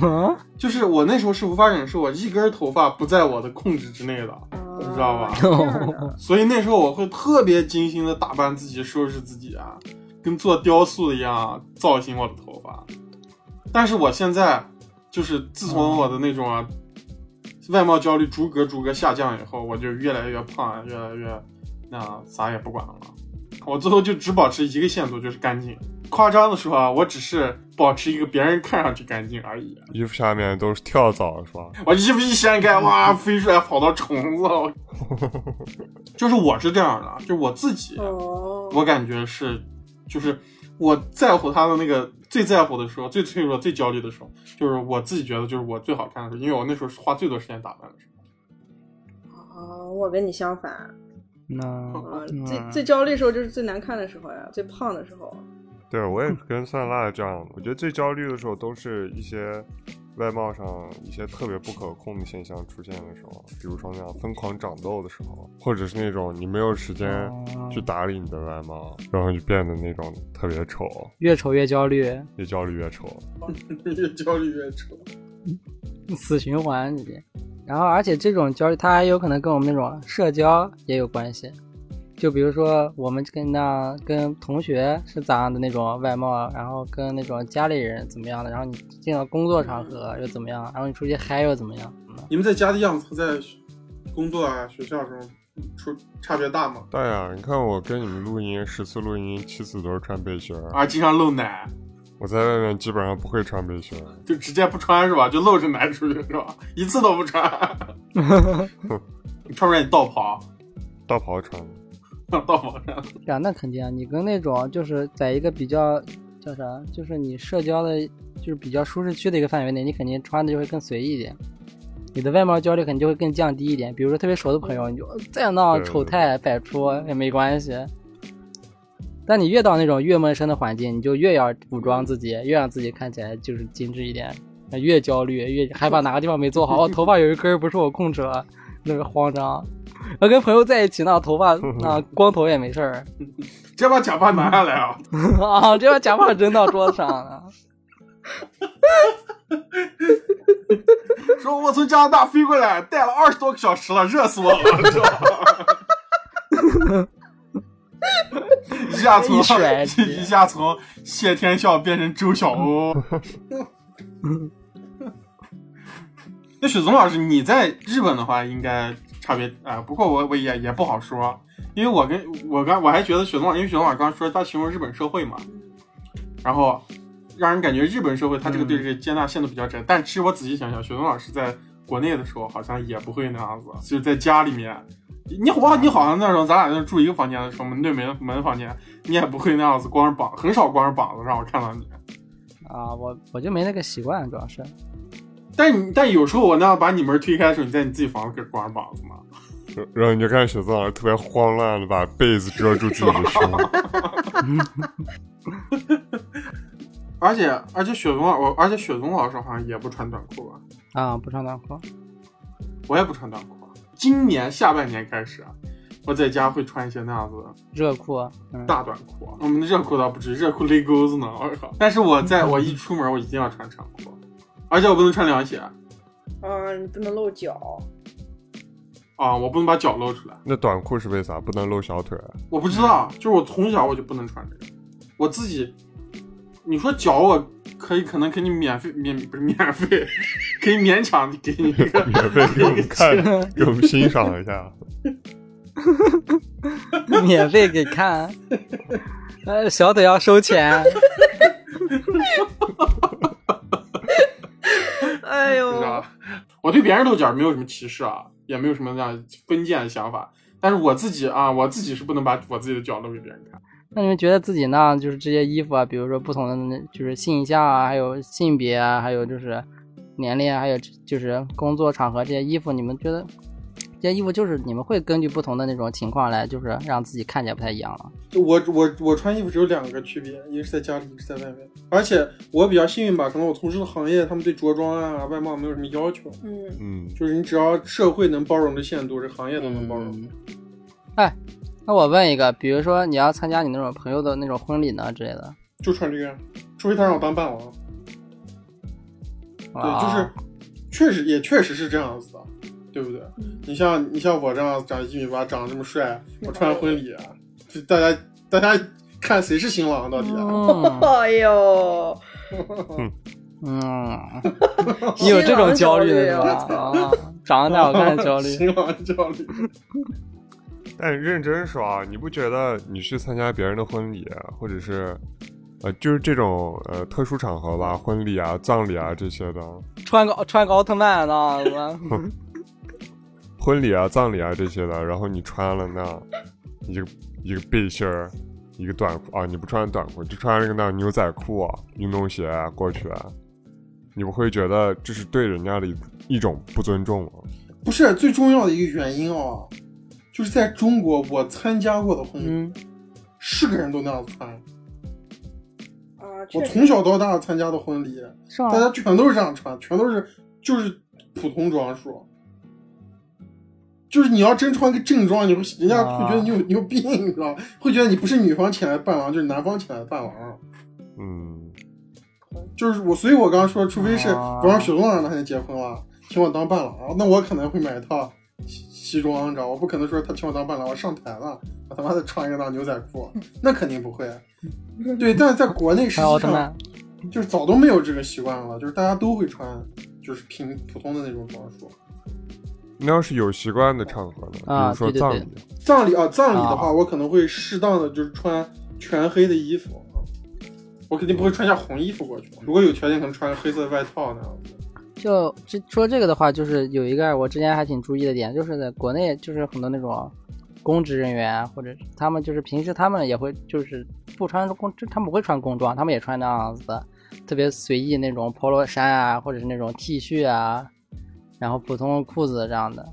Speaker 2: 嗯，
Speaker 1: 就是我那时候是无法忍受我一根头发不在我的控制之内的，啊你知道吧
Speaker 4: 这样的
Speaker 1: 所以那时候我会特别精心的打扮自己，收拾自己啊，跟做雕塑的一样造型我的头发。但是我现在就是自从我的那种啊、外貌焦虑逐格逐格下降以后，我就越来越胖，越来越那啥也不管了。我最后就只保持一个限度，就是干净。夸张的说啊，我只是保持一个别人看上去干净而已。
Speaker 3: 衣服下面都是跳蚤是吧？
Speaker 1: 我衣服一掀开，哇，飞出来好多虫子 哦。就是我是这样的，啊就我自己，
Speaker 4: 哦，
Speaker 1: 我感觉是，就是我在乎他的那个最在乎的时候，最脆弱、最焦虑的时候，就是我自己觉得就是我最好看的时候，因为我那时候是花最多时间打扮的时候。
Speaker 4: 哦我跟你相反，
Speaker 2: 那
Speaker 4: 嗯，
Speaker 2: 嗯
Speaker 4: 最最焦虑的时候就是最难看的时候呀，最胖的时候。
Speaker 3: 对，我也跟酸辣这样，我觉得最焦虑的时候都是一些外貌上一些特别不可控的现象出现的时候，比如说那样疯狂长痘的时候，或者是那种你没有时间去打理你的外貌，然后就变得那种特别丑，
Speaker 2: 越丑越焦虑，
Speaker 3: 越焦虑越丑。
Speaker 1: 越焦虑越丑。
Speaker 2: 死循环你。然后，而且这种焦虑，它还有可能跟我们那种社交也有关系。就比如说，我们跟那跟同学是咋样的那种外貌，啊然后跟那种家里人怎么样的，然后你进到工作场合又怎么样，啊然后你出去嗨又怎么样？嗯
Speaker 1: 你们在家的样子和在工作啊、学校中出差别大吗？
Speaker 3: 大呀，你看我跟你们录音十次录音七次都是穿背心儿，
Speaker 1: 啊，经常露奶，
Speaker 3: 我在外面基本上不会穿背心儿。
Speaker 1: 就直接不穿是吧？就露着奶出去是吧？一次都不 穿。你穿不穿你道袍？
Speaker 3: 大袍穿的，
Speaker 1: 道袍衫。
Speaker 2: 对啊，那肯定啊，你跟那种就是在一个比较叫啥，就是你社交的，就是比较舒适区的一个范围内，你肯定穿的就会更随意一点，你的外貌焦虑肯定就会更降低一点。比如说特别熟的朋友，你就再闹
Speaker 3: 对
Speaker 2: 丑
Speaker 3: 对
Speaker 2: 态百出也没关系。但你越到那种越陌生的环境，你就越要武装自己，越让自己看起来就是精致一点，越焦虑，越害怕哪个地方没做好，哦，头发有一根儿不是我控制了，那个慌张。要跟朋友在一起呢，头 发那光头也没事儿，
Speaker 1: 直接把假发拿下来啊！
Speaker 2: 啊，这把假发扔到桌子上了。
Speaker 1: 说我从加拿大飞过来，带了二十多个小时了，热死我了，是吧？一下从
Speaker 2: 一甩
Speaker 1: 一下从谢天笑变成周晓鸥。那许嵩老师，你在日本的话，应该差别啊、不过我我也也不好说，因为我跟我刚我还觉得雪松，因为雪松老师刚刚说他形容日本社会嘛，然后让人感觉日本社会他这个对这个接纳限度比较窄。但其实我仔细想想，雪松老师在国内的时候好像也不会那样子，就是在家里面，你我你好像那时候咱俩就是住一个房间的时候，门对门门房间，你也不会那样子光着膀，很少光着膀子让我看到你。
Speaker 2: 啊，我我就没那个习惯，主要是
Speaker 1: 但你但有时候我那样把你门推开的时候，你在你自己房子给光着膀子嘛。
Speaker 3: 然然后你就看雪子老师特别慌乱的把被子遮住自己的胸，
Speaker 1: 而且而且雪松老我而且雪松老师好像也不穿短裤吧，
Speaker 2: 啊，不穿短裤。
Speaker 1: 我也不穿短裤。今年下半年开始，啊我在家会穿一些那样子
Speaker 2: 热裤，嗯，
Speaker 1: 大短裤。我们的热裤倒不至于，热裤勒钩子呢，我靠！但是我在我一出门，我一定要穿长裤，啊而且我不能穿凉鞋
Speaker 4: 啊，你不能露脚。
Speaker 1: 啊，我不能把脚露出来。
Speaker 3: 那短裤是为啥不能露小腿？啊
Speaker 1: 我不知道，就是我从小我就不能穿这个，我自己，你说脚我可以，可能给你免费免不是免费， 可以勉强给你一个
Speaker 3: 免费给我们看，给我们欣赏一 下。
Speaker 2: 免费给看。 呃，小腿要收钱，
Speaker 4: 哎呦
Speaker 1: 是，吧？ 我对别人露脚没有什么歧视啊，也没有什么那样封建的想法，但是我自己啊，我自己是不能把我自己的脚露给别人看。
Speaker 2: 那你们觉得自己呢？就是这些衣服啊，比如说不同的那，就是性向啊，还有性别啊，还有就是年龄啊，还有就是工作场合这些衣服，你们觉得这些衣服就是你们会根据不同的那种情况来，就是让自己看起来不太一样了。
Speaker 1: 我我我穿衣服只有两个区别，一个是在家里，一个是在外面。而且我比较幸运吧，可能我从事的行业，他们对着装啊、外貌没有什么要求，
Speaker 4: 嗯，
Speaker 3: 嗯，
Speaker 1: 就是你只要社会能包容的限度，这行业都能包容。
Speaker 2: 嗯。哎，那我问一个，比如说你要参加你那种朋友的那种婚礼呢之类的，
Speaker 1: 就穿这个，除非他让我当伴郎。对，
Speaker 2: 啊
Speaker 1: 就是确实也确实是这样子的。对不对？
Speaker 4: 嗯
Speaker 1: 你像你像我这样长一米八，长得这么帅，
Speaker 4: 没
Speaker 1: 我穿婚礼，啊就大家大家看谁是新郎到底？啊
Speaker 2: 嗯
Speaker 4: 哎呦，
Speaker 2: 嗯，你有这种焦虑的是吧？啊，长得太好看的焦 虑。
Speaker 1: 新郎焦虑，
Speaker 3: 但认真说啊，你不觉得你去参加别人的婚礼，或者是，呃，就是这种呃特殊场合吧，婚礼啊、葬礼啊这些的，
Speaker 2: 穿个穿个奥特曼呢，我
Speaker 3: 婚礼啊、葬礼啊这些的，然后你穿了那一个一个背心儿，一个短裤啊，你不穿短裤，就穿了个那牛仔裤、啊、运动鞋、啊、过去、啊，你不会觉得这是对人家的一一种不尊重吗？
Speaker 1: 不是最重要的一个原因啊，就是在中国我参加过的婚礼，
Speaker 2: 嗯，
Speaker 1: 是个人都那样穿。
Speaker 4: 啊，
Speaker 1: 我
Speaker 4: 确实哦
Speaker 1: 从小到大参加的婚礼，
Speaker 2: 是
Speaker 1: 大
Speaker 2: 吗？
Speaker 1: 家全都是这样穿，全都是就是普通装束。就是你要真穿个正装，你会人家会觉得你
Speaker 4: 啊
Speaker 1: 有你有病，你知道吗？会觉得你不是女方请来伴郎，就是男方请来伴郎。
Speaker 3: 嗯，
Speaker 1: 就是我，所以我刚刚说，除非是
Speaker 2: 啊
Speaker 1: 我让雪松让他先结婚了，请我当伴郎，啊那我可能会买一套西西装，你知道吗，我不可能说他请我当伴郎，我上台了，我他妈的穿一个大牛仔裤，那肯定不会。对，但是在国内实
Speaker 2: 还有奥
Speaker 1: 际
Speaker 2: 特
Speaker 1: 上
Speaker 2: 曼，
Speaker 1: 就是早都没有这个习惯了，就是大家都会穿，就是平普通的那种装束。
Speaker 3: 那要是有习惯的场合呢，比
Speaker 2: 啊
Speaker 3: 如说
Speaker 2: 对对
Speaker 3: 葬礼，
Speaker 2: 对
Speaker 1: 葬礼啊，葬礼的话，
Speaker 2: 啊
Speaker 1: 我可能会适当的就是穿全黑的衣服，啊我肯定不会穿件红衣服过去。如果有条件，可能穿个黑色的外套那样子。
Speaker 2: 就这说这个的话，就是有一个我之前还挺注意的点，就是在国内就是很多那种公职人员或者是他们就是平时他们也会就是不穿工，就他们不会穿工装，他们也穿那样子的特别随意那种 polo 衫啊，或者是那种 T 恤啊，然后普通裤子这样的。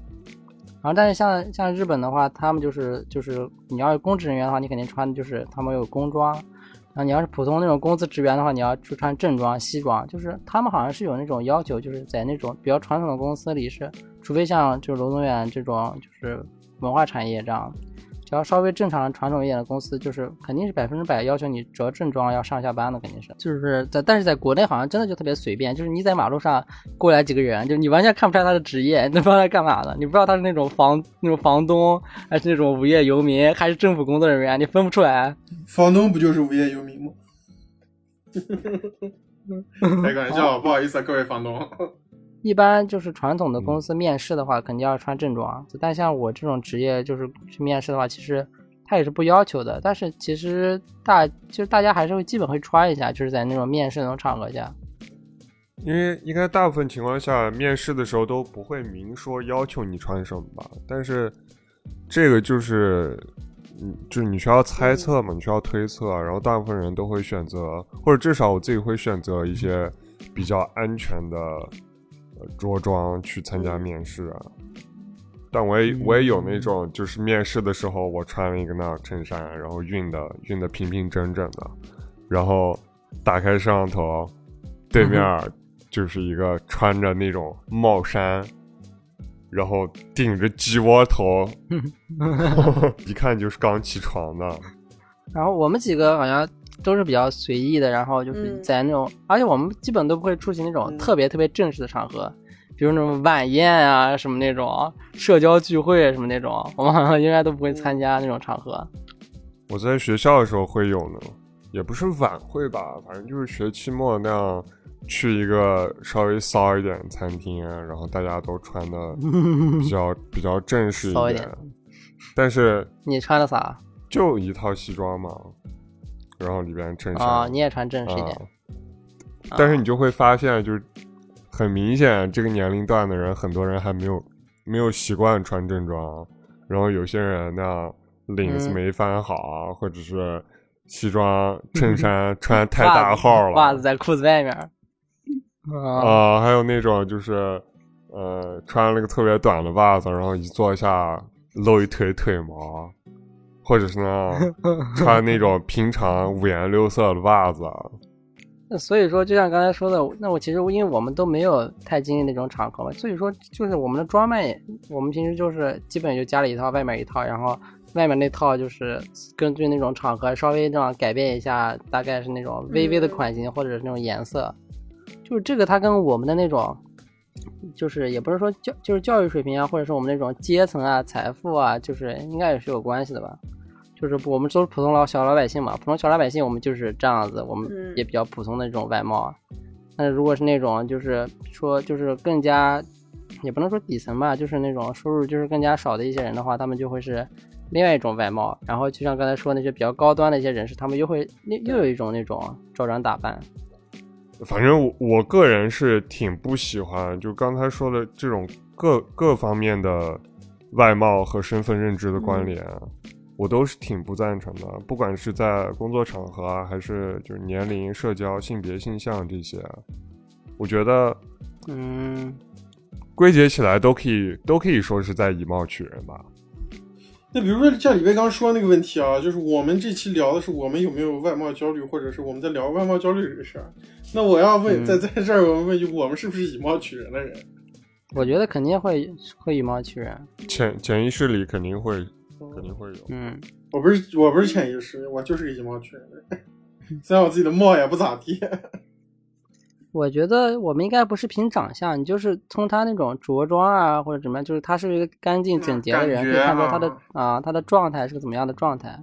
Speaker 2: 然后，但是像像日本的话，他们就是就是你要是公职人员的话，你肯定穿的就是他们有工装，然后你要是普通那种公司职员的话，你要去穿正装、西装，就是他们好像是有那种要求，就是在那种比较传统的公司里是，除非像就是楼宗远这种就是文化产业这样，只要稍微正常传统一点的公司，就是肯定是百分之百要求你只要正装要上下班的，肯定是。就是在但是在国内好像真的就特别随便，就是你在马路上过来几个人，就是你完全看不出来他的职业，你都不知道他干嘛的，你不知道他是那种房那种房东，还是那种无业游民，还是政府工作人员，你分不出来。
Speaker 1: 房东不就是无业游民吗？ 开个玩笑，不好意思啊，各位房东。
Speaker 2: 一般就是传统的公司面试的话，肯定要穿正装。啊但像我这种职业，就是去面试的话，其实他也是不要求的。但是其实大就是大家还是会基本会穿一下，就是在那种面试那种场合下。
Speaker 3: 因为应该大部分情况下，面试的时候都不会明说要求你穿什么吧，但是这个就是，嗯，就是你需要猜测嘛，你需要推测，啊然后大部分人都会选择，或者至少我自己会选择一些比较安全的呃着装去
Speaker 2: 嗯
Speaker 3: 参加面试啊。但我也我也有那种，就是面试的时候我穿了一个那样衬衫，然后熨的熨的平平整整的，然后打开摄像头，对面儿就是一个穿着那种帽衫，然后顶着鸡窝头， 一看就是刚起床的。
Speaker 2: 然后我们几个好像都是比较随意的，然后就是
Speaker 4: 嗯
Speaker 2: 在那种，而且我们基本都不会出席那种
Speaker 1: 嗯
Speaker 2: 特别特别正式的场合，比如那种晚宴啊什么那种社交聚会什么那种，我们好像应该都不会参加那种场合。
Speaker 3: 我在学校的时候会有呢，也不是晚会吧，反正就是学期末那样，去一个稍微骚一点的餐厅，啊然后大家都穿的 比较比较正式
Speaker 2: 骚
Speaker 3: 一
Speaker 2: 一
Speaker 3: 点
Speaker 2: 点，
Speaker 3: 但是
Speaker 2: 你穿的啥
Speaker 3: 就一套西装嘛，然后里边衬衫
Speaker 2: 啊、你也穿正式一点。
Speaker 3: 啊但是你就会发现，就是很明显，这个年龄段的人，很多人还没有没有习惯穿正装，然后有些人呢领子
Speaker 2: 嗯
Speaker 3: 没翻好，啊或者是西装 衬衫穿太大号了，
Speaker 2: 袜子在裤子外面儿。啊、
Speaker 3: 啊、还有那种就是呃穿了个特别短的袜子，然后一坐下露一腿腿毛，啊或者是 呢穿那种平常五颜六色的袜子，啊
Speaker 2: 那所以说，就像刚才说的，那我其实因为我们都没有太经历那种场合嘛，所以说就是我们的装扮也，我们平时就是基本就家里一套，外面一套，然后外面那套就是根据那种场合稍微这样改变一下，大概是那种微微的款型或者是那种颜色，就是这个它跟我们的那种就是也不是说教就是教育水平啊，或者是我们那种阶层啊、财富啊，就是应该也是有关系的吧。就是不我们都是普通老小老百姓嘛，普通小老百姓我们就是这样子，我们
Speaker 4: 嗯
Speaker 2: 也比较普通的这种外貌啊。但是如果是那种就是说就是更加也不能说底层吧，就是那种收入就是更加少的一些人的话，他们就会是另外一种外貌。然后就像刚才说那些比较高端的一些人士，他们又会另又有一种那种照章打扮。
Speaker 3: 反正我我个人是挺不喜欢，就刚才说的这种各各方面的外貌和身份认知的关联，啊我都是挺不赞成的。不管是在工作场合啊，还是就是年龄、社交、性别、性向这些，啊我觉得
Speaker 2: 嗯，
Speaker 3: 归结起来都可以都可以说是在以貌取人吧。
Speaker 1: 那比如说像李贝刚说那个问题啊，就是我们这期聊的是我们有没有外貌焦虑，或者是我们在聊外貌焦虑这个事儿。那我要问，
Speaker 2: 嗯
Speaker 1: 在在这儿我问一句，我们是不是以貌取人的人？
Speaker 2: 我觉得肯定会会以貌取人。
Speaker 3: 潜潜意识里肯定会肯定会有。
Speaker 2: 嗯，
Speaker 1: 我不是我不是潜意识，我就是个以貌取人的人。 虽然我自己的貌也不咋地，
Speaker 2: 我觉得我们应该不是凭长相，你就是从他那种着装啊或者怎么样，就是他是一个干净整洁的人，
Speaker 1: 嗯感
Speaker 2: 可
Speaker 1: 觉嗯
Speaker 2: 以看出他的啊他的状态是个怎么样的状态。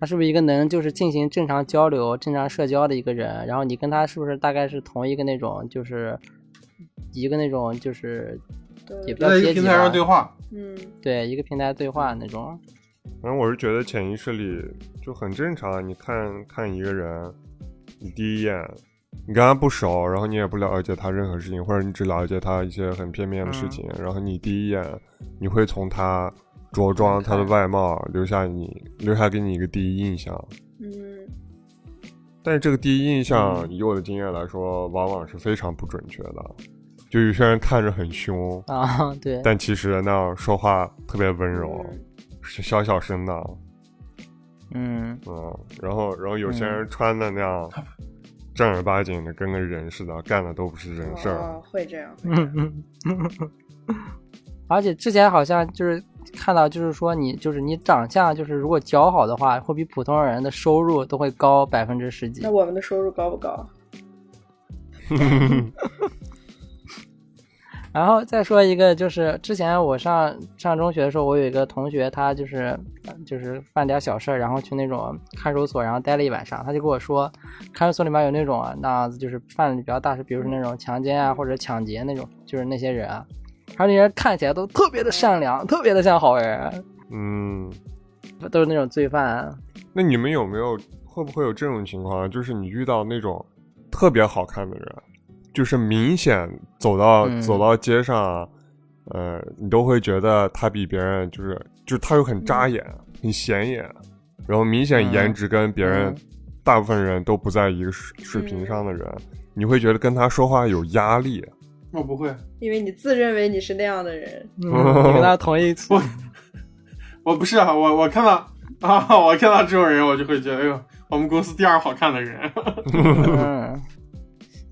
Speaker 2: 他是不是一个能就是进行正常交流、正常社交的一个人？然后你跟他是不是大概是同一个那种，就是一个那种就是也比较
Speaker 1: 在一个
Speaker 2: 阶
Speaker 1: 平
Speaker 2: 级
Speaker 1: 台
Speaker 2: 吧
Speaker 1: 上对话，
Speaker 4: 嗯，
Speaker 2: 对一个平台对话那种。
Speaker 3: 反正我是觉得潜意识里就很正常。啊你看看一个人，你第一眼你跟他不熟，然后你也不了解他任何事情，或者你只了解他一些很片面的事情，然后你第一眼你会从他着装、他的外貌留下你留下给你一个第一印象。
Speaker 4: 嗯，
Speaker 3: 但是这个第一印象，以我的经验来说，往往是非常不准确的。就有些人看着很凶，
Speaker 2: 啊， 对，
Speaker 3: 但其实呢说话特别温
Speaker 1: 哦
Speaker 3: 柔，
Speaker 4: 嗯
Speaker 3: 是小小声的。
Speaker 2: 嗯，
Speaker 3: 嗯，然后然后有些人
Speaker 2: 嗯
Speaker 3: 穿的那样、正儿八经的，跟个人似的，干的都不是人事儿。
Speaker 4: 哦，会这样，
Speaker 1: 嗯
Speaker 2: 而且之前好像就是看到，就是说你就是你长相就是如果姣好的话，会比普通人的收入都会高百分之十几
Speaker 4: 那。我们的收入高不高？
Speaker 2: 然后再说一个，就是之前我上上中学的时候，我有一个同学，他就是就是犯点小事儿，然后去那种看守所，然后待了一晚上。他就跟我说，看守所里面有那种啊那样子就是犯的比较大事，比如说那种强奸啊或者抢劫那种，就是那些人啊，然后那些人看起来都特别的善良，特别的像好人，
Speaker 3: 嗯，
Speaker 2: 都是那种罪犯。啊
Speaker 3: 那你们有没有会不会有这种情况啊？就是你遇到那种特别好看的人，就是明显走到、
Speaker 2: 嗯
Speaker 3: 走到街上啊，呃，你都会觉得他比别人就是就是他又很扎眼、很显眼，然后明显
Speaker 2: 嗯
Speaker 3: 颜值跟别人、
Speaker 2: 嗯
Speaker 3: 大部分人都不在一个水水平上的人，你会觉得跟他说话有压力。
Speaker 1: 我不会，
Speaker 4: 因为你自认为你是那样的人，
Speaker 2: 嗯，你跟他同一次，
Speaker 1: 我不是啊，我我看到啊，我看到这种人，我就会觉得，哎呦，我们公司第二好看的人。
Speaker 2: 嗯，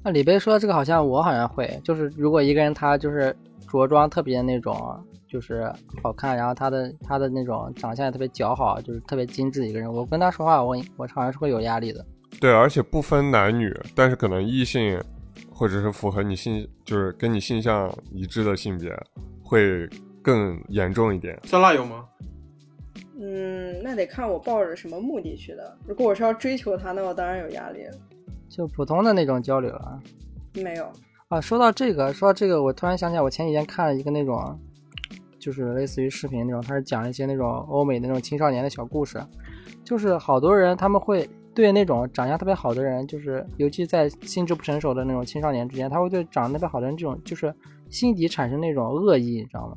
Speaker 2: 那李贝说的这个好像我好像会，就是如果一个人他就是着装特别那种就是好看，然后他的他的那种长相也特别姣好，就是特别精致的一个人，我跟他说话，我我好像是会有压力的。
Speaker 3: 对，而且不分男女，但是可能异性或者是符合你性，就是跟你性向一致的性别会更严重一点。
Speaker 1: 酸辣有吗？
Speaker 4: 嗯，那得看我抱着什么目的去的。如果我是要追求他，那我当然有压力了。
Speaker 2: 就普通的那种交流啊
Speaker 4: 没有，
Speaker 2: 啊！说到这个，说到这个，我突然想起来，我前几天看了一个那种，就是类似于视频那种，他是讲一些那种欧美的那种青少年的小故事，就是好多人他们会对那种长相特别好的人，就是尤其在心智不成熟的那种青少年之间，他会对长得特别好的人这种就是心底产生那种恶意，你知道吗？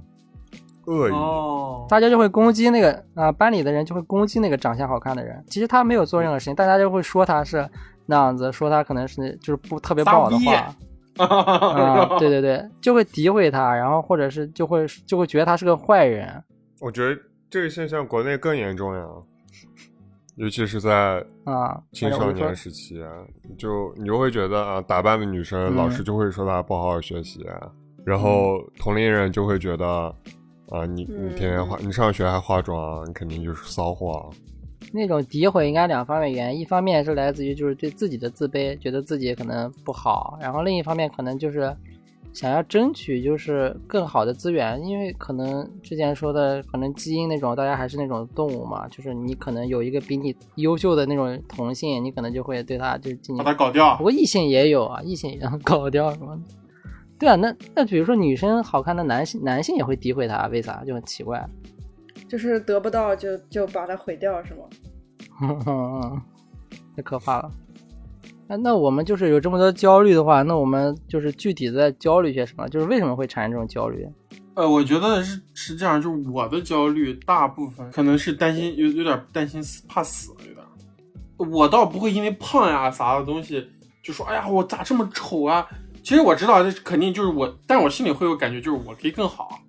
Speaker 3: 恶意，
Speaker 1: 哦
Speaker 2: 大家就会攻击那个啊、班里的人就会攻击那个长相好看的人，其实他没有做任何事情，大家就会说他是那样子，说他可能是就是不特别不好的
Speaker 1: 傻逼
Speaker 2: 话。啊，
Speaker 1: 啊
Speaker 2: 对，对对，就会诋毁他，然后或者是就会就会觉得他是个坏人，
Speaker 3: 我觉得这个现象国内更严重呀，尤其是在
Speaker 2: 啊，
Speaker 3: 青
Speaker 2: 反正
Speaker 3: 少
Speaker 2: 我就
Speaker 3: 年
Speaker 2: 说
Speaker 3: 时期，啊就你就会觉得啊，打扮的女生，
Speaker 2: 嗯
Speaker 3: 老师就会说她不好好学习，啊然后同龄人就会
Speaker 2: 嗯
Speaker 3: 啊觉得啊，你你天天化，你上学还化妆，你肯定就是骚货。
Speaker 2: 那种诋毁应该两方面原因，一方面是来自于就是对自己的自卑，觉得自己可能不好，然后另一方面可能就是想要争取就是更好的资源，因为可能之前说的可能基因那种，大家还是那种动物嘛，就是你可能有一个比你优秀的那种同性，你可能就会对他就进
Speaker 3: 啊
Speaker 1: 把
Speaker 2: 行
Speaker 1: 它搞掉
Speaker 2: 不。过异性也有啊，异性也能 搞掉什么的。对啊，那那比如说女生好看的男性，男性也会诋毁她，为啥？就很奇怪。
Speaker 4: 就是得不到就就把它毁掉是吗？
Speaker 2: 太可怕了。那那我们就是有这么多焦虑的话，那我们就是具体的在焦虑些什么？就是为什么会产生这种焦虑？
Speaker 1: 呃，我觉得是是这样，就是我的焦虑大部分可能是担心，有有点担心死怕死，有点。我倒不会因为胖呀、啥的东西就说，哎呀，我咋这么丑啊？其实我知道这肯定就是我，但我心里会有感觉，就是我可以更好，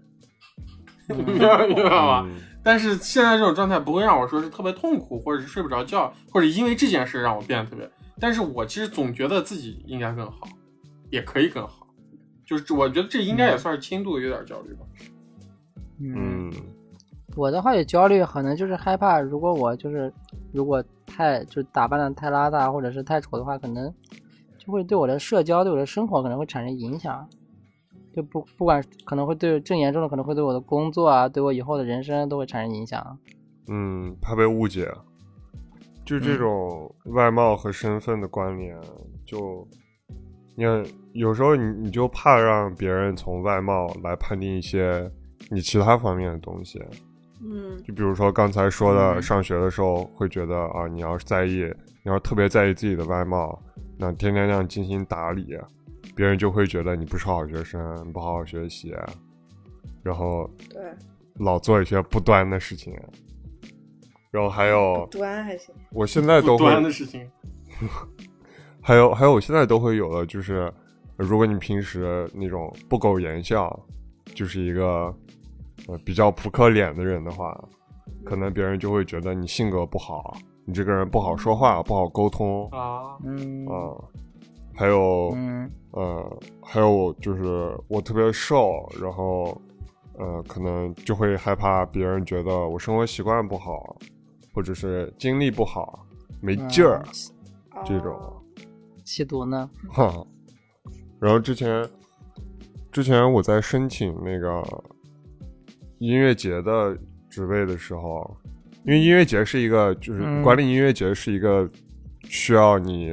Speaker 1: 明白明白吗？
Speaker 3: 嗯
Speaker 1: 但是现在这种状态不会让我说是特别痛苦，或者是睡不着觉，或者因为这件事让我变得特别。但是我其实总觉得自己应该更好，也可以更好，就是我觉得这应该也算是轻度有点焦虑吧。
Speaker 3: 嗯，
Speaker 2: 我的话有焦虑，可能就是害怕，如果我就是如果太就打扮的太邋遢或者是太丑的话，可能就会对我的社交、对我的生活可能会产生影响。就不不管可能会对更严重的可能会对我的工作啊，对我以后的人生都会产生影响。
Speaker 3: 嗯，怕被误解，就这种外貌和身份的关联，就你看，有时候你你就怕让别人从外貌来判定一些你其他方面的东西，
Speaker 4: 嗯
Speaker 3: 就比如说刚才说的，
Speaker 2: 嗯
Speaker 3: 上学的时候会觉得啊，你要是在意，你要是特别在意自己的外貌，那天天那样精心打理，别人就会觉得你不是好学生，不好好学习，然后
Speaker 4: 对，
Speaker 3: 老做一些不端的事情，然后还有
Speaker 4: 端还行。
Speaker 3: 我现在
Speaker 1: 不
Speaker 3: 都
Speaker 1: 端的
Speaker 3: 会，
Speaker 1: 事情，
Speaker 3: 还有还有我现在都会有的就是，如果你平时那种不苟言笑，就是一个呃比较扑克脸的人的话，可能别人就会觉得你性格不好，你这个人不好说话，不好沟通啊、
Speaker 1: 啊，
Speaker 2: 嗯
Speaker 3: 哦还有
Speaker 2: 嗯
Speaker 3: 呃，还有就是我特别瘦，然后呃，可能就会害怕别人觉得我生活习惯不好，或者是精力不好，没劲
Speaker 2: 嗯
Speaker 3: 儿、这种啊
Speaker 4: 哦。
Speaker 2: 吸毒呢？
Speaker 3: 哈。然后之前之前我在申请那个音乐节的职位的时候，因为音乐节是一个就是
Speaker 2: 嗯
Speaker 3: 管理音乐节是一个需要你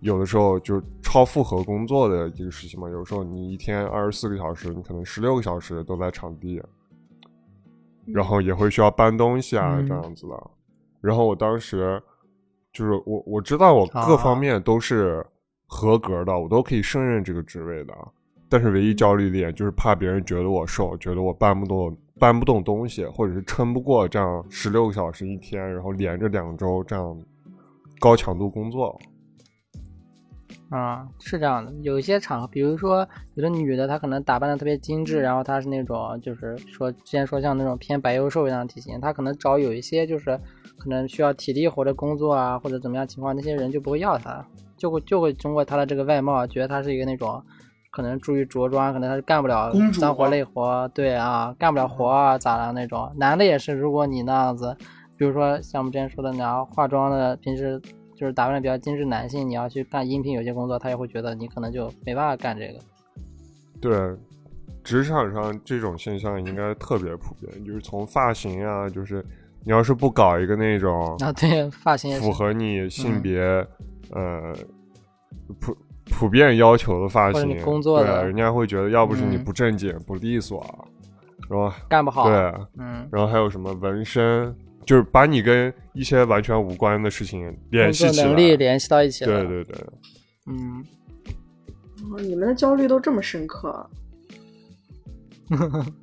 Speaker 3: 有的时候就是超负荷工作的一个事情嘛，有时候你一天二十四个小时，你可能十六个小时都在场地，
Speaker 4: 嗯
Speaker 3: 然后也会需要搬东西啊、
Speaker 2: 嗯
Speaker 3: 这样子的。然后我当时就是我我知道我各方面都是合格的，我都可以胜任这个职位的，但是唯一焦虑点就是怕别人觉得我瘦，觉得我搬不动搬不动东西，或者是撑不过这样十六个小时一天，然后连着两周这样高强度工作。
Speaker 2: 啊、是这样的，有一些场合，比如说有的女的，她可能打扮的特别精致，然后她是那种就是说之前说像那种偏白幼瘦一样的体型，她可能找有一些就是可能需要体力活的工作啊，或者怎么样情况，那些人就不会要她，就会就会通过她的这个外貌，觉得她是一个那种可能注意着装，可能她是干不了
Speaker 1: 公主
Speaker 2: 脏活
Speaker 1: 啊
Speaker 2: 累活，对啊，干不了活啊咋了那种。男的也是，如果你那样子，比如说像我们之前说的，你要化妆的，平时就是打扮的比较精致，男性你要去干音频有些工作，他也会觉得你可能就没办法干这个。
Speaker 3: 对，职场上这种现象应该特别普遍，就是从发型啊，就是你要是不搞一个那种
Speaker 2: 啊，对，发型也是
Speaker 3: 符，合你性
Speaker 2: 嗯
Speaker 3: 别、呃普普遍要求的发
Speaker 2: 或者
Speaker 3: 型，
Speaker 2: 你工作的
Speaker 3: 对，人家会觉得要不是你
Speaker 2: 嗯
Speaker 3: 不正经、不利索，然后
Speaker 2: 干不好。
Speaker 3: 对，，
Speaker 2: 嗯，
Speaker 3: 然后还有什么纹身，就是把你跟一些完全无关的事情
Speaker 2: 工
Speaker 3: 联系
Speaker 2: 作
Speaker 3: 起来，
Speaker 2: 能力联系到一起了。
Speaker 3: 对，对对，
Speaker 2: 嗯，
Speaker 4: 哦你们的焦虑都这么 深刻，啊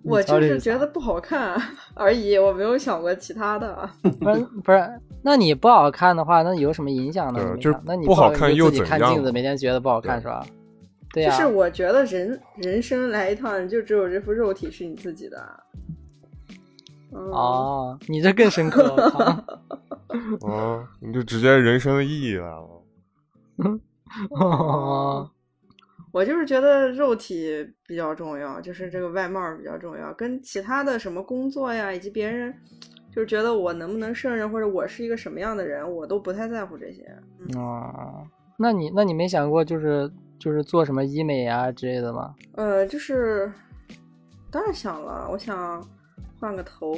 Speaker 4: 我
Speaker 2: 焦
Speaker 4: 就
Speaker 2: 虑
Speaker 4: 是
Speaker 2: 是啥
Speaker 4: 觉得不好看啊 而已，我没有想过其他的。啊
Speaker 2: 不是不是，那你不好看的话，那有什么影响呢？
Speaker 3: 对啊
Speaker 2: 你没
Speaker 3: 就是
Speaker 2: 看那你
Speaker 3: 不好
Speaker 2: 照
Speaker 3: 看
Speaker 2: 你
Speaker 3: 又
Speaker 2: 自己
Speaker 3: 怎
Speaker 2: 看
Speaker 3: 样
Speaker 2: 镜子，每天觉得不好看
Speaker 3: 对
Speaker 2: 是吧？对啊
Speaker 4: 就
Speaker 2: 呀、
Speaker 4: 是我觉得人人生来一趟，就只有这副肉体是你自己的。啊嗯，
Speaker 2: 哦，你这更深刻了我靠。
Speaker 3: 啊，你就直接人生的意义来了。
Speaker 2: 哦，
Speaker 4: 我就是觉得肉体比
Speaker 2: 嗯
Speaker 4: 较重要，就是这个外貌比较重要，跟其他的什么工作呀，以及别人就是觉得我能不能胜任或者我是一个什么样的人，我都不太在乎这些。
Speaker 1: 啊，
Speaker 2: 哦那你那你没想过就是就是做什么医美啊之类的吗？
Speaker 4: 呃，就是当然想了，我想换个头，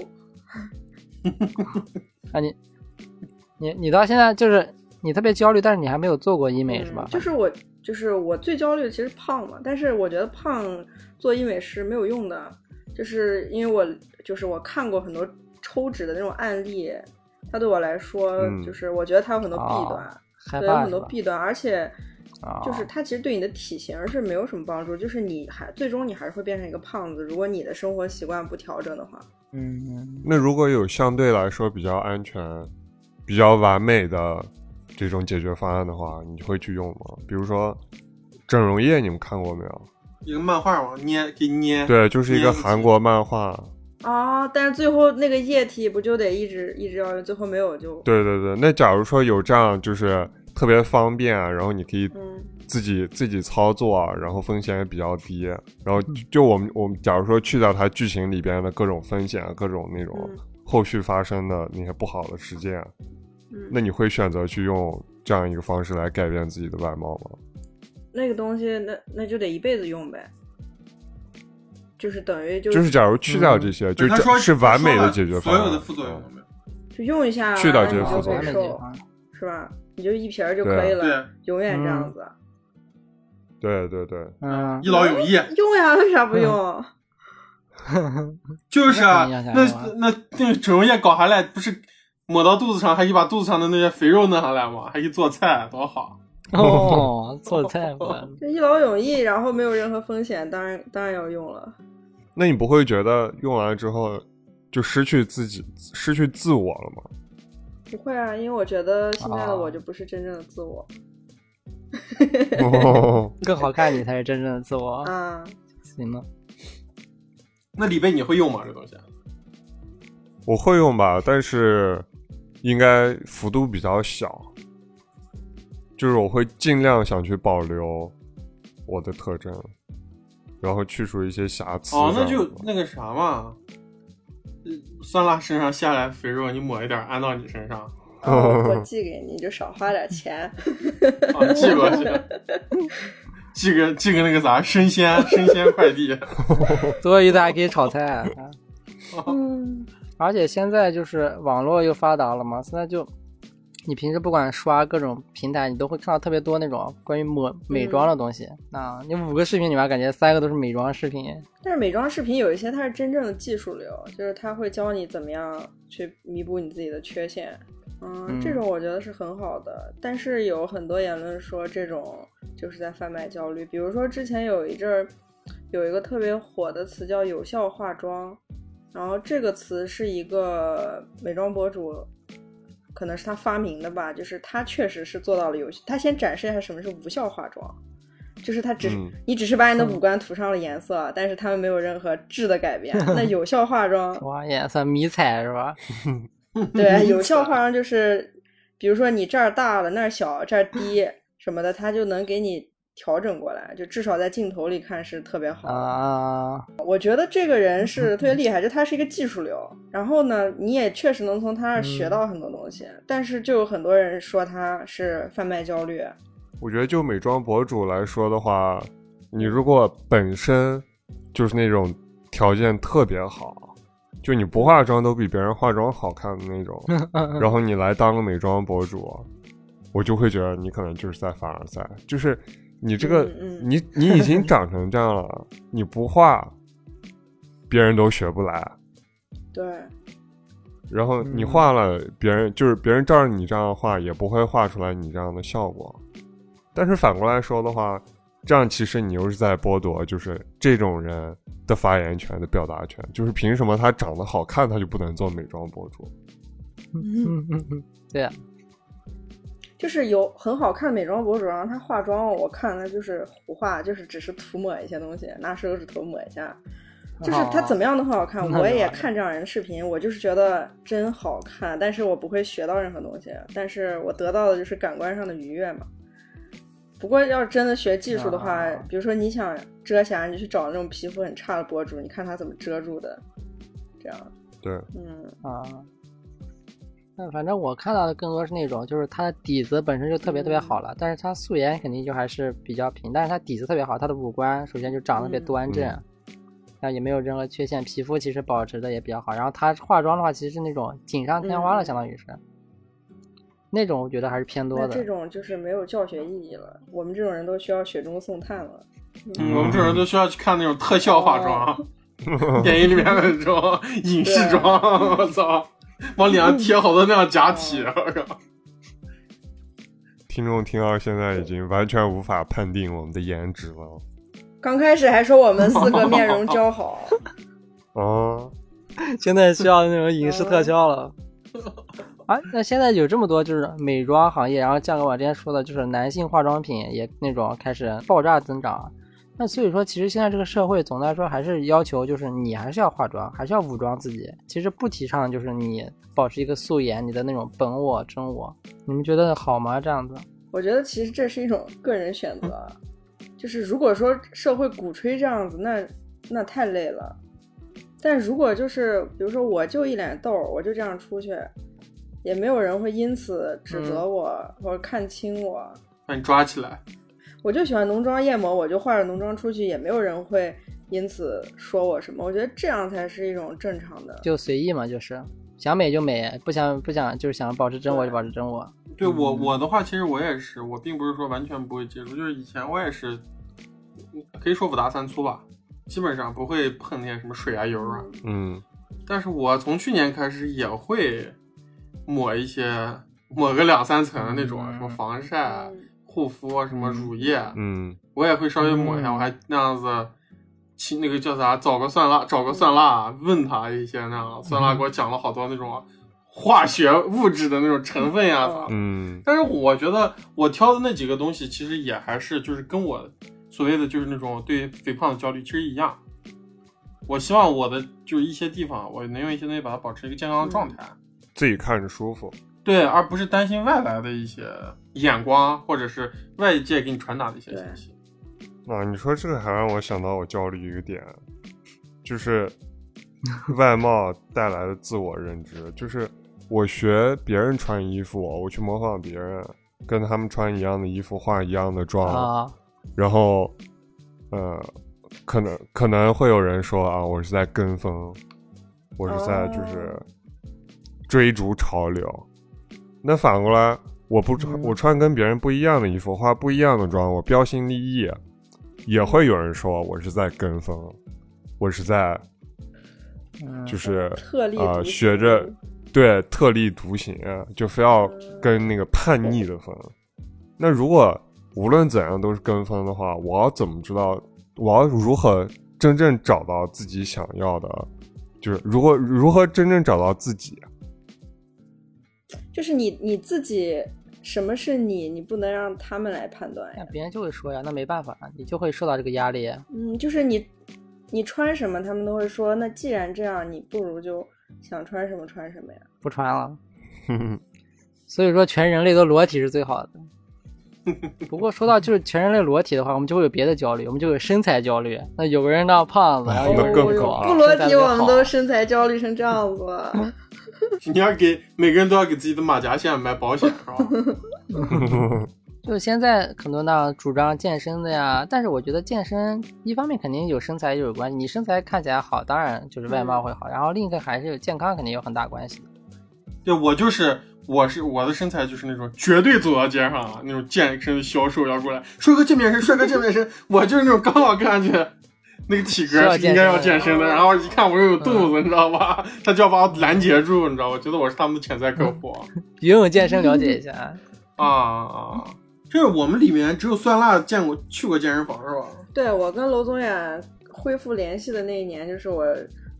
Speaker 2: 啊你你你到现在就是你特别焦虑，但是你还没有做过医美是吧
Speaker 4: 嗯？就是我就是我最焦虑的其实胖嘛，但是我觉得胖做医美是没有用的，就是因为我就是我看过很多抽脂的那种案例，它对我来说、
Speaker 3: 嗯
Speaker 4: 就是我觉得它有很多弊
Speaker 2: 哦
Speaker 4: 端，
Speaker 2: 害
Speaker 4: 对，有
Speaker 2: 怕
Speaker 4: 很
Speaker 2: 是
Speaker 4: 多
Speaker 2: 吧？
Speaker 4: 弊端，而且
Speaker 2: 啊，
Speaker 4: 就是它其实对你的体型是没有什么帮助，就是你还最终你还是会变成一个胖子，如果你的生活习惯不调整的话。
Speaker 1: 嗯，
Speaker 3: 那如果有相对来说比较安全、比较完美的这种解决方案的话，你会去用吗？比如说整容液，你们看过没有？
Speaker 1: 一个漫画往捏给捏，
Speaker 3: 对，就是一个韩国漫画。
Speaker 4: 啊！但是最后那个液体不就得一直一直要用，最后没有就
Speaker 3: 对对对，那假如说有这样，就是特别方便，啊然后你可以
Speaker 4: 嗯
Speaker 3: 自己自己操作，啊然后风险也比较低。然后就就我们我们假如说去掉它剧情里边的各种风险啊，各种那种
Speaker 4: 嗯
Speaker 3: 后续发生的那些不好的事件，啊
Speaker 4: 嗯，
Speaker 3: 那你会选择去用这样一个方式来改变自己的外貌吗？
Speaker 4: 那个东西那那就得一辈子用呗，就是嗯等于就
Speaker 3: 就是假如去掉这些，就
Speaker 1: 他
Speaker 3: 这
Speaker 1: 说
Speaker 3: 是完美的解决方
Speaker 1: 所
Speaker 3: 案。
Speaker 1: 有的副作用都没有，
Speaker 4: 就用一下，
Speaker 3: 去掉
Speaker 4: 那
Speaker 3: 这
Speaker 4: 你
Speaker 3: 个
Speaker 4: 就
Speaker 3: 副作
Speaker 4: 会
Speaker 3: 用啊
Speaker 4: 瘦，是吧？你就一瓶儿就可以
Speaker 1: 对
Speaker 4: 了，，永远这样子。
Speaker 3: 对对对，
Speaker 2: 嗯
Speaker 1: 一，劳永逸，
Speaker 4: 用呀，为啥不
Speaker 3: 嗯
Speaker 4: 用？
Speaker 1: 就是啊，
Speaker 2: 那
Speaker 1: 那那那整容液搞下来不是抹到肚子上，还可以把肚子上的那些肥肉弄下来吗？还可以做菜，多好！
Speaker 2: 哦，做菜不？
Speaker 4: 就一劳永逸，然后没有任何风险，当然当然要用了。
Speaker 3: 那你不会觉得用完之后就失去自己、失去自我了吗？
Speaker 4: 不会啊，因为我觉得现在的
Speaker 2: 啊
Speaker 4: 我就不是真正的自我
Speaker 3: 哦，
Speaker 2: 更好看你才是真正的自我。
Speaker 4: 啊。
Speaker 2: 行了，
Speaker 1: 那李贝你会用吗？这东西？
Speaker 3: 我会用吧，但是应该幅度比较小，就是我会尽量想去保留我的特征，然后去除一些瑕疵这
Speaker 1: 哦
Speaker 3: 样，子。
Speaker 1: 那就那个啥嘛，呃酸辣身上下来肥肉，你抹一点安到你身上，
Speaker 4: 啊我寄给你，你就少花点钱。
Speaker 1: 啊，寄过 去，寄个寄个那个啥生鲜生鲜快递，
Speaker 2: 多余的还可以炒菜啊。
Speaker 4: 嗯，
Speaker 2: 而且现在就是网络又发达了嘛，现在就你平时不管刷各种平台，你都会看到特别多那种关于抹美妆的东西、啊。你五个视频里面感觉三个都是美妆视频，
Speaker 4: 但是美妆视频有一些它是真正的技术流，就是它会教你怎么样去弥补你自己的缺陷。嗯，
Speaker 2: 嗯
Speaker 4: 这种我觉得是很好的，但是有很多言论说这种就是在贩卖焦虑。比如说之前有一阵儿有一个特别火的词叫“有效化妆”，然后这个词是一个美妆博主，可能是他发明的吧，就是他确实是做到了有，他先展示一下什么是无效化妆，就是他只是、
Speaker 3: 嗯
Speaker 4: 你只是把你的五官涂上了颜色，但是他们没有任何质的改变。那有效化妆，
Speaker 2: 哇也算迷彩是吧？
Speaker 4: 对，有效化妆就是，比如说你这儿大了，那儿小，这儿 低什么的，它就能给你调整过来，就至少在镜头里看是特别好的。
Speaker 2: 啊，
Speaker 4: 我觉得这个人 是特别厉害，就他是一个技术流。然后呢，你也确实能从他那儿学
Speaker 2: 嗯
Speaker 4: 到很多东西，但是就有很多人说他是贩卖焦虑。
Speaker 3: 我觉得就美妆博主来说的话，你如果本身就是那种条件特别好，就你不化妆都比别人化妆好看的那种，然后你来当个美妆博主，我就会觉得你可能就是在凡尔赛，就是你这个、
Speaker 4: 嗯嗯
Speaker 3: 你你已经长成这样了，你不化，别人都学不来。
Speaker 4: 对，
Speaker 3: 然后你
Speaker 2: 嗯
Speaker 3: 画了，别人就是别人照着你这样画，也不会画出来你这样的效果。但是反过来说的话，这样其实你又是在剥夺，就是这种人的发言权的表达权。就是凭什么他长得好看，他就不能做美妆博主？
Speaker 2: 嗯嗯嗯，对啊，
Speaker 4: 就是有很好看的美妆博主，然后他化妆，我看他就是胡画，就是只是涂抹一些东西，拿手指头抹一下，就是他怎么样都很好看。
Speaker 2: 那就
Speaker 4: 我也
Speaker 2: 完了
Speaker 4: 看这样人视频，我就是觉得真好看，但是我不会学到任何东西，但是我得到的就是感官上的愉悦嘛。不过要是真的学技术的话，
Speaker 2: 啊
Speaker 4: 比如说你想遮瑕，你就去找那种皮肤很差的博主，你看他怎么遮住的，这样，
Speaker 3: 对，
Speaker 4: 嗯，
Speaker 2: 啊？但反正我看到的更多是那种，就是它的底子本身就特别特别好了，但是它素颜肯定就还是比较平，但是它底子特别好，它的五官首先就长得特别端正，
Speaker 3: 嗯
Speaker 2: 然后也没有任何缺陷，皮肤其实保持的也比较好。然后她化妆的话，其实是那种锦上添花了，
Speaker 4: 嗯
Speaker 2: 相当于是、那种，我觉得还是偏多
Speaker 4: 那
Speaker 2: 的。
Speaker 4: 这种就是没有教学意义了，我们这种人都需要雪中送炭了。
Speaker 1: 嗯我们这人都需要去看那种特效化妆，
Speaker 4: 哦
Speaker 1: 电影里面的那种影视妆，我操，往脸上贴好多那样假体，
Speaker 4: 哦
Speaker 1: 我靠。
Speaker 3: 听众听到现在已经完全无法判定我们的颜值了。
Speaker 4: 刚开始还说我们四个面容姣好，
Speaker 3: 哦，
Speaker 2: 现在需要那种影视特效了。啊，那现在有这么多就是美妆行业，然后价格我之前说的，就是男性化妆品也那种开始爆炸增长。那所以说，其实现在这个社会总的来说还是要求，就是你还是要化妆，还是要武装自己。其实不提倡就是你保持一个素颜，你的那种本我、真我，你们觉得好吗？这样子，
Speaker 4: 我觉得其实这是一种个人选择，就是如果说社会鼓吹这样子，那那太累了。但如果就是比如说我就一脸痘儿，我就这样出去，也没有人会因此指责我、或者看清我。
Speaker 1: 把你抓起来，
Speaker 4: 我就喜欢浓妆艳抹，我就化着浓妆出去，也没有人会因此说我什么。我觉得这样才是一种正常的。
Speaker 2: 就随意嘛，就是想美就美，不想不想就是想保持真我就保持真我。
Speaker 1: 对我
Speaker 3: 嗯
Speaker 1: 我的话，其实我也是，我并不是说完全不会接触，就是以前我也是，可以说五大三粗吧，基本上不会碰那些什么水啊油啊。
Speaker 3: 嗯，
Speaker 1: 但是我从去年开始也会抹一些，抹个两三层那种、
Speaker 2: 嗯
Speaker 1: 什么防晒、啊护肤、什么乳液，啊
Speaker 3: 嗯，
Speaker 1: 我也会稍微抹一下，
Speaker 2: 嗯
Speaker 1: 我还那样子。去那个叫啥？找个酸辣，找个酸辣，啊问他一些那样，酸
Speaker 3: 嗯
Speaker 1: 辣给我讲了好多那种化学物质的那种成分呀、啥的
Speaker 3: 嗯，
Speaker 1: 但是我觉得我挑的那几个东西，其实也还是就是跟我所谓的就是那种对肥胖的焦虑其实一样。我希望我的就是一些地方，我能用一些东西把它保持一个健康的状态，
Speaker 3: 自己看着舒服。
Speaker 1: 对，而不是担心外来的一些眼光或者是外界给你传达的一些信息。
Speaker 3: 啊，你说这个还让我想到我焦虑一个点，就是外貌带来的自我认知，就是我学别人穿衣服，我去模仿别人，跟他们穿一样的衣服，化一样的妆，
Speaker 2: 啊，
Speaker 3: 然后，呃，可能可能会有人说啊，我是在跟风，我是在就是追逐潮流。那反过来，我不穿、
Speaker 2: 嗯
Speaker 3: 我穿跟别人不一样的衣服，化不一样的妆，我标新立异，也会有人说我是在跟风，我是在
Speaker 2: 嗯
Speaker 3: 就是
Speaker 4: 特立独
Speaker 3: 啊、
Speaker 4: 行
Speaker 3: 学着对特立独行，就非要跟那个叛逆的风。那如果无论怎样都是跟风的话，我要怎么知道？我要如何真正找到自己想要的？就是如何如何真正找到自己？
Speaker 4: 就是你你自己什么是你，你不能让他们来判断
Speaker 2: 那
Speaker 4: 呀。
Speaker 2: 别人就会说呀，那没办法，你就会受到这个压力。
Speaker 4: 嗯，就是你你穿什么，他们都会说，那既然这样，你不如就想穿什么穿什么呀。
Speaker 2: 不穿了。所以说，全人类都裸体是最好的。不过说到就是全人类裸体的话，我们就会有别的焦虑，我们就有身材焦虑。那有个人当胖子，然后有个人
Speaker 3: 哎那更啊
Speaker 2: 不
Speaker 3: 可
Speaker 2: 壮
Speaker 3: 怕
Speaker 4: 哦不裸
Speaker 2: 身材
Speaker 4: 体，
Speaker 2: 比较
Speaker 4: 我们
Speaker 2: 好
Speaker 4: 都
Speaker 2: 啊嗯
Speaker 4: 身材焦虑成这样子了。
Speaker 1: 你要给每个人都要给自己的马甲线买保险，是吧？
Speaker 2: 就现在很多那主张健身的呀，但是我觉得健身一方面肯定有身材就有关系，你身材看起来好，当然就是外貌会好，
Speaker 4: 嗯
Speaker 2: 然后另一个还是有健康肯定有很大关系的。
Speaker 1: 对我就是。我是我的身材就是那种绝对走到街上啊，那种健身的销售要过来，帅哥健不健身，帅哥健不健身，我就是那种刚好看上去那个体格是应该要健身的，然嗯后一看我又有肚子，你知道吧？他就要把我拦截住，你知道吧？我觉得我是他们的潜在客户
Speaker 2: 游泳健身了解一 下，
Speaker 1: 啊啊！就是我们里面只有酸辣见过去过健身房是吧？
Speaker 4: 对我跟娄宗远恢复联系的那一年，就是我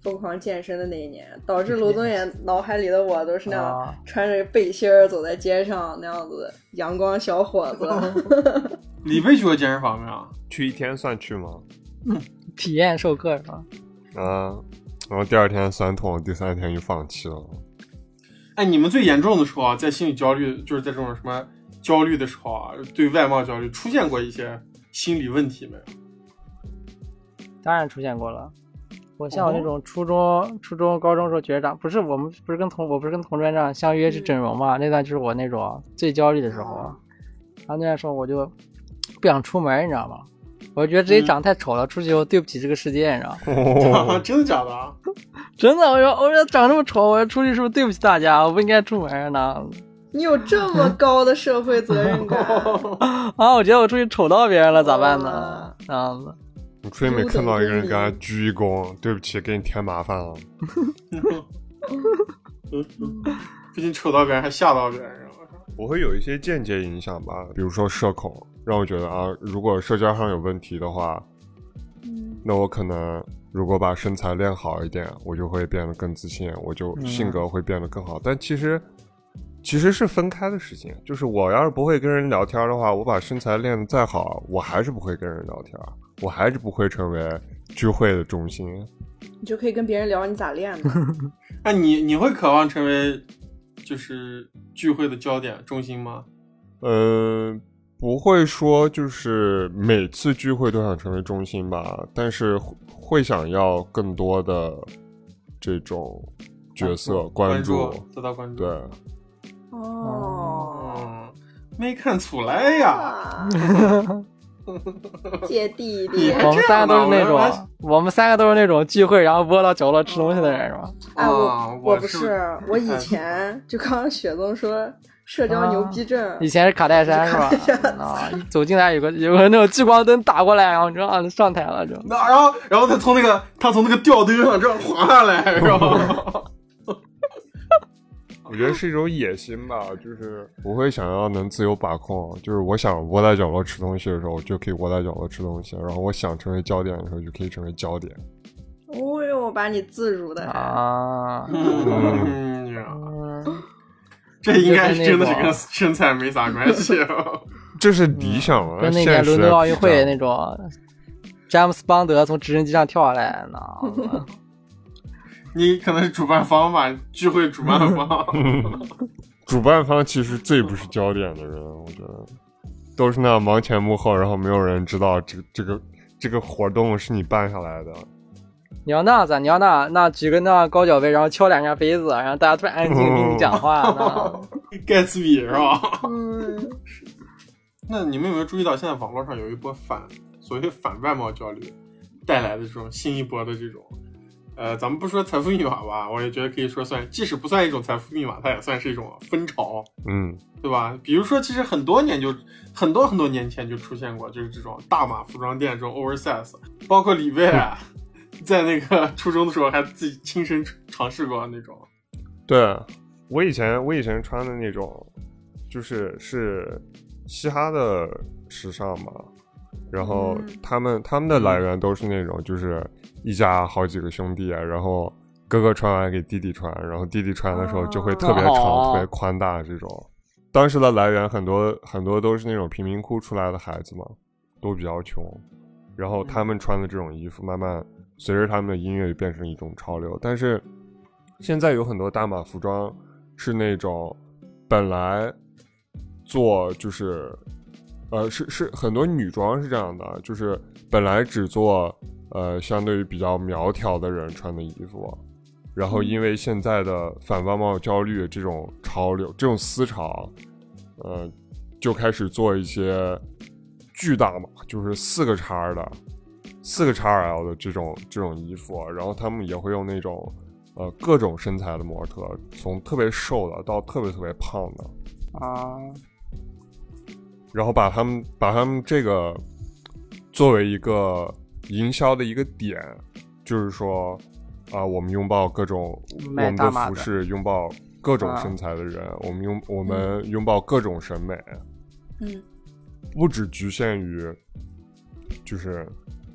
Speaker 4: 疯狂健身的那一年，导致娄宗远脑海里的我都是那
Speaker 2: 啊
Speaker 4: 样穿着背心儿走在街上那样子阳光小伙 子。
Speaker 1: 李贝去过健身房没有？
Speaker 3: 去一天算去吗？
Speaker 2: 体验授课是吧？
Speaker 3: 啊，然后第二天酸痛，第三天就放弃 了。
Speaker 1: 哎，你们最严重的时候啊，在心理焦虑，就是在这种什么焦虑的时候啊，对外貌焦虑，出现过一些心理问题没有？
Speaker 2: 当然出现过了。我像
Speaker 1: 哦
Speaker 2: 我那种初中、初中、高中时候学长，不是我们不是跟同我不是跟同专长相约去
Speaker 1: 嗯
Speaker 2: 整容嘛？那段就是我那种最焦虑的时候，啊
Speaker 4: 哦
Speaker 2: 然后那段时候我就不想出门，你知道吗？我觉得
Speaker 1: 嗯
Speaker 2: 自己长得太丑了，出去以后对不起这个世界，你知道吗？
Speaker 3: 哦
Speaker 1: 真的假的啊？
Speaker 2: 真的，我说我说长这么丑，我说出去是不是对不起大家？我不应该出门呢。
Speaker 4: 你有这么高的社会责任感，
Speaker 2: 啊，我觉得我出去丑到别人了，咋办呢？
Speaker 1: 哦
Speaker 2: 这样子，
Speaker 3: 你出去每看到一个人，给他鞠一躬，对不起，给你添麻烦了。
Speaker 1: 不仅丑到别人，还吓到别人。我操
Speaker 3: 我会有一些间接影响吧，比如说社恐，让我觉得啊，如果社交上有问题的话，那我可能如果把身材练好一点，我就会变得更自信，我就
Speaker 1: 嗯
Speaker 3: 性格会变得更好。但其实其实是分开的事情，就是我要是不会跟人聊天的话，我把身材练得再好，我还是不会跟人聊天，我还是不会成为聚会的中心。
Speaker 4: 你就可以跟别人聊你咋练的。
Speaker 1: 那你你会渴望成为就是聚会的焦点中心吗？
Speaker 3: 呃，不会说就是每次聚会都想成为中心吧，但是会会想要更多的这种角色关
Speaker 1: 关
Speaker 3: 注。
Speaker 1: 得到关注。
Speaker 3: 对，
Speaker 4: 哦，
Speaker 1: 嗯，没看出来呀。
Speaker 4: 啊 接地
Speaker 1: 你
Speaker 4: 气。
Speaker 1: 还
Speaker 2: 我们三个都是那
Speaker 1: 这样吧我
Speaker 2: 种，我们三个都是那种聚会，然后窝到角落吃东西的人，是吧？
Speaker 4: 哎，
Speaker 1: 啊
Speaker 4: 我
Speaker 1: 我
Speaker 4: 不
Speaker 1: 是
Speaker 4: 是，我以前就刚刚雪宗说社交牛逼症，
Speaker 2: 以前是卡戴珊，是吧？啊，走进来有个有个那种聚光灯打过来，然后你知道啊上台了，就
Speaker 1: 那然后然后他从那个他从那个吊灯上这样滑下来，是 吧？
Speaker 3: 我觉得是一种野心吧，就是我会想要能自由把控，就是我想窝在角落吃东西的时候，我就可以窝在角落吃东西；然后我想成为焦点的时候，就可以成为焦点。
Speaker 4: 哦哟，我把你自如的。
Speaker 2: 啊，
Speaker 1: 嗯 呀
Speaker 2: 嗯，
Speaker 1: 这应该是真的是跟身材没啥关系啊。
Speaker 3: 这是理想啊，
Speaker 2: 嗯跟那
Speaker 3: 现
Speaker 2: 年
Speaker 3: 实
Speaker 2: 伦敦奥运
Speaker 3: 不是这
Speaker 2: 会
Speaker 3: 样
Speaker 2: 那种詹姆斯邦德从直升机上跳下来， 那
Speaker 1: 你可能是主办方吧，聚会主办方。
Speaker 3: 主办方其实最不是焦点的人，我觉得都是那忙前幕后，然后没有人知道这这个这个活动是你办下来的。
Speaker 2: 你要那咋？你要那那举个那高脚杯，然后敲两下杯子，然后大家突然安静听你讲话，那
Speaker 1: 盖茨比是吧？
Speaker 4: 嗯，
Speaker 1: 那你们有没有注意到，现在网络上有一波反所谓反外貌焦虑带来的这种新一波的这种，呃，咱们不说财富密码吧，我也觉得可以说算，即使不算一种财富密码，它也算是一种风潮，
Speaker 3: 嗯，
Speaker 1: 对吧？比如说，其实很多年就很多很多年前就出现过，就是这种大码服装店这种 oversize，包括李贝啊，在那个初中的时候还自己亲身尝试过那种。
Speaker 3: 对我以前我以前穿的那种，就是是嘻哈的时尚嘛，然后
Speaker 4: 嗯
Speaker 3: 他们、他们的来源都是那种就是一家好几个兄弟，啊然后哥哥穿完给弟弟穿，然后弟弟穿的时候就会特别长、
Speaker 2: 哦
Speaker 3: 特别宽大这种。当时的来源很多很多都是那种贫民窟出来的孩子嘛，都比较穷，然后他们穿的这种衣服，慢慢随着他们的音乐就变成一种潮流。但是现在有很多大码服装是那种本来做就是，呃，是是很多女装是这样的，就是本来只做呃相对于比较苗条的人穿的衣服，然后因为现在的反外貌焦虑这种潮流、这种思潮，呃，就开始做一些巨大码，就是四个叉儿的、四个叉 L 的这种这种衣服，啊然后他们也会用那种呃各种身材的模特，从特别瘦的到特别特别胖的，
Speaker 2: 啊，
Speaker 3: 然后把他们把他们这个作为一个营销的一个点，就是说啊、我们拥抱各种我
Speaker 2: 卖
Speaker 3: 们
Speaker 2: 大
Speaker 3: 的
Speaker 2: 码
Speaker 3: 服
Speaker 2: 的
Speaker 3: 饰，拥抱各种
Speaker 2: 啊
Speaker 3: 身材的人，我们拥我们
Speaker 2: 嗯
Speaker 3: 拥抱各种审美，
Speaker 4: 嗯，
Speaker 3: 不只局限于就是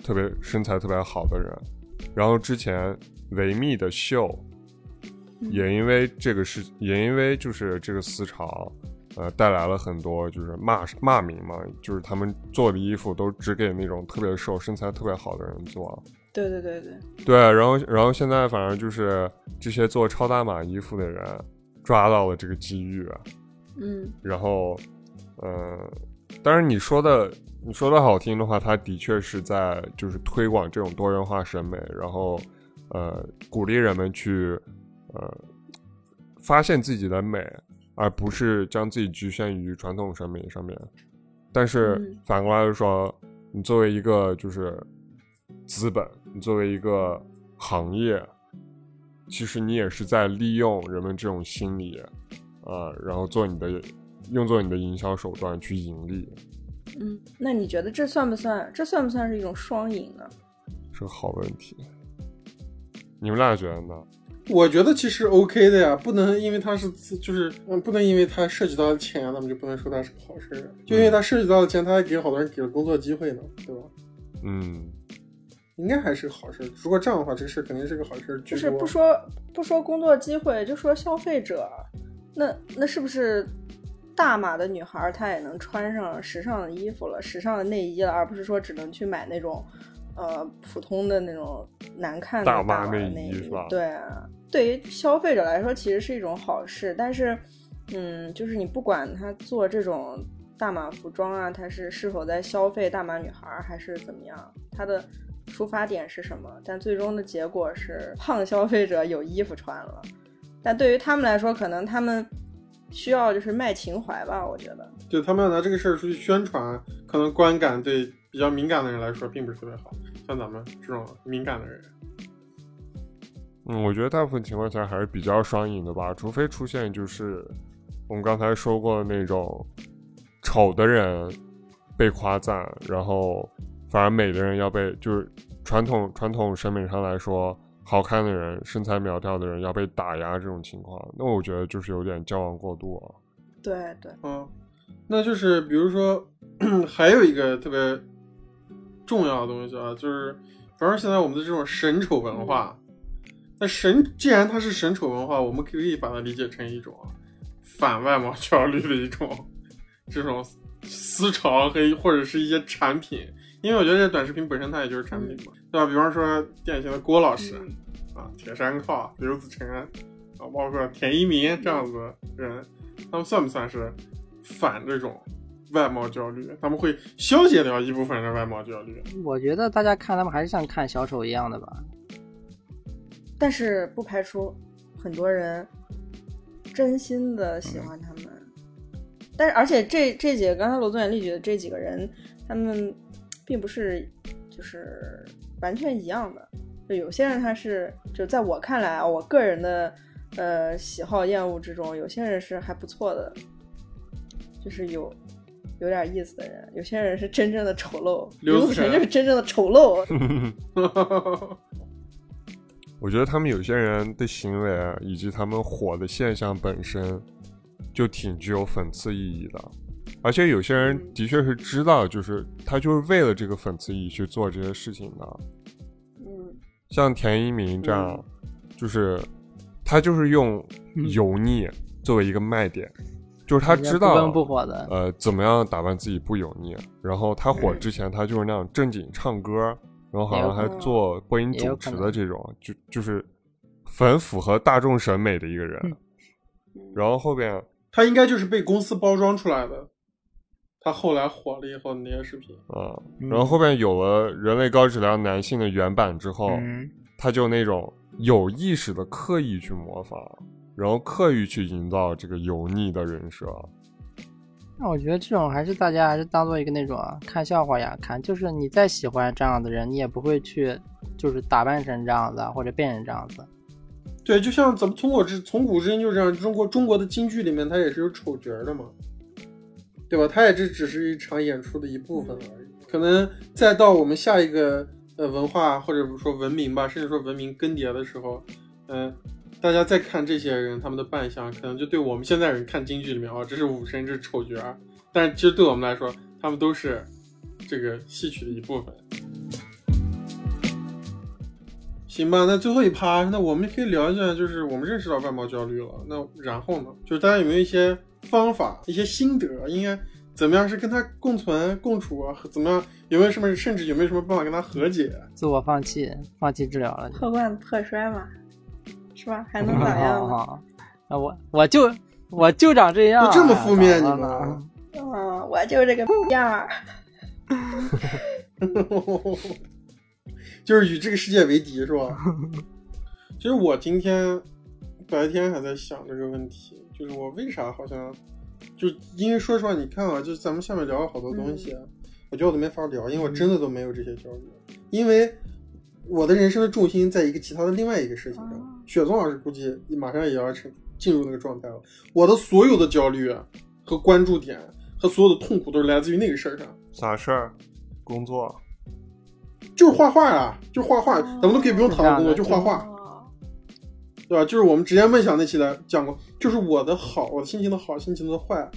Speaker 3: 特别身材特别好的人。然后之前维密的秀，也因为这个事，也因为就是这个思潮，呃，带来了很多就是骂骂名嘛，就是他们做的衣服都只给那种特别瘦、身材特别好的人做。
Speaker 4: 对对对对，
Speaker 3: 对，然后然后现在反正就是这些做超大码衣服的人抓到了这个机遇，
Speaker 4: 嗯，
Speaker 3: 然后，呃，当然你说的你说的好听的话，它的确是在就是推广这种多元化审美，然后呃鼓励人们去呃发现自己的美，而不是将自己局限于传统审美上面。但是
Speaker 4: 嗯
Speaker 3: 反过来说，你作为一个就是资本，你作为一个行业，其实你也是在利用人们这种心理啊、然后做你的用作你的营销手段去盈利，
Speaker 4: 嗯，那你觉得这算不算？这算不算是一种双赢啊呢？
Speaker 3: 是个好问题。你们俩觉得呢？
Speaker 1: 我觉得其实 OK 的呀，不能因为它是自就是，嗯，不能因为它涉及到钱，啊咱们就不能说它是个好事儿。就因为它涉及到钱，它还给好多人给了工作机会呢，对吧？
Speaker 3: 嗯，
Speaker 1: 应该还是个好事儿。如果这样的话，这个事儿肯定是个好事儿。
Speaker 4: 就
Speaker 1: 就是
Speaker 4: 不说不说工作机会，就说消费者，那那是不是大码的女孩儿她也能穿上时尚的衣服了，时尚的内衣了，而不是说只能去买那种呃普通的那种难看的
Speaker 3: 大码
Speaker 4: 码的
Speaker 3: 内
Speaker 4: 内
Speaker 3: 衣是吧
Speaker 4: 对啊，对于消费者来说其实是一种好事，但是嗯，就是你不管她做这种。大码服装啊，她是是否在消费大码女孩儿，还是怎么样？她的出发点是什么，但最终的结果是胖消费者有衣服穿了。但对于他们来说，可能他们需要就是卖情怀吧，我觉得。
Speaker 1: 对他们要拿这个事儿出去宣传，可能观感对比较敏感的人来说并不是特别好，像咱们这种敏感的人。
Speaker 3: 嗯，我觉得大部分情况下还是比较双赢的吧，除非出现就是我们刚才说过的那种丑的人被夸赞，然后反而美的人要被就是传统传统审美上来说，好看的人、身材苗条的人要被打压这种情况，那我觉得就是有点矫枉过度啊。
Speaker 4: 对对，
Speaker 1: 嗯，那就是比如说，还有一个特别重要的东西啊，就是反正现在我们的这种审丑文化，那审既然它是审丑文化，我们可以把它理解成一种反外貌焦虑的一种这种思潮和或者是一些产品，因为我觉得这短视频本身它也就是产品嘛，对吧？比方说典型的郭老师、
Speaker 4: 嗯
Speaker 1: 啊，铁山靠、刘子成啊，包括田一鸣这样子的人，他们算不算是反这种外貌焦虑？他们会消解掉一部分人的外貌焦虑。
Speaker 2: 我觉得大家看他们还是像看小丑一样的吧。
Speaker 4: 但是不排除很多人真心的喜欢他们。但是，而且这这几个刚才罗总也例举的这几个人，他们并不是就是完全一样的。就有些人他是就在我看来啊，我个人的呃喜好厌恶之中，有些人是还不错的，就是有有点意思的人，有些人是真正的丑陋，
Speaker 1: 刘
Speaker 4: 刘
Speaker 1: 子
Speaker 4: 子
Speaker 1: 成
Speaker 4: 成就是真正的丑 陋，
Speaker 3: 我觉得他们有些人的行为啊以及他们火的现象本身，就挺具有讽刺意义的。而且有些人的确是知道，就是他就是为了这个讽刺意义去做这些事情的。
Speaker 4: 嗯。
Speaker 3: 像田一鸣这样，就是他就是用
Speaker 2: 嗯
Speaker 3: 油腻作为一个卖点，就是他知
Speaker 2: 不
Speaker 3: 道
Speaker 2: 温不火的，
Speaker 3: 呃，怎么样打扮自己不油腻？啊然后他火之前，他就是那种正经唱歌，然后好像还做播音主持的这种，就就是很符合大众审美的一个人。然后后边，
Speaker 1: 他应该就是被公司包装出来的。他后来火了以后的那些视频，
Speaker 3: 啊，
Speaker 2: 嗯
Speaker 3: 然后后边有了人类高质量男性的原版之后，
Speaker 2: 嗯，
Speaker 3: 他就那种有意识的刻意去模仿，然后刻意去营造这个油腻的人设。
Speaker 2: 那我觉得这种还是大家还是当做一个那种啊，看笑话呀看，就是你再喜欢这样的人，你也不会去就是打扮成这样子啊或者变成这样子。
Speaker 1: 对，就像咱们从我至从古至今就这样，中国中国的京剧里面，它也是有丑角的嘛，对吧？它也这只是一场演出的一部分而已。可能再到我们下一个呃文化或者说文明吧，甚至说文明更迭的时候，嗯、大家再看这些人他们的扮相，可能就对我们现在人看京剧里面哦，这是武生，这是丑角儿，但其实对我们来说，他们都是这个戏曲的一部分。行吧，那最后一趴，那我们可以聊一下，就是我们认识到外貌焦虑了，那然后呢，就是大家有没有一些方法、一些心得，应该怎么样是跟他共存共处啊？和怎么样有没有什么，甚至有没有什么办法跟他和解？啊
Speaker 2: 自我放弃，放弃治疗了就。
Speaker 4: 破罐子破摔嘛，是吧？还能
Speaker 2: 好
Speaker 4: 咋样呢？
Speaker 2: 好好，那我我就我就长这样啊，
Speaker 1: 都这么负面你
Speaker 2: 咋了
Speaker 1: 们
Speaker 2: 呢
Speaker 4: 嗯，我就这个样儿。
Speaker 1: 就是与这个世界为敌是吧？其实我今天白天还在想这个问题，就是我为啥好像就因为说实话，你看啊，就是咱们下面聊了好多东西啊，我觉得我都没法聊，因为我真的都没有这些焦虑，因为我的人生的重心在一个其他的另外一个事情上。雪松老师估计马上也要进进入那个状态了，我的所有的焦虑啊和关注点和所有的痛苦都是来自于那个事儿上。
Speaker 3: 啥事儿？工作。
Speaker 1: 就是画画啊，就是画画，咱们都可以不用讨论工作，
Speaker 2: 哦是这样的
Speaker 1: 就画画，
Speaker 4: 哦
Speaker 1: 对吧？就是我们直言梦想那期来讲过，就是我的好，我的心情的好，心情的坏，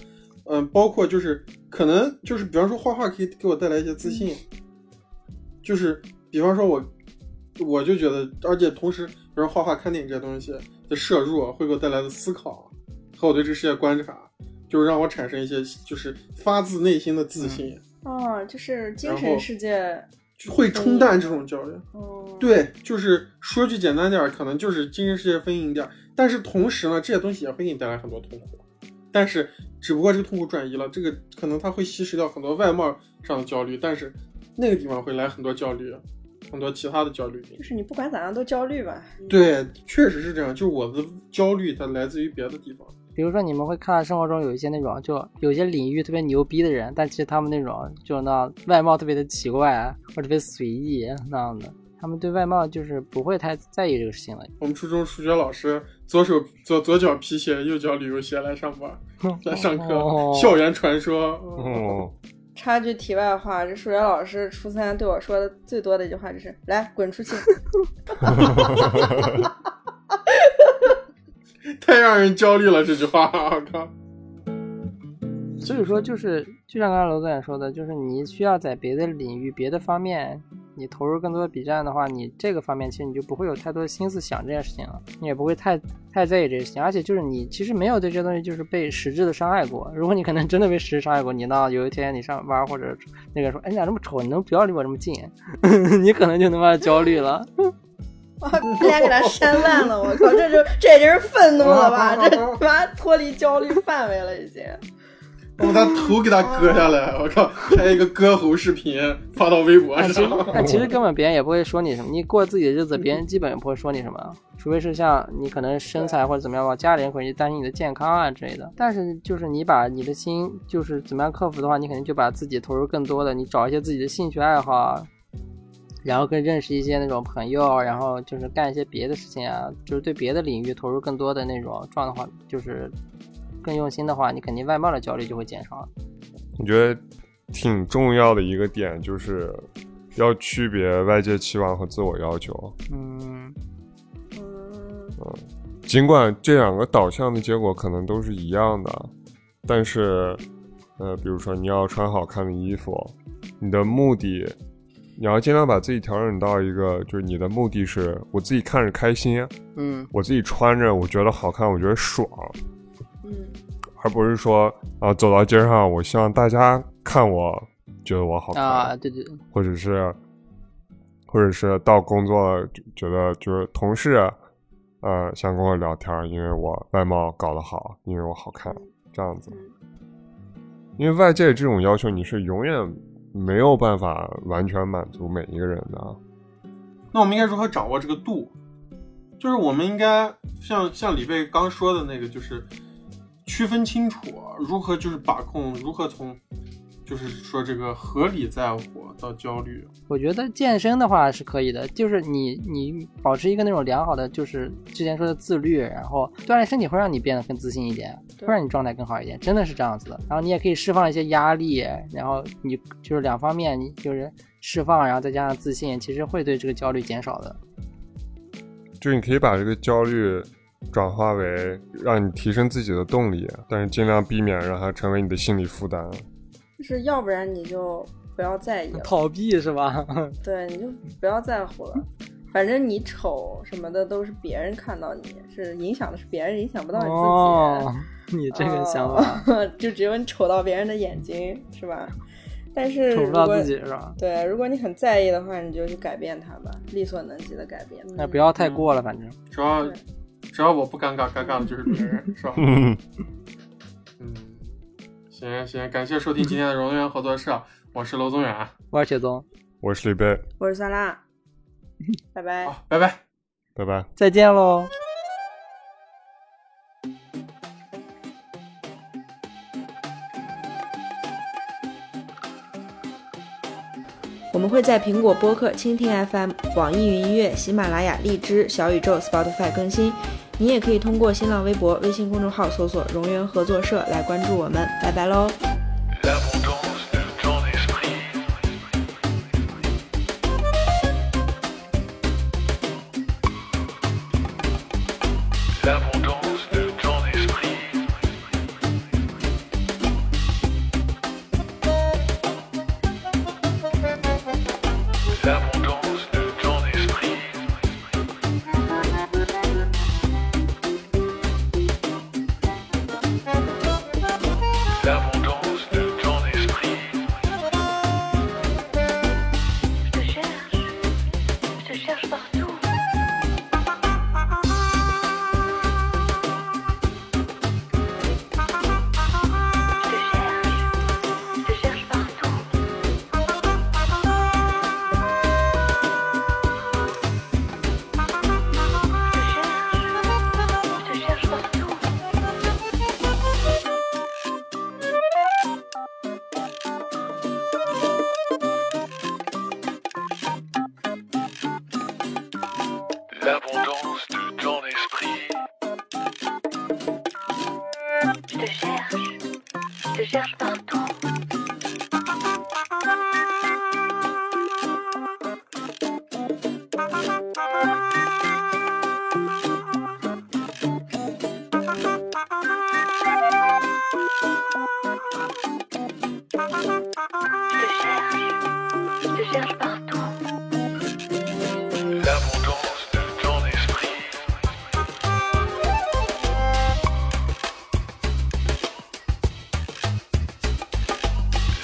Speaker 1: 嗯，包括就是可能就是比方说画画可以给我带来一些自信，
Speaker 2: 嗯
Speaker 1: 就是比方说我我就觉得，而且同时，比如说画画、看电影这些东西的摄入啊会给我带来的思考和我对这世界观察，就是让我产生一些就是发自内心的自信，
Speaker 2: 嗯
Speaker 4: 哦，就是精
Speaker 1: 然
Speaker 4: 神
Speaker 1: 后
Speaker 4: 世界，
Speaker 1: 就会冲淡这种焦虑。
Speaker 4: 哦，，
Speaker 1: 对，就是说句简单点儿，可能就是精神世界分一点儿，但是同时呢，这些东西也会给你带来很多痛苦，但是只不过这个痛苦转移了，这个可能它会稀释掉很多外貌上的焦虑，但是那个地方会来很多焦虑，很多其他的焦虑因
Speaker 4: 就
Speaker 1: 素。
Speaker 4: 是你不管咋样都焦虑吧，
Speaker 1: 对，确实是这样，就是我的焦虑它来自于别的地方。
Speaker 2: 比如说你们会看到生活中有一些那种就有些领域特别牛逼的人，但其实他们那种就是那外貌特别的奇怪啊或者特别随意啊那样的，他们对外貌就是不会太在意这个事情了。
Speaker 1: 我们初中数学老师左手左左脚皮鞋，右脚旅游鞋来上班， 来上课，
Speaker 2: 哦
Speaker 1: 校园传说。
Speaker 3: 哦，
Speaker 4: 插句题外话，这数学老师初三对我说的最多的一句话就是“来 滚出去
Speaker 1: 太让人焦虑了，这句话，我靠。
Speaker 2: 所以说，就是就像刚才楼总也说的，就是你需要在别的领域、别的方面，你投入更多的比战的话，你这个方面其实你就不会有太多心思想这件事情了，你也不会太太在意这些事情，而且就是你其实没有对这些东西就是被实质的伤害过。如果你可能真的被实质伤害过，你那有一天你上班或者那个说，哎，你咋这么丑？你能不要离我这么近？ 你可能就他妈焦虑了。”，
Speaker 4: 哇，直接给哦他扇烂了！我靠，这就这已经是愤怒 了吧？这他妈脱离焦虑范围了，已经。
Speaker 1: 我把他头给他割下来，我靠！拍一个割喉视频发到微博
Speaker 2: 但其实
Speaker 1: 上，
Speaker 2: 哎但其实根本别人也不会说你什么，你过自己的日子，别人基本也不会说你什么，除非是像你可能身材或者怎么样吧，家里人可能就担心你的健康啊之类的。但是就是你把你的心就是怎么样克服的话，你肯定就把自己投入更多的，你找一些自己的兴趣爱好啊，然后跟认识一些那种朋友，啊然后就是干一些别的事情啊，就是对别的领域投入更多的那种状的话，就是更用心的话，你肯定外貌的焦虑就会减少。
Speaker 3: 我觉得挺重要的一个点就是要区别外界期望和自我要求。
Speaker 2: 嗯，
Speaker 4: 嗯，
Speaker 3: 尽管这两个导向的结果可能都是一样的，但是，呃，比如说你要穿好看的衣服，你的目的，你要尽量把自己调整到一个，就是你的目的是我自己看着开心，
Speaker 2: 嗯，
Speaker 3: 我自己穿着我觉得好看，我觉得爽，
Speaker 4: 嗯，
Speaker 3: 而不是说啊走到街上，我希望大家看我觉得我好看，
Speaker 2: 啊，对对，
Speaker 3: 或者是，或者是到工作就觉得就是同事，呃，想跟我聊天儿，因为我外貌搞得好，因为我好看，这样子。因为外界这种要求，你是永远没有办法完全满足每一个人的。
Speaker 1: 那我们应该如何掌握这个度？就是我们应该像像李贝刚说的那个，就是区分清楚如何就是把控，如何从就是说这个合理在乎到焦虑。
Speaker 2: 我觉得健身的话是可以的，就是你你保持一个那种良好的，就是之前说的自律，然后锻炼身体会让你变得更自信一点，会
Speaker 4: 对
Speaker 2: 让你状态更好一点，真的是这样子的。然后你也可以释放一些压力，然后你就是两方面，你就是释放，然后再加上自信，其实会对这个焦虑减少的。
Speaker 3: 就是你可以把这个焦虑转化为让你提升自己的动力，但是尽量避免让它成为你的心理负担。
Speaker 4: 就是要不然你就不要在意了，
Speaker 2: 逃避是吧？
Speaker 4: 对，你就不要在乎了。反正你丑什么的都是别人看到你，是影响的是别人，影响不到你自己。
Speaker 2: 哦，你这个想法，
Speaker 4: 哦 就只有你瞅到别人的眼睛，是吧？但是
Speaker 2: 瞅
Speaker 4: 如
Speaker 2: 不到
Speaker 4: 果
Speaker 2: 自己是吧？
Speaker 4: 对，如果你很在意的话，你就去改变它吧，力所能及的改变。嗯
Speaker 2: 那哎不要太过了，反正。
Speaker 1: 只要
Speaker 4: 对
Speaker 1: 只要我不尴尬，尴尬的就是别人，是吧？嗯，行行，感谢收听今天的荣源合作社，我是娄宗远，啊
Speaker 2: 我是雪宗，
Speaker 3: 我是李贝，
Speaker 4: 我是酸辣，拜拜。
Speaker 1: 好，拜拜。
Speaker 3: 拜拜。
Speaker 2: 再见喽。
Speaker 4: 我们会在苹果播客、蜻蜓 FM、网易云音乐、喜马拉雅、荔枝、小宇宙、Spotify 更新。你也可以通过新浪微博、微信公众号搜索“荣源合作社”来关注我们。拜拜喽！
Speaker 5: L'abondance de ton esprit. L'abondance de ton esprit. L'abondance de ton esprit. L'abondance de ton esprit.
Speaker 6: Je te cherche, je te cherche partout. Je te cherche, je te cherche partout. Je te cherche, je te cherche partout.
Speaker 5: L'abondance de ton esprit.
Speaker 6: Je te cherche, je te cherche partout. Je te cherche, je te cherche partout.
Speaker 5: L'abondance de ton esprit.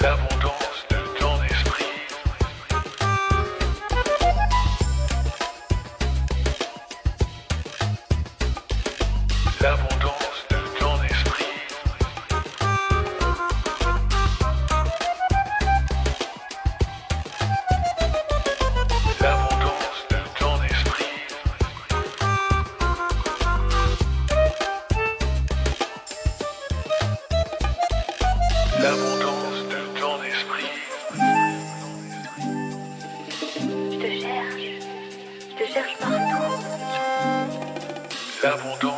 Speaker 5: L'abondance de ton esprit. L'abondance de ton esprit. L'abondance de ton esprit. L'abondance de ton esprit.
Speaker 6: Je te cherche, je te cherche partout.
Speaker 5: L'abondance